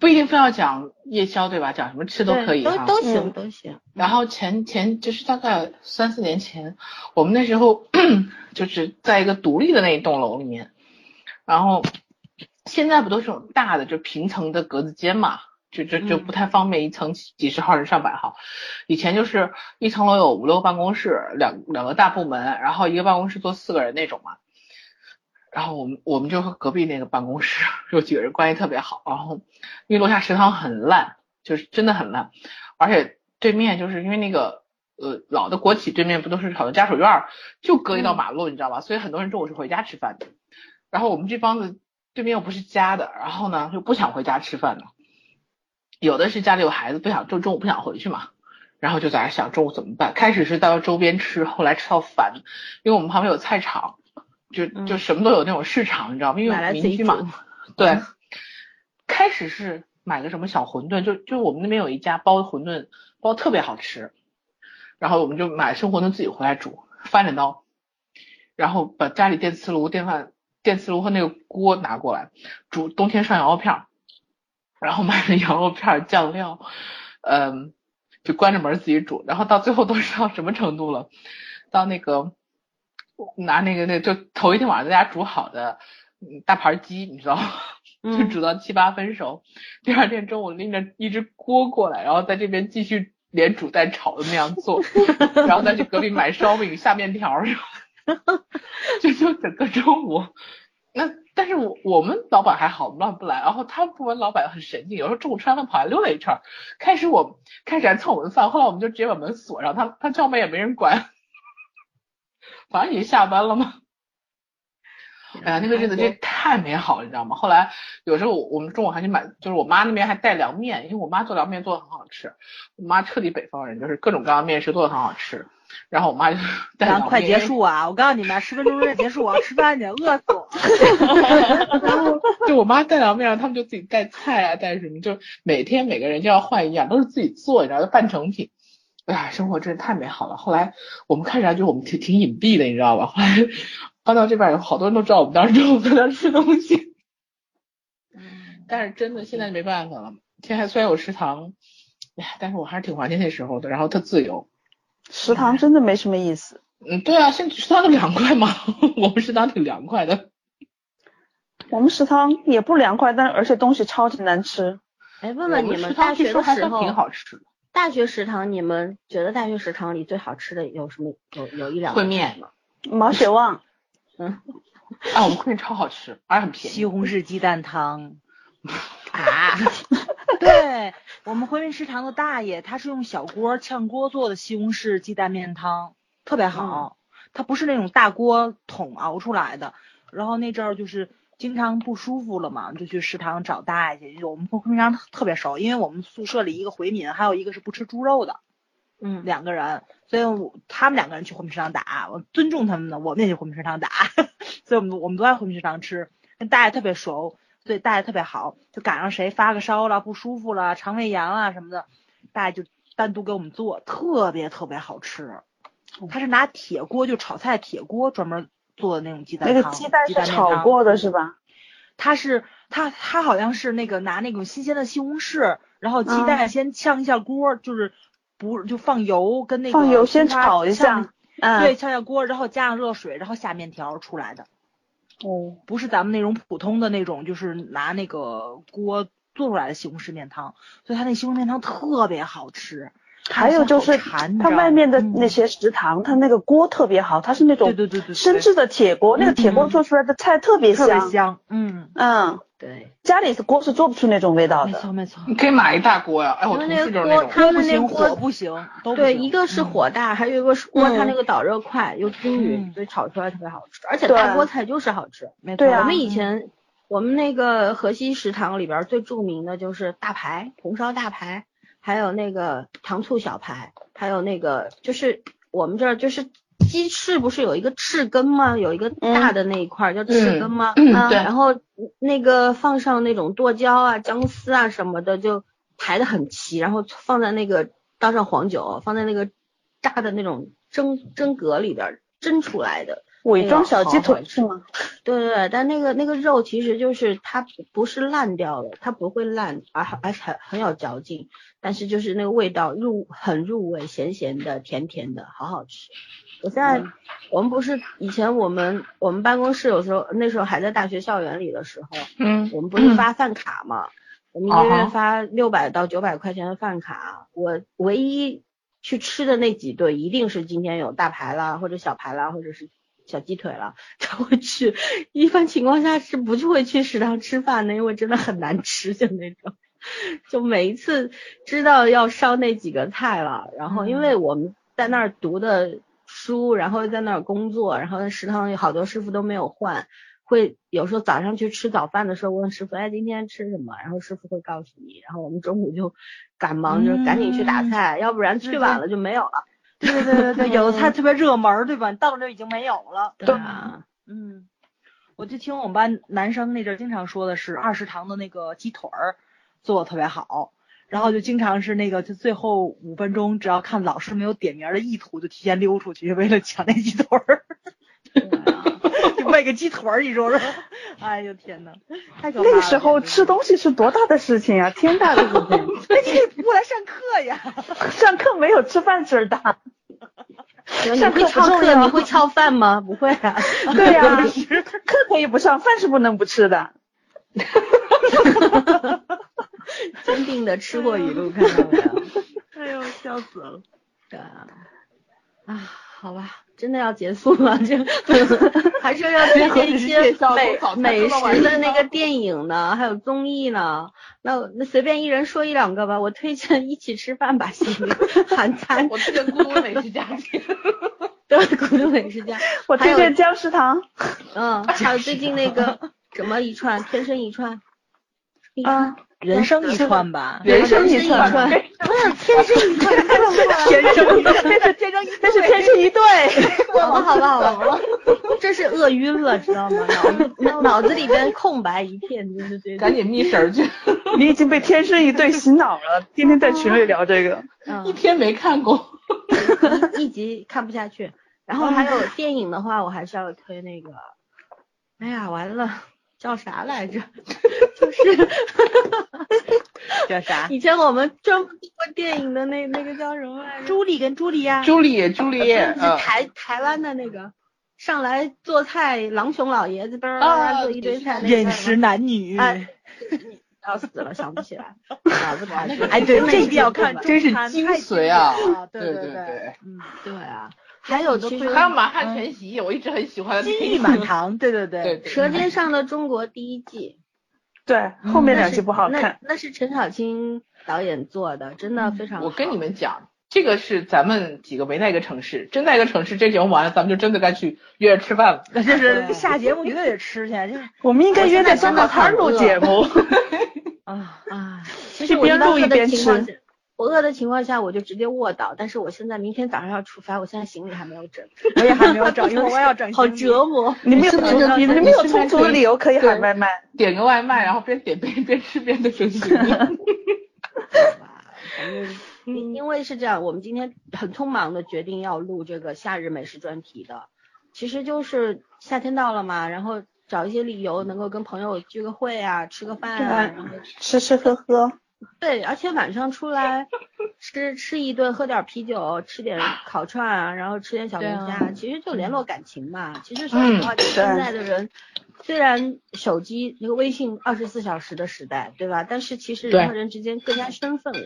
S3: 不一定非要讲夜宵对吧？讲什么吃都
S1: 对
S3: 可以哈
S1: 都。都
S4: 嗯
S1: 行都行。
S3: 然后前前就是大概三四年前，我们那时候 就是在一个独立的那一栋楼里面，然后现在不都是这种大的就平层的格子间嘛，就就就不太方便一层几几十号人上百号。以前就是一层楼有五六个办公室，两两个大部门，然后一个办公室坐四个人那种嘛。然后我们我们就和隔壁那个办公室 有几个人关系特别好，然后因为楼下食堂很烂，就是真的很烂，而且对面就是因为那个呃老的国企对面不都是好多家属院儿，就隔一道马路，你知道吧？所以很多人中午是回家吃饭的。然后我们这帮子对面又不是家的，然后呢又不想回家吃饭的，有的是家里有孩子不想就中午不想回去嘛，然后就在那想中午怎么办。开始是到周边吃，后来吃到烦，因为我们旁边有菜场，就
S1: 嗯
S3: 就什么都有那种市场，你知道吗？因
S1: 买
S3: 为
S1: 来自己
S3: 民居
S1: 煮
S3: 嘛，对。开始是买个什么小馄饨，就就我们那边有一家包馄饨，包特别好吃，然后我们就买生馄饨自己回来煮，翻脸刀，然后把家里电磁炉、电饭、电磁炉和那个锅拿过来煮，冬天涮羊肉片儿，然后买了羊肉片儿酱料，嗯，就关着门自己煮，然后到最后都是到什么程度了？到那个拿那个那就头一天晚上在家煮好的嗯大盘鸡，你知道吗？ 就
S1: 嗯
S3: 煮到七八分熟，第二天中午拎着一只锅过来，然后在这边继续连煮带炒的那样做， 然后再去隔壁买烧饼、下面条儿，就就整个中午。那但是我我们老板还好，我们老板不来，然后他们部门老板很神经，有时候中午吃完饭跑来溜达一圈儿。开始我开始还蹭我们饭，后来我们就直接把门锁上，他他叫卖也没人管， 反正已经下班了嘛。哎呀，那个日子真是太美好了，你知道吗？后来有时候我我们中午还去买，就是我妈那边还带凉面，因为我妈做凉面做的很好吃。我妈彻底北方人，就是各种各样的面食做的很好吃。然后我妈就 带
S5: 咱
S3: 凉面，
S5: 快结束啊！我告诉你们，十分钟之内结束，我要吃饭去，饿死我。
S3: 然后就我妈带凉面，然后他们就自己带菜啊，带什么，就每天每个人就要换一样，都是自己做，然后就半成品。哎呀，生活真是太美好了。后来我们看起来就我们挺挺隐蔽的，你知道吧？ 后来搬到这边以后，好多人都知道我们当时中午在那儿吃东西。但是真的现在没办法了，现在虽然有食堂，哎，但是我还是挺怀念那时候的。然后它自由，
S4: 食
S5: 嗯
S4: 堂真的没什么意思。
S3: 嗯，对啊，现在食堂都凉快嘛， 我们食堂挺凉快的。
S4: 我们食堂也不凉快，但而且东西超级难吃。
S1: 哎，问问
S3: 我
S1: 你
S3: 食
S1: 们
S3: 堂
S1: 大
S3: 据
S1: 学
S3: 说
S1: 的
S3: 还
S1: 时
S3: 算
S1: 候，
S3: 挺好吃的，
S1: 大学食堂你们觉得大学食堂里最好吃的有什么？有有一两个
S3: 烩面
S1: 吗？
S4: 毛血旺，
S3: 哎，我们烩面超好吃，而且很便宜。
S5: 西红柿鸡 蛋汤啊，对我们回民食堂的大爷，他是用小锅炝锅做的西红柿鸡蛋面汤，特别
S3: 嗯
S5: 好。它不是那种大锅桶熬出来的。然后那阵儿就是经常不舒服了嘛，就去食堂找大爷去。我们回民食堂特别熟，因为我们宿舍里一个回民，还有一个是不吃猪肉的。
S1: 嗯，
S5: 两个人，所以我他们两个人去回民食堂打，我尊重他们的，我们也去回民食堂打， 所以我们我们都在回民食堂吃，跟大爷特别熟，对大爷特别好，就赶上谁发个烧了、不舒服了、肠胃炎啊什么的，大爷就单独给我们做，特别特别好吃。
S4: 嗯
S5: 他是拿铁锅，就炒菜铁锅专门做的那种鸡蛋
S4: 那
S5: 汤，
S4: 个鸡蛋是
S5: 面
S4: 炒
S5: 汤
S4: 过的是吧？
S5: 他是他他好像是那个拿那种新鲜的西红柿，然后
S4: 啊
S5: 鸡蛋先炝一下锅，就是不就放油跟那个
S4: 放油先
S5: 青花
S4: 炒一下，
S5: 炝，
S4: 嗯，
S5: 对，炝一下锅，然后加上热水，然后下面条出来的，
S4: 哦，
S5: 不是咱们那种普通的那种，就是拿那个锅做出来的西红柿面汤，所以他那西红柿面汤特别好吃。
S4: 还有就是它
S5: 它
S4: 外面的那些食堂，它那个锅特别好，它是那
S5: 嗯对
S4: 种
S5: 对对对，对
S4: 生制的铁锅，那个铁锅做出来的菜特别
S5: 特别
S4: 香。
S5: 香，嗯，
S4: 嗯，
S1: 对，
S4: 家里的锅是做不出那种味道
S5: 没
S4: 的。
S5: 错没错，
S3: 你可以买一大锅呀、哎，我
S1: 因
S3: 同
S1: 为
S3: 事
S1: 那
S3: 就是
S1: 锅
S3: 那种。
S1: 它他
S5: 不
S1: 们那
S5: 行，
S1: 锅
S5: 火不行，都不
S1: 对，
S5: 行
S1: 一个是
S5: 嗯
S1: 火大，还有一个是锅，它
S4: 嗯
S1: 那个导热快又均匀，
S5: 嗯
S1: 所以炒出来特别好吃，而且
S4: 对
S1: 大锅菜就是好吃。
S5: 没错，
S4: 对啊
S1: 我们以前我们那个河西食堂里边最著名的就是大排红烧大排，还有那个糖醋小排，还有那个就是我们这儿就是鸡翅不是有一个翅根吗？有一个大的那一块儿叫翅根吗？
S3: 嗯
S1: 啊
S3: 对
S1: 然后那个放上那种剁椒啊、姜丝啊什么的，就排的很齐，然后放在那个倒上黄酒，放在那个炸的那种蒸蒸格里边儿蒸出来的。哎
S4: 伪装小鸡腿是吗？
S1: 对对对，但那个那个肉其实就是它不不是烂掉了，它不会烂，而而且很很有嚼劲，但是就是那个味道入很入味，咸咸的，甜甜的，好好吃。我现在、我们不是以前我们我们办公室有时候那时候还在大学校园里的时候，
S3: 嗯，
S1: 我们不是发饭卡嘛，我们一个
S3: 啊
S1: 月
S3: 哈
S1: 发六百到九百块钱的饭卡，我唯一去吃的那几顿一定是今天有大排啦，或者小排啦，或者是小鸡腿了才会去。一般情况下是不会去食堂吃饭的，因为真的很难吃，就那种。 就每一次知道要烧那几个菜了，然后因
S4: 嗯
S1: 为我们在那儿读的书，然后在那儿工作，然后食堂有好多师傅都没有换，会有时候早上去吃早饭的时候问师傅，哎，今天吃什么？然后师傅会告诉你，然后我们中午就赶忙就赶紧去打
S4: 嗯
S1: 菜，要不然去晚了就没有了。
S5: 对对对对对，有的菜特别热门儿，对吧？你到了这儿已经没有了。
S1: 啊，
S5: 嗯，我就听我们班男生那阵儿经常说的是二食堂的那个鸡腿儿做的特别好，然后就经常是那个就最后五分钟，只要看老师没有点名儿的意图，就提前溜出去，为了抢那鸡腿儿， 就为个鸡腿儿，你说说？哎呦天呐，太可怕了！
S4: 那个时候吃
S5: 东
S4: 东西是多大的事情啊！天大的事 情，
S5: 西哎不来上课呀。
S4: 上课没有吃饭事儿大。
S1: 你
S4: 上
S1: 会
S4: 课不
S1: 翘
S4: 重
S1: 课？
S4: 要
S1: 你会翘饭吗？不会啊。
S4: 对 呀、课可以不上，饭是不能不吃的。
S1: 坚定的吃货语录，看到没有？
S5: 哎呦，笑死了！
S1: 对啊，啊，好吧，真的要结束了，就 还是要推荐一些美美食的那个电影呢，还有综艺呢。那我那随便一人说一两个吧，我推荐《一起吃饭吧》系列，韩 餐
S3: 我推荐咕噜美食家 庭。
S1: 对古都美食家，
S4: 我推
S1: 还有
S4: 荐姜食堂，
S1: 嗯，还有最近那 个什么一串，天生一串，一串
S4: 啊，
S5: 人生一串吧，
S4: 人生一
S1: 串，
S4: 串
S1: 没有天生一串，太过了。
S4: 天生一
S5: 这是天生一
S4: 这是天生一对，
S1: 好吧，好吧，好吧，好吧，这是饿晕了，知道吗？脑脑子里边空白一片，就是这
S3: 赶紧觅食儿去，
S4: 你已经被天生一对洗脑了，天天在群里聊这个。
S3: 一
S1: 嗯，
S3: 天没看过。
S1: 一集看不下去。然后还有电影的话，我还是要推那个，哎呀，完了，叫啥来着？就是
S5: 叫啥？
S1: 以前我们专门做电影的那那个叫什么来着？
S5: 朱莉跟朱莉亚，
S3: 朱丽朱丽叶，
S1: 就是
S3: 嗯
S1: 台台湾的那个上来做菜，狼熊老爷子叭叭叭
S3: 啊
S1: 做一堆菜，那个
S5: 饮食男女。
S1: 哎要死了，想不起来，来不来？
S5: 哎，对，这一定要看，
S3: 真是
S5: 中餐
S3: 精
S5: 太
S3: 髓啊
S5: 经典了对
S3: 对
S5: 对
S3: 对对，
S5: 嗯，
S1: 对啊，还有其实
S3: 还有满汉全席，我一直很喜欢的
S5: 金
S3: 那
S5: 玉满
S3: 个。
S5: 堂，对对
S3: 对，
S5: 对，
S1: 《
S3: 对
S1: 舌尖上的中国》第一 季，
S4: 对，后面
S1: 那
S4: 两
S1: 是
S4: 集不好看。
S1: 那那是陈小青导演做的，真的非常好。
S3: 嗯我跟你们讲，这个是咱们几个没在一个城市，真在一个城市，这节目完了，咱们就真的该去约着吃饭了。
S5: 那就是下节目绝对得吃去，就是
S4: 我们应该约在香港滩录节目。
S5: 啊，
S1: 啊，其
S4: 一
S1: 实我
S4: 边
S1: 般
S4: 录一
S1: 饿的
S4: 边
S1: 情况
S4: 吃
S1: 下，我饿的情况下我就直接卧倒，但是我现在明天早上要出发，我现在行李还没有整，
S5: 我也还没有整，一会儿我也要整。
S1: 好折磨。
S4: 你没有
S3: 是不是
S4: 充，你们没有充足的理由可以喊
S3: 对
S4: 外卖。
S3: 点个外卖，然后边点边边吃边的整形。
S1: 因因为是这样，我们今天很匆忙的决定要录这个夏日美食专题的，其实就是夏天到了嘛，然后找一些理由能够跟朋友聚个会啊，吃个饭啊，
S4: 对
S1: 然后
S4: 吃吃喝喝，
S1: 对，而且晚上出来吃吃一顿，喝点啤酒，吃点烤串啊，然后吃点小龙
S5: 对
S1: 虾，
S5: 啊
S1: 其实就联络感情嘛。其实说实话，
S3: 嗯
S4: 对
S1: 现在的人虽然手机那个微信二十四小时的时代，对吧？但是其实人
S3: 对
S1: 和人之间更 加生分了，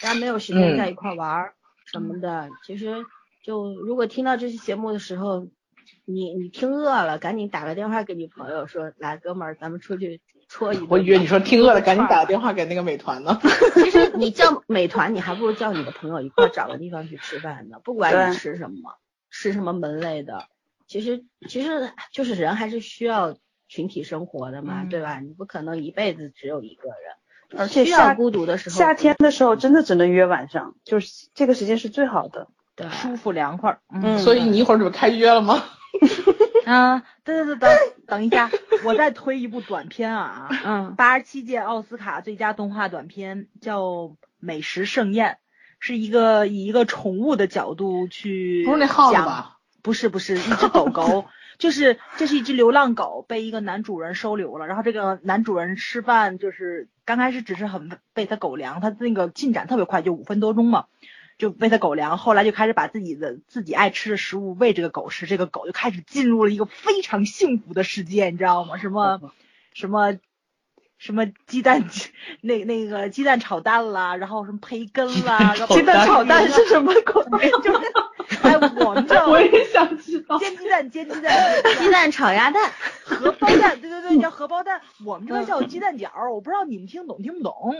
S1: 大家没有时间
S3: 嗯
S1: 在一块玩儿什么的。其实就如果听到这期节目的时候，你你听饿了，赶紧打个电话给你朋友说，来哥们儿，咱们出去戳一顿吧。
S3: 我以为你说听饿了，赶紧打个电话给那个美团呢。
S1: 其实你叫美团，你还不如叫你的朋友一块儿找个地方去吃饭呢。不管你
S4: 对
S1: 吃什么，吃什么门类的，其实其实就是人还是需要群体生活的嘛，
S5: 嗯
S1: 对吧？你不可能一辈子只有一个人，
S4: 而且
S1: 需要
S4: 夏
S1: 孤独的时候，
S4: 夏天的时候真的只能约晚上，就是这个时间是最好的。
S1: 对
S5: 舒服凉快儿。
S4: 嗯
S3: 所以你一会儿准备开约了吗？
S5: 啊，等等等等等一下，我再推一部短片啊，
S1: 嗯
S5: 八十七届奥斯卡最佳动画短片叫《美食盛宴》，是一个以一个宠物的角度去
S3: 不是那耗子
S5: 讲
S3: 吧？
S5: 不是不是，一只 狗狗，就是这是一只流浪狗被一个男主人收留了，然后这个男主人吃饭就是刚开始只是很喂它狗粮，它那个进展特别快，就五分多钟嘛，就喂它狗粮，后来就开始把自己的自己爱吃的食物喂这个狗吃，这个狗就开始进入了一个非常幸福的世界，你知道吗？什么什么。什么鸡蛋，那那个鸡蛋炒蛋啦，然后什么培根 啦，然后
S4: 鸡蛋炒蛋是什么鬼？
S5: 就是，哎， 我们
S4: 嗯
S5: 这
S3: 我也想知
S4: 哦
S3: 道。
S5: 煎鸡蛋，煎鸡蛋，煎鸡
S1: 鸡
S5: 蛋，
S1: 蛋炒鸭蛋，
S5: 荷包蛋，对对对，叫荷包蛋，我们这边叫鸡蛋饺儿，我不知道你们听懂听不懂。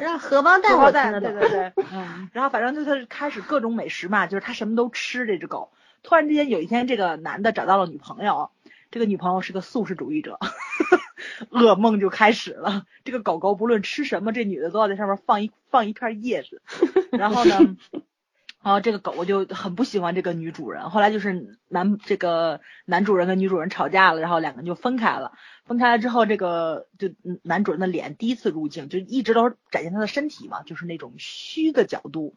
S1: 让荷包蛋
S5: 荷
S1: 我听
S5: 包蛋，
S1: 得
S5: 对
S1: 懂。
S5: 对 对。
S1: 嗯
S5: 然后反正就是开始各种美食嘛，就是它什么都吃这只狗。突然之间有一天，这个男的找到了女朋友，这个女朋友是个素食主义者， 噩梦就开始了。这个狗狗不论吃什么，这女的都要在上面放一放一片叶 子。然后呢，然后这个狗就很不喜欢这个女主人。后来就是男这个男主人跟女主人吵架了，然后两个人就分开了。分开了之后，这个就嗯男主人的脸第一次入镜，就一直都是展现他的身体嘛，就是那种虚的角度。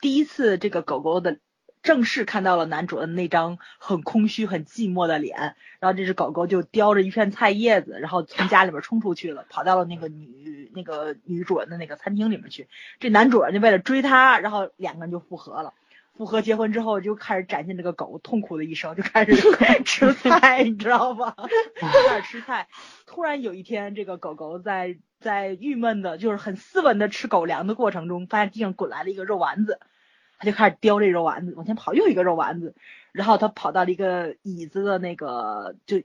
S5: 第一次这个狗狗的正式看到了男主人那张很空虚、很寂寞的脸，然后这只狗狗就叼着一片菜叶子，然后从家里边冲出去了，跑到了那个女那个女主人的那个餐厅里面去。这男主人就为了追她，然后两个人就复合了。复合结婚之后，就开始展现这个狗痛苦的一生，就开始 吃菜，你知道吗？开始吃菜。突然有一天，这个狗狗在在郁闷的，就是很斯文的吃狗粮的过程中，发现地上滚来了一个肉丸子，它就开始叼这肉丸子往前跑，又一个肉丸子。然后它跑到了一个椅子的那个就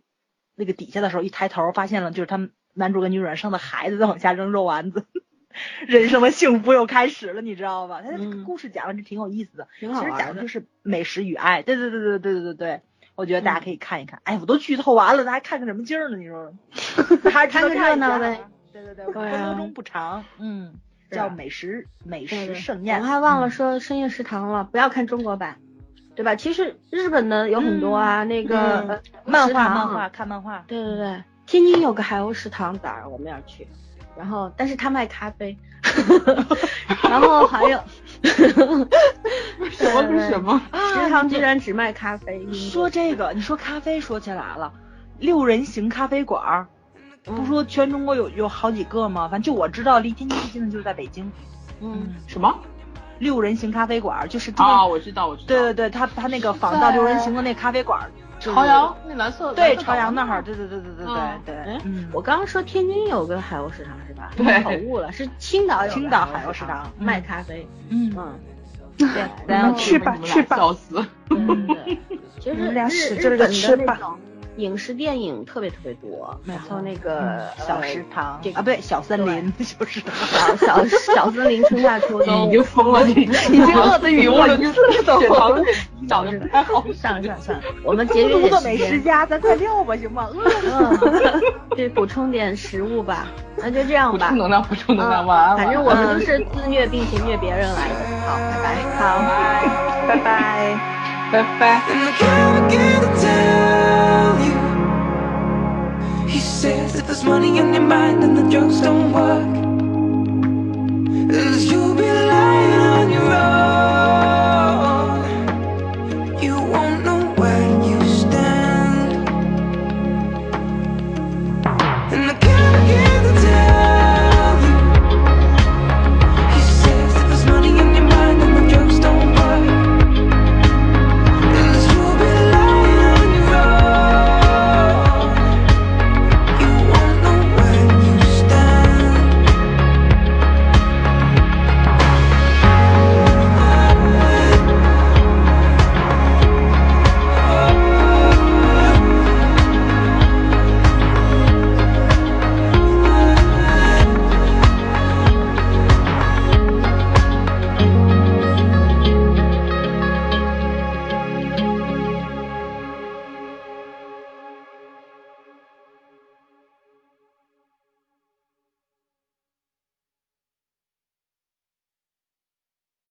S5: 那个底下的时候，一抬头发现了就是他们男主跟女主人生的孩子在往下扔肉丸子。 人生的幸福又开始了，你知道吧？他这个
S1: 嗯
S5: 故事讲的是挺有意思的，
S1: 挺好
S5: 其实
S1: 玩
S5: 讲的
S1: 的
S5: 就是美食与爱，对对对对对对对对，我觉得大家可以看一看。哎，我都剧透完了，大家看看什么劲儿呢？你 说，还是值得
S1: 看个
S5: 看一
S1: 热闹
S5: 下
S1: 呗。
S5: 对对对，五
S1: 对啊
S5: 分多钟不长，嗯，
S1: 是啊
S5: 叫美食美
S1: 对
S5: 食
S1: 对
S5: 盛
S1: 我
S5: 宴。
S1: 们还忘了
S5: 嗯
S1: 说《深夜食堂》了，不要看中国版，对吧？其实日本的有很多啊，那个、
S5: 嗯
S1: 呃
S5: 漫
S1: 食
S5: 画
S1: 堂
S5: 漫画看漫画，
S1: 对对对，天津有个海鸥食堂，早上我们要去，然后但是他卖咖啡， 然后还有
S3: 什么是什么？
S1: 食堂居然只卖咖啡，
S5: 说这个，你说咖啡说起来了，六人行咖啡馆儿，
S1: 嗯
S5: 不说全中国有有好几个吗？反正就我知道离天津最近的就是在北京，
S1: 嗯，
S3: 什么？
S5: 六人行咖啡馆，就是这个
S3: 啊，我知道，我知道。
S5: 对对对，他他那个仿造六人行的那咖啡馆，就是
S3: 朝阳那蓝色。
S5: 对
S3: 蓝色
S5: 朝阳那
S3: 岛
S5: 会儿，对对对对对
S3: 嗯
S5: 对对
S1: 哎，
S5: 嗯
S1: 我刚刚说天津有个海鸥市场是吧？
S3: 对
S1: 口误了，是青岛有个
S5: 青岛海
S1: 海
S5: 鸥
S1: 鸥
S5: 市场
S1: 场
S5: 嗯
S1: 卖咖啡，
S5: 嗯
S1: 嗯，
S5: 对，然
S1: 然
S5: 后
S1: 后
S4: 去吧
S3: 嗯你们俩
S4: 去吧
S3: 笑死！
S1: 对对对，其
S4: 你
S1: 实
S4: 们俩
S1: 日
S4: 使劲
S1: 日
S4: 儿
S1: 本
S4: 地
S1: 的
S4: 吃
S1: 那
S4: 吧
S1: 种影视电影特别特别多，
S5: 没
S1: 然
S5: 错
S1: 后那个
S5: 小
S1: 呃
S5: 食堂
S1: 这
S5: 啊，不对，小森林，小食堂，
S1: 小小小森林春夏 秋
S3: 你已
S1: 冬
S3: 经疯了，你已经
S5: 饿得语无伦次了都
S3: 血糖长得不太好。
S1: 上上上，我们节约
S5: 中国
S1: 点
S5: 美
S1: 时
S5: 食
S1: 间，
S5: 家，咱快溜吧，行 吗？饿了。
S1: 嗯，对，补充点食物吧，那就这样
S3: 补
S1: 吧
S3: 充。能量，补充能量，
S1: 嗯
S3: 晚安。
S1: 反正
S3: 晚
S1: 我
S3: 安
S1: 们都是自虐并且虐别人来的。好，拜拜。好，
S4: 拜拜。
S3: 拜拜。
S2: And I can't begin to tell you. He says that there's money in your mind and the drugs don't work. And you be lying.